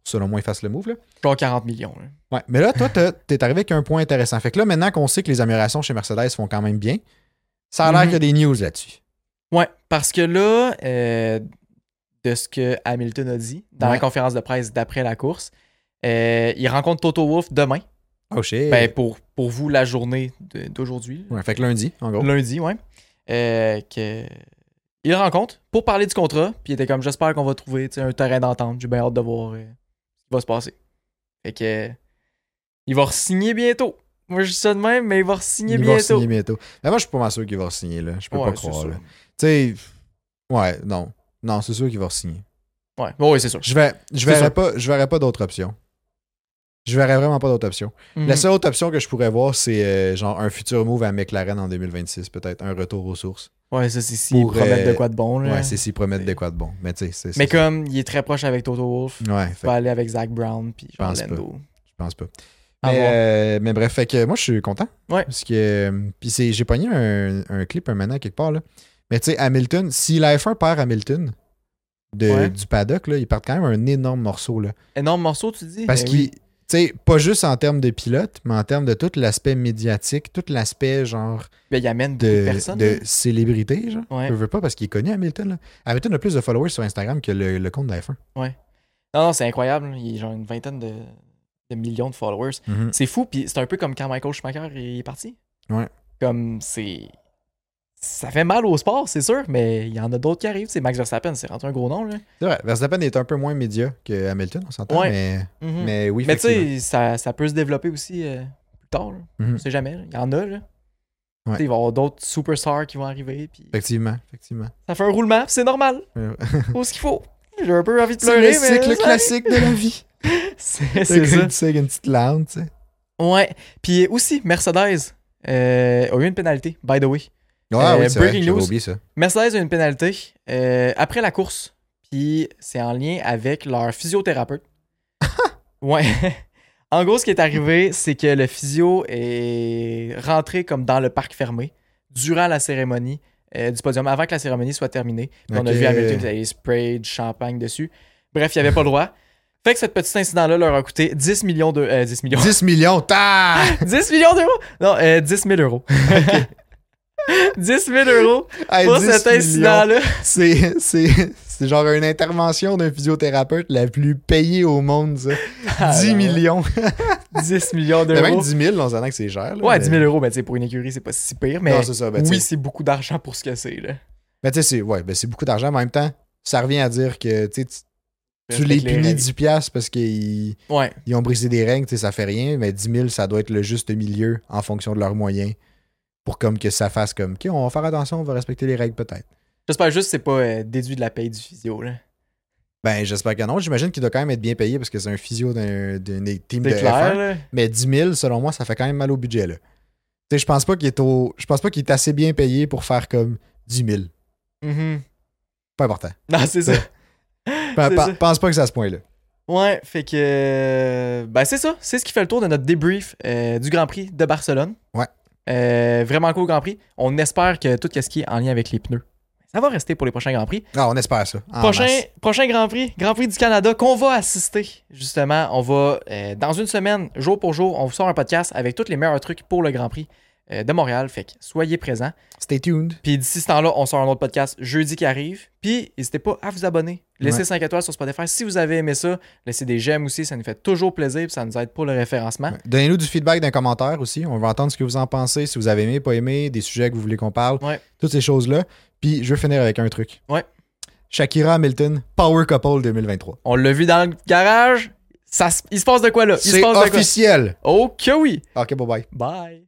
[SPEAKER 2] selon moi, ils fassent le move. Là.
[SPEAKER 1] Genre 40 millions. hein. là.
[SPEAKER 2] Ouais. Mais là, toi, t'as- t'es arrivé avec un point intéressant. Fait que là, maintenant qu'on sait que les améliorations chez Mercedes font quand même bien, ça a l'air
[SPEAKER 1] Mhm.
[SPEAKER 2] qu'il y a des news là-dessus.
[SPEAKER 1] Ouais, parce que là, euh, de ce que Hamilton a dit dans la
[SPEAKER 2] Ouais.
[SPEAKER 1] conférence de presse d'après la course, euh, il rencontre Toto Wolff demain.
[SPEAKER 2] Oh shit.
[SPEAKER 1] Ben, pour, pour vous, la journée de- d'aujourd'hui,
[SPEAKER 2] Ouais, fait que lundi, en gros.
[SPEAKER 1] lundi, ouais. Euh, que... Il le rencontre pour parler du contrat, puis il était comme J'espère qu'on va trouver tu sais, un terrain d'entente. J'ai bien hâte de voir euh, ce qui va se passer. Fait que. euh, Il va re-signer bientôt. Moi, je dis ça de même, mais il va re-signer
[SPEAKER 2] Il va
[SPEAKER 1] bientôt.
[SPEAKER 2] signer bientôt. Mais moi, je suis pas mal sûr qu'il va signer. là. Je peux
[SPEAKER 1] Ouais,
[SPEAKER 2] pas
[SPEAKER 1] c'est
[SPEAKER 2] croire.
[SPEAKER 1] sûr.
[SPEAKER 2] là. Tu sais, ouais, non. Non, c'est sûr qu'il va signer.
[SPEAKER 1] Ouais, Ouais, ouais, c'est sûr.
[SPEAKER 2] Je vais, je
[SPEAKER 1] C'est
[SPEAKER 2] verrais
[SPEAKER 1] sûr.
[SPEAKER 2] pas, je verrais pas d'autre option. Je verrais vraiment pas d'autre option.
[SPEAKER 1] Mhm.
[SPEAKER 2] La seule autre option que je pourrais voir, c'est euh, genre un futur move à McLaren en 2026, peut-être un retour aux sources.
[SPEAKER 1] Ouais, ça, c'est s'ils
[SPEAKER 2] Pour,
[SPEAKER 1] promettent
[SPEAKER 2] euh,
[SPEAKER 1] de quoi de bon. Là.
[SPEAKER 2] Ouais, c'est s'ils promettent
[SPEAKER 1] c'est-
[SPEAKER 2] de quoi de bon. Mais tu sais, c'est- c'est-
[SPEAKER 1] mais comme il est très proche avec Toto Wolff, il
[SPEAKER 2] Ouais, fait
[SPEAKER 1] va
[SPEAKER 2] que
[SPEAKER 1] aller avec Zach Brown, puis genre
[SPEAKER 2] pense pas.
[SPEAKER 1] Lando.
[SPEAKER 2] je pense pas.
[SPEAKER 1] À
[SPEAKER 2] Mais,
[SPEAKER 1] voir.
[SPEAKER 2] euh, mais bref, fait que moi, je suis content.
[SPEAKER 1] Ouais.
[SPEAKER 2] Parce que. euh, Puis c'est- j'ai pogné un, un clip, un maintenant quelque part, là. Mais tu sais, Hamilton, si la F1 perd Hamilton de,
[SPEAKER 1] Ouais.
[SPEAKER 2] du paddock, là, ils partent quand même un énorme morceau, là.
[SPEAKER 1] Énorme morceau, tu dis
[SPEAKER 2] Parce
[SPEAKER 1] Ben
[SPEAKER 2] qu'il,
[SPEAKER 1] oui.
[SPEAKER 2] tu sais, pas juste en termes de pilote, mais en termes de tout l'aspect médiatique, tout l'aspect genre
[SPEAKER 1] Ben, il amène beaucoup de,
[SPEAKER 2] de,
[SPEAKER 1] personnes.
[SPEAKER 2] de
[SPEAKER 1] là.
[SPEAKER 2] célébrité, genre.
[SPEAKER 1] Ouais.
[SPEAKER 2] Je veux pas parce qu'il est connu Hamilton. Là. Hamilton a plus de followers sur Instagram que le, le compte de la F1.
[SPEAKER 1] Non, non, c'est incroyable. hein. Il y a genre une vingtaine de, de millions de followers.
[SPEAKER 2] Mm.
[SPEAKER 1] C'est fou, puis c'est un peu comme quand Michael Schumacher est parti.
[SPEAKER 2] Ouais.
[SPEAKER 1] Comme c'est. Ça fait mal au sport, c'est sûr, mais il y en a d'autres qui arrivent. C'est Max Verstappen, c'est rendu un gros nom. Là.
[SPEAKER 2] C'est vrai. Verstappen est un peu moins média que Hamilton, on s'entend.
[SPEAKER 1] Ouais.
[SPEAKER 2] Mais,
[SPEAKER 1] Mhm. Mais,
[SPEAKER 2] mais oui,
[SPEAKER 1] tu sais, ça, ça peut se développer aussi euh, plus tard. là.
[SPEAKER 2] Mhm.
[SPEAKER 1] On sait jamais. là. Il y en a. Là.
[SPEAKER 2] Ouais.
[SPEAKER 1] Tu sais, Il va y avoir d'autres superstars qui vont arriver. Puis...
[SPEAKER 2] effectivement. Effectivement.
[SPEAKER 1] Ça fait un roulement, puis c'est
[SPEAKER 2] [LAUGHS]
[SPEAKER 1] normal.
[SPEAKER 2] Euh,
[SPEAKER 1] Faut ce qu'il faut. J'ai un peu envie de
[SPEAKER 2] C'est
[SPEAKER 1] pleurer,
[SPEAKER 2] le
[SPEAKER 1] mais.
[SPEAKER 2] cycle classique de la vie.
[SPEAKER 1] [LAUGHS] C'est
[SPEAKER 2] C'est
[SPEAKER 1] c'est ça.
[SPEAKER 2] une, petite- une petite larme, tu sais.
[SPEAKER 1] Ouais. Puis aussi, Mercedes euh, a eu une pénalité, by the way.
[SPEAKER 2] Ah
[SPEAKER 1] Euh,
[SPEAKER 2] oui, c'est vrai,
[SPEAKER 1] breaking
[SPEAKER 2] j'avais
[SPEAKER 1] news.
[SPEAKER 2] oublié ça.
[SPEAKER 1] Mercedes a une pénalité euh, après la course. Puis c'est en lien avec leur
[SPEAKER 2] [LAUGHS]
[SPEAKER 1] physiothérapeute. ouais. en gros, ce qui est arrivé, c'est que le physio est rentré comme dans le parc fermé durant la cérémonie euh, du podium, avant que la cérémonie soit terminée. Puis On a
[SPEAKER 2] Ok.
[SPEAKER 1] vu Hamilton qui avait spray du champagne dessus. Bref, il n'y avait pas le droit. Fait que ce petit incident-là leur a coûté 10 millions de... euh, 10
[SPEAKER 2] [LAUGHS]
[SPEAKER 1] millions.
[SPEAKER 2] 10 millions, ta!
[SPEAKER 1] 10 millions d'euros? Non, euh, 10 000 euros. [LAUGHS] 10 000 euros [LAUGHS]
[SPEAKER 2] Hey,
[SPEAKER 1] pour
[SPEAKER 2] 10
[SPEAKER 1] cet
[SPEAKER 2] millions.
[SPEAKER 1] incident-là.
[SPEAKER 2] C'est, c'est, c'est genre une intervention d'un physiothérapeute la plus payée au monde, ça. 10 millions.
[SPEAKER 1] 10 Ah, millions
[SPEAKER 2] Mais même
[SPEAKER 1] d'euros.
[SPEAKER 2] 10 000, on s'entend que c'est cher. là,
[SPEAKER 1] Ouais,
[SPEAKER 2] mais-
[SPEAKER 1] 10 000 euros, ben, tu sais, pour une écurie, c'est pas si pire, mais
[SPEAKER 2] Non, c'est ça. ben, tu
[SPEAKER 1] oui,
[SPEAKER 2] sais.
[SPEAKER 1] c'est beaucoup d'argent pour ce que c'est. Là.
[SPEAKER 2] Mais tu sais, c'est, ouais, ben, c'est beaucoup d'argent. Mais en même temps, ça revient à dire que tu, sais, tu- tu
[SPEAKER 1] Respecte
[SPEAKER 2] les
[SPEAKER 1] les
[SPEAKER 2] punis
[SPEAKER 1] règles.
[SPEAKER 2] 10 piastres parce qu'ils
[SPEAKER 1] Ouais,
[SPEAKER 2] ils ont brisé des règles, tu sais, ça fait rien. Mais 10 000, ça doit être le juste milieu en fonction de leurs moyens pour comme que ça fasse comme, OK, on va faire attention, on va respecter les règles peut-être.
[SPEAKER 1] j'espère juste que c'est pas euh, déduit de la paye du physio. Là.
[SPEAKER 2] Ben, j'espère que non. J'imagine qu'il doit quand même être bien payé parce que c'est un physio d'un, d'une team de
[SPEAKER 1] C'est clair,
[SPEAKER 2] F1.
[SPEAKER 1] là.
[SPEAKER 2] Mais 10 000, selon moi, ça fait quand même mal au budget. Là. Tu sais, je pense pas qu'il est au... Je pense pas qu'il est assez bien payé pour faire comme 10 000.
[SPEAKER 1] Mhm.
[SPEAKER 2] Pas important.
[SPEAKER 1] Non, c'est
[SPEAKER 2] [LAUGHS]
[SPEAKER 1] ça.
[SPEAKER 2] Je
[SPEAKER 1] ça.
[SPEAKER 2] pense pas que c'est à ce point-là.
[SPEAKER 1] Ouais, fait que. euh, Ben, c'est ça. C'est ce qui fait le tour de notre débrief euh, du Grand Prix de Barcelone.
[SPEAKER 2] Ouais.
[SPEAKER 1] Euh, vraiment cool Grand Prix. On espère que tout ce qui est en lien avec les pneus, ça va rester pour les prochains Grands Prix.
[SPEAKER 2] Ah, on espère ça. en
[SPEAKER 1] Prochain,
[SPEAKER 2] masse.
[SPEAKER 1] prochain Grand Prix, Grand Prix du Canada, qu'on va assister, justement. On va, euh, dans une semaine, jour pour jour, on vous sort un podcast avec tous les meilleurs trucs pour le Grand Prix. euh, de Montréal. Fait que soyez présents.
[SPEAKER 2] Stay tuned.
[SPEAKER 1] Puis d'ici ce temps-là, on sort un autre podcast jeudi qui arrive. Puis n'hésitez pas à vous abonner. Laissez
[SPEAKER 2] Ouais.
[SPEAKER 1] 5 étoiles sur Spotify. Si vous avez aimé ça, laissez des j'aime aussi. Ça nous fait toujours plaisir. Puis ça nous aide pour le référencement.
[SPEAKER 2] Ouais. Donnez-nous du feedback d'un commentaire aussi. On veut entendre ce que vous en pensez, si vous avez aimé, pas aimé, des sujets que vous voulez qu'on parle,
[SPEAKER 1] Ouais.
[SPEAKER 2] toutes ces choses-là. Puis je veux finir avec un truc.
[SPEAKER 1] Ouais.
[SPEAKER 2] Shakira Hamilton, Power Couple 2023.
[SPEAKER 1] On l'a vu dans le garage. Ça, se- Euh, il se passe de quoi là? Il se
[SPEAKER 2] C'est
[SPEAKER 1] passe de quoi?
[SPEAKER 2] officiel.
[SPEAKER 1] Oh que oui!
[SPEAKER 2] Ok, bye bye.
[SPEAKER 1] Bye!